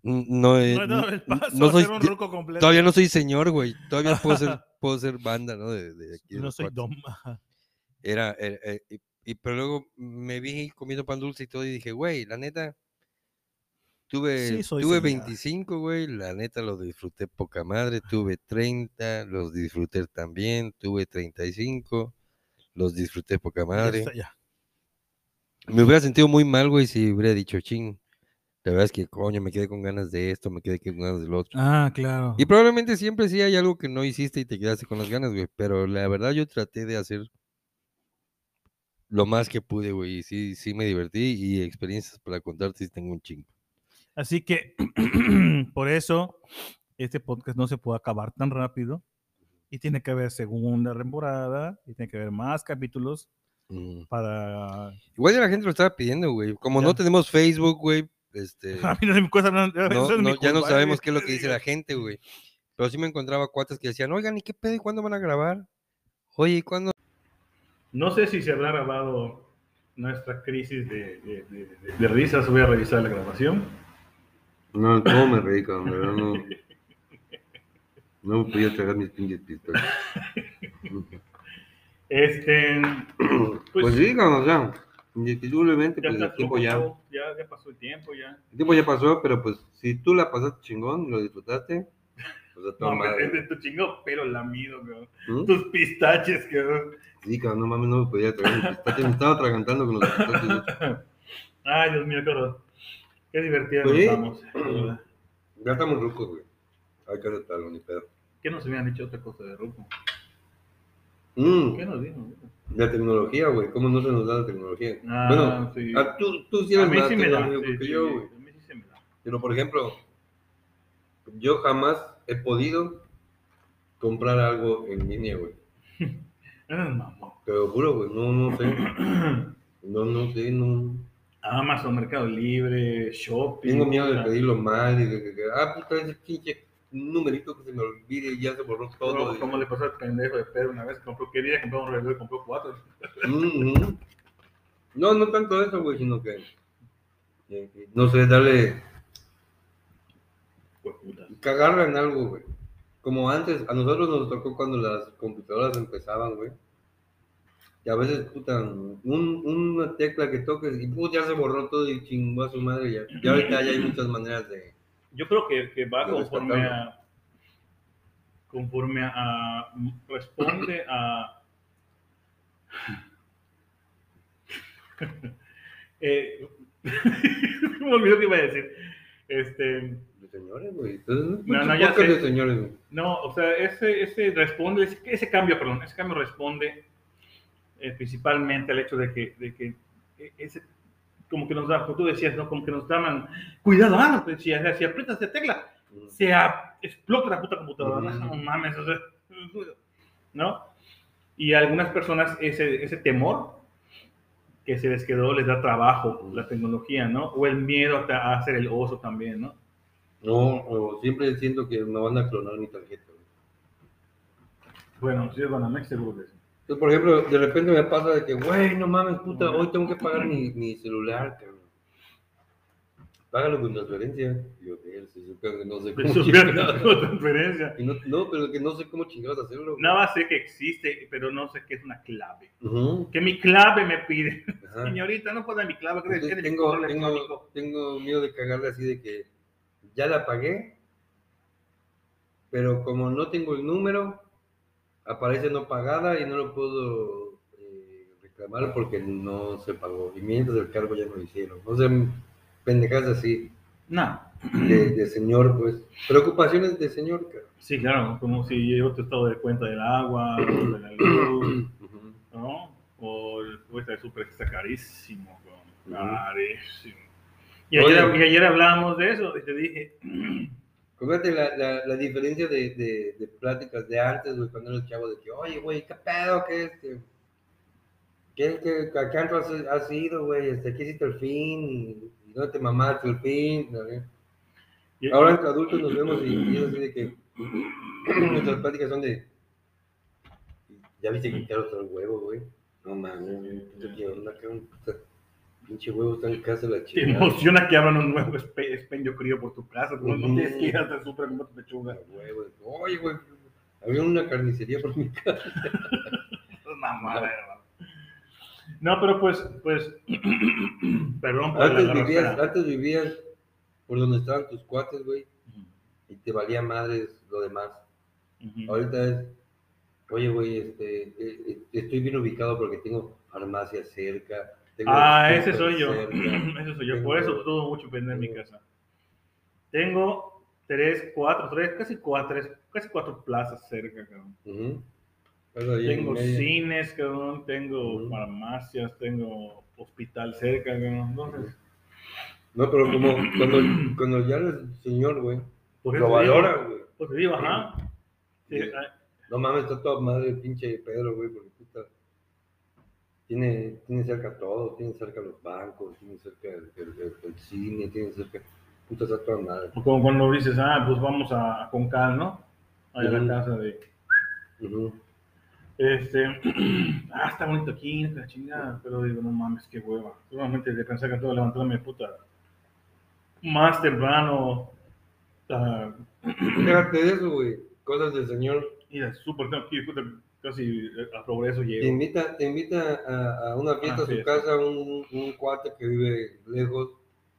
Speaker 3: No,
Speaker 2: *laughs*
Speaker 3: he-
Speaker 2: No, no, el paso
Speaker 3: no
Speaker 2: a
Speaker 3: soy-
Speaker 2: ser un
Speaker 3: de-
Speaker 2: ruco completo.
Speaker 3: Todavía no soy señor, güey. Todavía puedo
Speaker 2: *laughs*
Speaker 3: ser, puedo ser banda, ¿no? De, de aquí de
Speaker 2: no
Speaker 3: los
Speaker 2: soy
Speaker 3: cuates.
Speaker 2: dom. ajá.
Speaker 3: Era, era- eh, y, y- pero luego me vi comiendo pan dulce y todo y dije, güey, la neta, tuve,
Speaker 2: Sí, soy
Speaker 3: tuve
Speaker 2: señora.
Speaker 3: 25, güey, la neta los disfruté poca madre, tuve 30, los disfruté también, tuve 35, los disfruté poca
Speaker 2: Ya
Speaker 3: madre.
Speaker 2: está, ya.
Speaker 3: Me hubiera sentido muy mal, güey, si hubiera dicho, ching, la verdad es que, coño, me quedé con ganas de esto, me quedé con ganas del otro.
Speaker 2: Ah, claro.
Speaker 3: Y probablemente siempre sí hay algo que no hiciste y te quedaste con las ganas, güey. Pero la verdad yo traté de hacer lo más que pude, güey. Y sí, sí me divertí y experiencias para contarte si tengo un chingo.
Speaker 2: Así que *clears throat* por eso este podcast no se puede acabar tan rápido y tiene que haber segunda temporada y tiene que haber más capítulos
Speaker 3: Mm.
Speaker 2: para...
Speaker 3: Igual ya la gente lo estaba pidiendo, güey. Como no
Speaker 2: Ya.
Speaker 3: tenemos Facebook, güey, este,
Speaker 2: *laughs* A mí no se me cuesta hablar-
Speaker 3: no-
Speaker 2: eso es mi
Speaker 3: no- ya no
Speaker 2: culpa,
Speaker 3: sabemos
Speaker 2: güey.
Speaker 3: qué es lo que dice la gente, güey.
Speaker 4: Pero sí me encontraba cuates que decían, oigan, ¿y qué pedo? ¿Y cuándo van a grabar? Oye, ¿y cuándo?
Speaker 5: No sé si se habrá grabado nuestra crisis de, de, de- de- de risas. Voy a revisar la grabación.
Speaker 3: No, ¿cómo me reí, cabrón? De verdad, no. No me podía tragar mis pinches pistolas.
Speaker 5: Este,
Speaker 3: *clears throat* Pues,
Speaker 5: Pues-
Speaker 3: sí, cabrón, o sea, indiscutiblemente, pues el
Speaker 5: pasó,
Speaker 3: tiempo ya,
Speaker 5: ya, ya pasó el tiempo, ya.
Speaker 3: el tiempo ya pasó, pero pues si tú la pasaste chingón, lo disfrutaste, pues a toda
Speaker 5: No, pero es
Speaker 3: madre.
Speaker 5: de tu chingo pero lamido, cabrón.
Speaker 3: ¿Mm?
Speaker 5: Tus pistaches, cabrón.
Speaker 3: Sí, cabrón, no mames, no me podía tragar mis pistaches, me estaba atragantando con los pistaches. de hecho.
Speaker 5: Ay, Dios mío, qué horror. Qué divertida
Speaker 3: Oye.
Speaker 5: nos estamos.
Speaker 3: Ya estamos rucos, güey. Hay que aceptarlo, ni pedo.
Speaker 5: ¿Qué nos hubieran dicho otra cosa de Ruco?
Speaker 3: Mm,
Speaker 5: ¿Qué nos dijo?
Speaker 3: la tecnología, güey. ¿Cómo no se nos da la tecnología?
Speaker 5: Ah,
Speaker 3: bueno,
Speaker 5: sí.
Speaker 3: ah, tú, tú sí
Speaker 5: A
Speaker 3: eres
Speaker 5: mí
Speaker 3: más
Speaker 5: sí me da.
Speaker 3: tecnológico
Speaker 5: sí,
Speaker 3: que
Speaker 5: sí,
Speaker 3: yo,
Speaker 5: sí,
Speaker 3: güey.
Speaker 5: a mí sí se me da.
Speaker 3: Pero, por ejemplo, yo jamás he podido comprar algo en línea, güey.
Speaker 5: *clears throat* Eres mamón.
Speaker 3: Te lo juro, güey. No, no sé. No, no sé, no.
Speaker 5: Amazon, Mercado Libre, Shopping.
Speaker 3: Tengo miedo de
Speaker 5: puta.
Speaker 3: pedirlo mal y de que, que, ah, puta, ese pinche numerito que se me olvide y ya se borró todo.
Speaker 5: Como- Como le pasó al pendejo de Pedro una vez, compró, quería comprar un reloj y compró cuatro.
Speaker 3: Mhm. No, no tanto eso, güey, sino que, que- que, no sé, darle,
Speaker 5: Pues puta.
Speaker 3: cagarla en algo, güey. Como antes, a nosotros nos tocó cuando las computadoras empezaban, güey. Que a veces, puta, un- una tecla que toques y put, ya se borró todo y chingó a su madre. Ya, ya ahorita ya hay muchas maneras de.
Speaker 5: Yo creo que, que va
Speaker 3: Yo
Speaker 5: conforme
Speaker 3: rescatando.
Speaker 5: a. Conforme a. a- responde a. *laughs* eh, *laughs* me olvidó que iba a decir. Este.
Speaker 3: de señores, güey. Entonces, no,
Speaker 5: No,
Speaker 3: es
Speaker 5: no,
Speaker 3: un
Speaker 5: ya
Speaker 3: podcast
Speaker 5: sé.
Speaker 3: de señores, güey.
Speaker 5: No, o sea, ese, ese responde, ese, ese cambio, perdón, ese cambio responde eh, principalmente al hecho de que, de que eh, ese, como que nos da, como tú decías, ¿no? Como que nos daban, cuidado, ah, pues, si, si aprietas esa tecla, se a- explota la puta computadora, ¿no?
Speaker 3: Ujú.
Speaker 5: No mames, o sea, ¿no? Y a algunas personas ese, ese temor que se les quedó les da trabajo, la tecnología, ¿no? O el miedo hasta a hacer el oso también, ¿no?
Speaker 3: No, o siempre siento que me van a clonar mi tarjeta, güey.
Speaker 5: Bueno, si es Banamex,
Speaker 3: *laughs*
Speaker 5: seguro que sí.
Speaker 3: Entonces, por ejemplo, de repente me pasa de que, güey, no mames, puta, hoy tengo que pagar mi, mi celular, cabrón. Págalo con transferencia. Y Yo, él se supone que no sé
Speaker 5: Pues,
Speaker 3: cómo
Speaker 5: supieron
Speaker 3: chingados.
Speaker 5: *laughs* la transferencia.
Speaker 3: *laughs* Y no, no, pero que no sé cómo chingados hacerlo. güey.
Speaker 5: Nada más sé que existe, pero no sé qué es una clave.
Speaker 3: Ujú,
Speaker 5: Que mi clave me pide.
Speaker 3: ajá.
Speaker 5: Señorita, no puedo dar mi clave. creo que
Speaker 3: Entonces,
Speaker 5: tiene
Speaker 3: Ah.
Speaker 5: mi
Speaker 3: Pues tengo,
Speaker 5: correo
Speaker 3: tengo,
Speaker 5: electrónico.
Speaker 3: tengo miedo de cagarle así de que ya la pagué, pero como no tengo el número, aparece no pagada y no lo puedo eh, reclamar porque no se pagó. Y mientras el cargo ya no lo hicieron. O sea, pendejas así,
Speaker 5: No.
Speaker 3: de, de señor, pues. Preocupaciones de señor, cabrón.
Speaker 5: Sí, claro, como si llevo tu estado de cuenta del agua, de la luz, ¿no? O el cuesta de súper que está carísimo,
Speaker 3: Ujú.
Speaker 5: güey. carísimo. Y ayer,
Speaker 3: Oye.
Speaker 5: y ayer hablábamos de eso y te dije,
Speaker 3: Fíjate la, la, la diferencia de, de, de pláticas de antes, güey, cuando era el chavo de que, oye, güey, ¿qué pedo? ¿Qué este? ¿Qué, qué, a qué antro has, has ido, güey? Este, ¿Qué hiciste el fin? ¿Y ¿Dónde te mamaste el fin? ¿sabes?
Speaker 5: y-
Speaker 3: Ahora entre adultos nos vemos y, y es así de que *clears throat* nuestras pláticas son de, ¿ya viste que te otro huevo, güey? No mames, puta, ¿qué onda? ¿Qué onda? Pinche huevo está en casa de la
Speaker 5: te
Speaker 3: chingada.
Speaker 5: emociona que abran un nuevo espe- expendio crío por tu casa, no, no
Speaker 3: Ujú.
Speaker 5: tienes que ir hasta el súper a comprar tu pechuga.
Speaker 3: Huevo, Oye, güey, había una carnicería por mi casa.
Speaker 5: Una madre, hermano. No, pero pues, pues, *clears throat* perdón por la
Speaker 3: Antes
Speaker 5: garra
Speaker 3: vivías,
Speaker 5: fea.
Speaker 3: antes vivías por donde estaban tus cuates, güey, y te valía madres lo demás.
Speaker 5: Ujú.
Speaker 3: Ahorita es, oye, güey, este, eh, eh, estoy bien ubicado porque tengo farmacia cerca. tengo
Speaker 5: Ah,
Speaker 3: el
Speaker 5: ese
Speaker 3: súper
Speaker 5: soy yo.
Speaker 3: cerca".
Speaker 5: *clears throat* Ese soy yo.
Speaker 3: Tengo-
Speaker 5: Por eso todo mucho pende en mi casa. Tengo tres, cuatro, tres, casi cuatro, tres- casi cuatro plazas cerca, cabrón.
Speaker 3: Ujú. Bueno, ahí en
Speaker 5: Tengo
Speaker 3: medio.
Speaker 5: cines, cabrón, tengo
Speaker 3: Ujú.
Speaker 5: farmacias, tengo hospital cerca, cabrón. Entonces,
Speaker 3: No, pero como cuando, cuando ya eres señor, güey,
Speaker 5: por eso
Speaker 3: lo
Speaker 5: te
Speaker 3: valora,
Speaker 5: digo,
Speaker 3: güey.
Speaker 5: Pues te digo, ajá. Sí,
Speaker 3: Sí.
Speaker 5: ah,
Speaker 3: No mames, está toda madre el pinche Pedro, güey, porque puta. Tiene, tiene cerca todo, tiene cerca los bancos, tiene cerca el, el- el- el cine, tiene cerca. Puta, está toda madre.
Speaker 5: Como cuando dices, ah, pues vamos a Concal, ¿no? a la
Speaker 3: Ujú.
Speaker 5: casa de.
Speaker 3: Ujú.
Speaker 5: Este, *clears throat* ah, está bonito aquí, la chingada, pero digo, no mames, qué hueva. Seguramente de pensar que tengo que levantarme puta más temprano, ah,
Speaker 3: Déjate de eso, güey. Cosas del Señor.
Speaker 5: mira, súper tengo que ir, puta, casi eh, a progreso
Speaker 3: Te
Speaker 5: llego.
Speaker 3: invita, te invita a, a una fiesta a
Speaker 5: Una
Speaker 3: su
Speaker 5: fiesta.
Speaker 3: casa un, un cuate que vive lejos.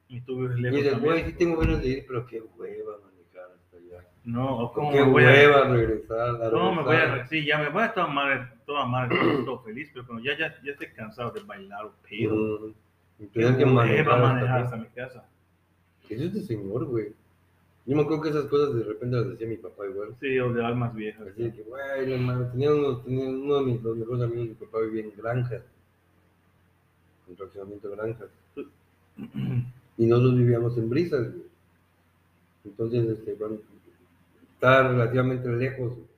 Speaker 5: Y tú ves
Speaker 3: Y
Speaker 5: lejos
Speaker 3: dices,
Speaker 5: también.
Speaker 3: güey, sí tengo ganas de ir, pero qué hueva manejar hasta allá.
Speaker 5: No, ¿cómo
Speaker 3: Qué
Speaker 5: me voy a-
Speaker 3: hueva regresar. a
Speaker 5: No, me voy
Speaker 3: regresar.
Speaker 5: a... Sí, ya me voy a estar mal, toda mal, *clears throat* todo feliz, pero cuando ya, ya, ya estoy cansado de bailar o pedo.
Speaker 3: Ujú. Y
Speaker 5: Qué
Speaker 3: tener que manejar.
Speaker 5: hueva
Speaker 3: hasta
Speaker 5: manejar
Speaker 3: acá.
Speaker 5: hasta mi casa.
Speaker 3: Eso es de señor, güey. Yo me acuerdo que esas cosas de repente las decía mi papá igual.
Speaker 5: Sí, o de almas viejas.
Speaker 3: Así de que, güey, no mames, tenía uno, tenía uno de mis los mejores amigos, mi papá vivía en granjas, en fraccionamiento de granjas. Y nosotros vivíamos en brisas, güey. Entonces, este, bueno, estaba relativamente lejos. güey.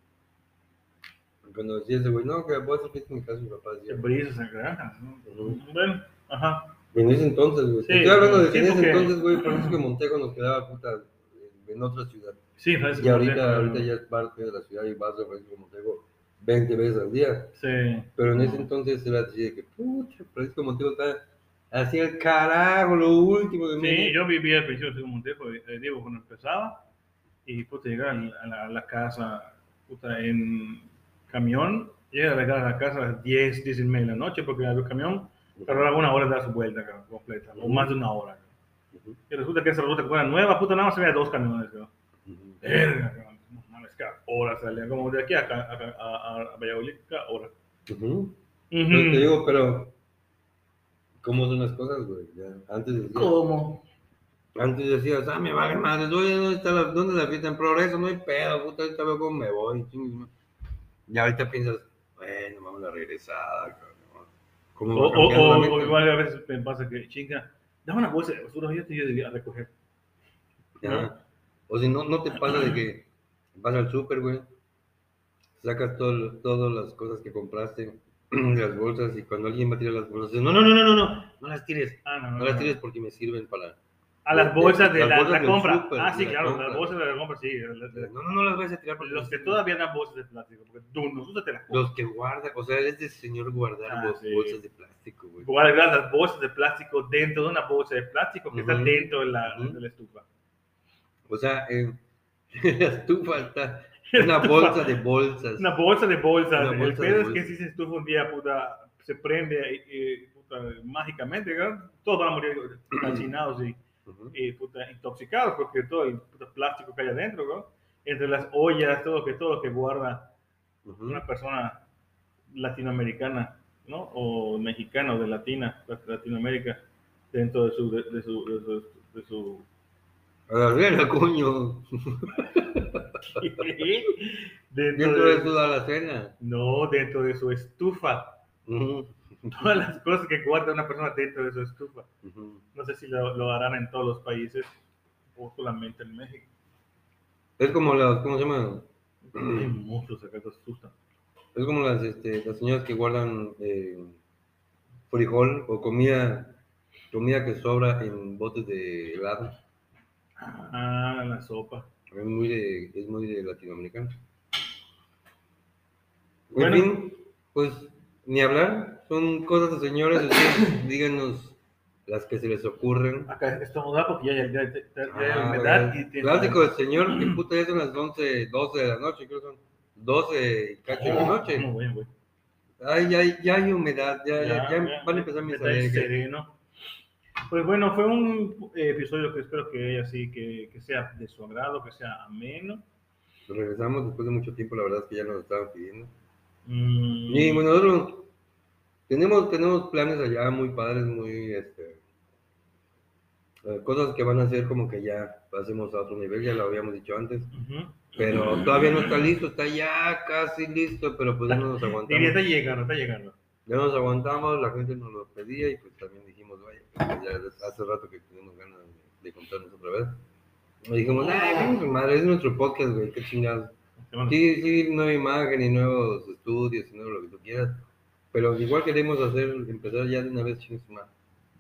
Speaker 3: Y Cuando decía ese güey, no, que voy a hacer fiesta en mi casa, mi papá decía.
Speaker 5: Brisas en granjas, ¿no?
Speaker 3: Ujú.
Speaker 5: Bueno, ajá.
Speaker 3: En ese entonces, güey.
Speaker 5: Sí,
Speaker 3: Estoy hablando de
Speaker 5: sí,
Speaker 3: que en ese
Speaker 5: porque-
Speaker 3: entonces, güey, parece que Montejo nos quedaba puta en- en otra ciudad.
Speaker 5: Sí, parece
Speaker 3: Y
Speaker 5: que
Speaker 3: ahorita,
Speaker 5: pero-
Speaker 3: ahorita ya es parte de la ciudad y vas a Francisco Montego 20 veces al día.
Speaker 5: Sí.
Speaker 3: Pero en ese entonces era así de que, pucha, Francisco Montego está así el carajo, lo último de
Speaker 5: Sí,
Speaker 3: mí.
Speaker 5: yo vivía al principio de Montejo, eh, digo, cuando empezaba, y puta, llegaba a la, a la- a la casa, puta, en camión, llegaba a la casa a las 10, 10 y media de la noche, porque había camión, tardaba una hora de dar su vuelta cabrón, completa, o más de una hora.
Speaker 3: Ujú.
Speaker 5: Y resulta que esa ruta que fuera nueva, puta, nada más había dos camiones, cabrón.
Speaker 3: Ujú.
Speaker 5: Verga, cabrón, no mames, que horas salía, como de aquí a, acá- a, a, a- a Valladolid, cada hora.
Speaker 3: Ujú.
Speaker 5: Ujú.
Speaker 3: Pero te digo, pero, ¿cómo son las cosas, güey? Ya, Antes decías,
Speaker 5: ¿Cómo?
Speaker 3: antes decías, ah, me vale madre, oye, ¿dónde está la, dónde la fiesta en progreso? No hay pedo, puta, ahorita veo cómo me voy. chingue". Y ahorita piensas, bueno, vamos a regresar, cabrón. ¿Cómo
Speaker 5: O,
Speaker 3: va cambiando la
Speaker 5: o- o
Speaker 3: mente?
Speaker 5: igual a veces me pasa que, chinga, dame una bolsa de basura, yo te voy a recoger.
Speaker 3: Ya.
Speaker 5: ¿no?
Speaker 3: O si no, no te pasa de que vas al súper, güey, sacas todo- todas las cosas que compraste, *clears throat* las bolsas, y cuando alguien va a tirar las bolsas, dices, no, no, no, no, no, no, no las tires,
Speaker 5: Ah, no, no,
Speaker 3: no las
Speaker 5: no.
Speaker 3: tires porque me sirven para...
Speaker 5: A las bolsas de
Speaker 3: Las
Speaker 5: la,
Speaker 3: bolsas
Speaker 5: la
Speaker 3: del
Speaker 5: compra.
Speaker 3: súper,
Speaker 5: ah, sí,
Speaker 3: la
Speaker 5: claro,
Speaker 3: compra.
Speaker 5: las bolsas de la compra, sí. la- la-
Speaker 3: No, no, no las vas a tirar porque
Speaker 5: Los
Speaker 3: me
Speaker 5: que
Speaker 3: sirven".
Speaker 5: todavía dan bolsas de plástico, porque tú no usas te las compras.
Speaker 3: Los que guarda, o sea, es de señor guardar
Speaker 5: Ah,
Speaker 3: bol-
Speaker 5: sí.
Speaker 3: bolsas de plástico, güey.
Speaker 5: Guardar las bolsas de plástico dentro de una bolsa de plástico que está
Speaker 3: Ujú.
Speaker 5: dentro de la,
Speaker 3: Ujú.
Speaker 5: de la estufa.
Speaker 3: O sea, en *laughs* la estufa está una bolsa de bolsas.
Speaker 5: Una bolsa de bolsas.
Speaker 3: Una
Speaker 5: el
Speaker 3: bolsa de
Speaker 5: pedo es que
Speaker 3: bolsas.
Speaker 5: si se estufa un día, puta, se prende eh, puta, mágicamente, ¿verdad? todos van a morir eh,
Speaker 3: *clears throat*
Speaker 5: calcinados y
Speaker 3: Ujú.
Speaker 5: eh, puta, intoxicados porque todo el puta plástico que hay adentro, ¿no? entre las ollas, todo lo que, todo lo que guarda
Speaker 3: Ujú.
Speaker 5: una persona latinoamericana, ¿no? O mexicana o de latina, de Latinoamérica, dentro de su, de, de su, de su, de
Speaker 3: *laughs*
Speaker 5: su-
Speaker 3: Agarré
Speaker 5: *laughs*
Speaker 3: coño.
Speaker 5: dentro
Speaker 3: Dentro de
Speaker 5: de,
Speaker 3: su alacena.
Speaker 5: no, dentro de su estufa,
Speaker 3: Ujú.
Speaker 5: todas las cosas que guarda una persona dentro de su estufa.
Speaker 3: Ujú.
Speaker 5: No sé si lo, lo harán en todos los países o solamente en
Speaker 3: *clears throat*
Speaker 5: México.
Speaker 3: Es como las, ¿cómo se llama?
Speaker 5: Hay monstruos acá que asustan.
Speaker 3: Es como las, este, las señoras que guardan eh, frijol o comida, comida que sobra en botes de helado.
Speaker 5: Ah, la sopa.
Speaker 3: Es muy de, es muy de latinoamericano.
Speaker 5: Bueno.
Speaker 3: En fin, pues ni hablar, son cosas de señores,
Speaker 5: *coughs*
Speaker 3: ustedes díganos las que se les ocurren.
Speaker 5: Acá estamos ah, porque ya, ya, ya, ya- ya hay
Speaker 3: Ah,
Speaker 5: humedad
Speaker 3: ¿verdad?
Speaker 5: y tiene-
Speaker 3: Clásico del señor, que puta ya son las 11, 12 de la noche, creo que son 12 y cacho de la noche.
Speaker 5: Muy bueno, güey.
Speaker 3: Ay, ya, hay- ya hay humedad, ya, ya, ya van a empezar mis
Speaker 5: está
Speaker 3: alergias.
Speaker 5: sereno. Pues bueno, fue un eh, episodio que espero que haya así, que, que sea de su agrado, que sea ameno.
Speaker 3: Regresamos después de mucho tiempo, la verdad es que ya nos lo estaban pidiendo.
Speaker 5: Mm,
Speaker 3: Y bueno, nosotros tenemos, tenemos planes allá muy padres, muy este, eh, cosas que van a ser como que ya pasemos a otro nivel, ya lo habíamos dicho antes,
Speaker 5: ujú.
Speaker 3: pero todavía no está listo, está ya casi listo, pero pues ya *laughs* no nos
Speaker 5: Diría,
Speaker 3: aguantamos.
Speaker 5: está llegando, está llegando.
Speaker 3: Ya nos aguantamos, la gente nos lo pedía y pues también dijimos, vaya, pues, ya des- hace rato que tenemos ganas de, de contarnos otra vez. Y dijimos, ay, venga su madre, es nuestro podcast, güey, qué chingados.
Speaker 5: Bueno,
Speaker 3: Sí, sí, nueva imagen y nuevos estudios y nuevo lo que tú quieras. Pero igual queremos hacer, empezar ya de una vez chingues más.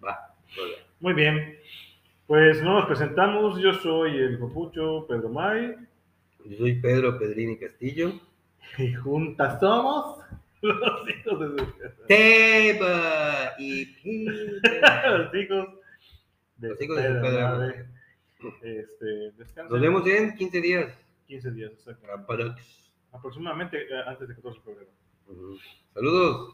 Speaker 3: Va, vale.
Speaker 5: Muy bien. Pues no nos presentamos. Yo soy el Copucho Pedro May.
Speaker 3: Yo soy Pedro Pedrini Castillo.
Speaker 5: Y juntas somos *laughs* los hijos de su-
Speaker 3: Teba y Peter.
Speaker 5: los hijos de
Speaker 3: Los
Speaker 5: su
Speaker 3: hijos de su
Speaker 5: Pedro
Speaker 3: Pedro.
Speaker 5: Madre. Este, descansen
Speaker 3: Nos vemos en 15 días.
Speaker 5: 15 días, exacto.
Speaker 3: Para- para-
Speaker 5: Aproximadamente eh, antes del 14 de febrero.
Speaker 3: Saludos.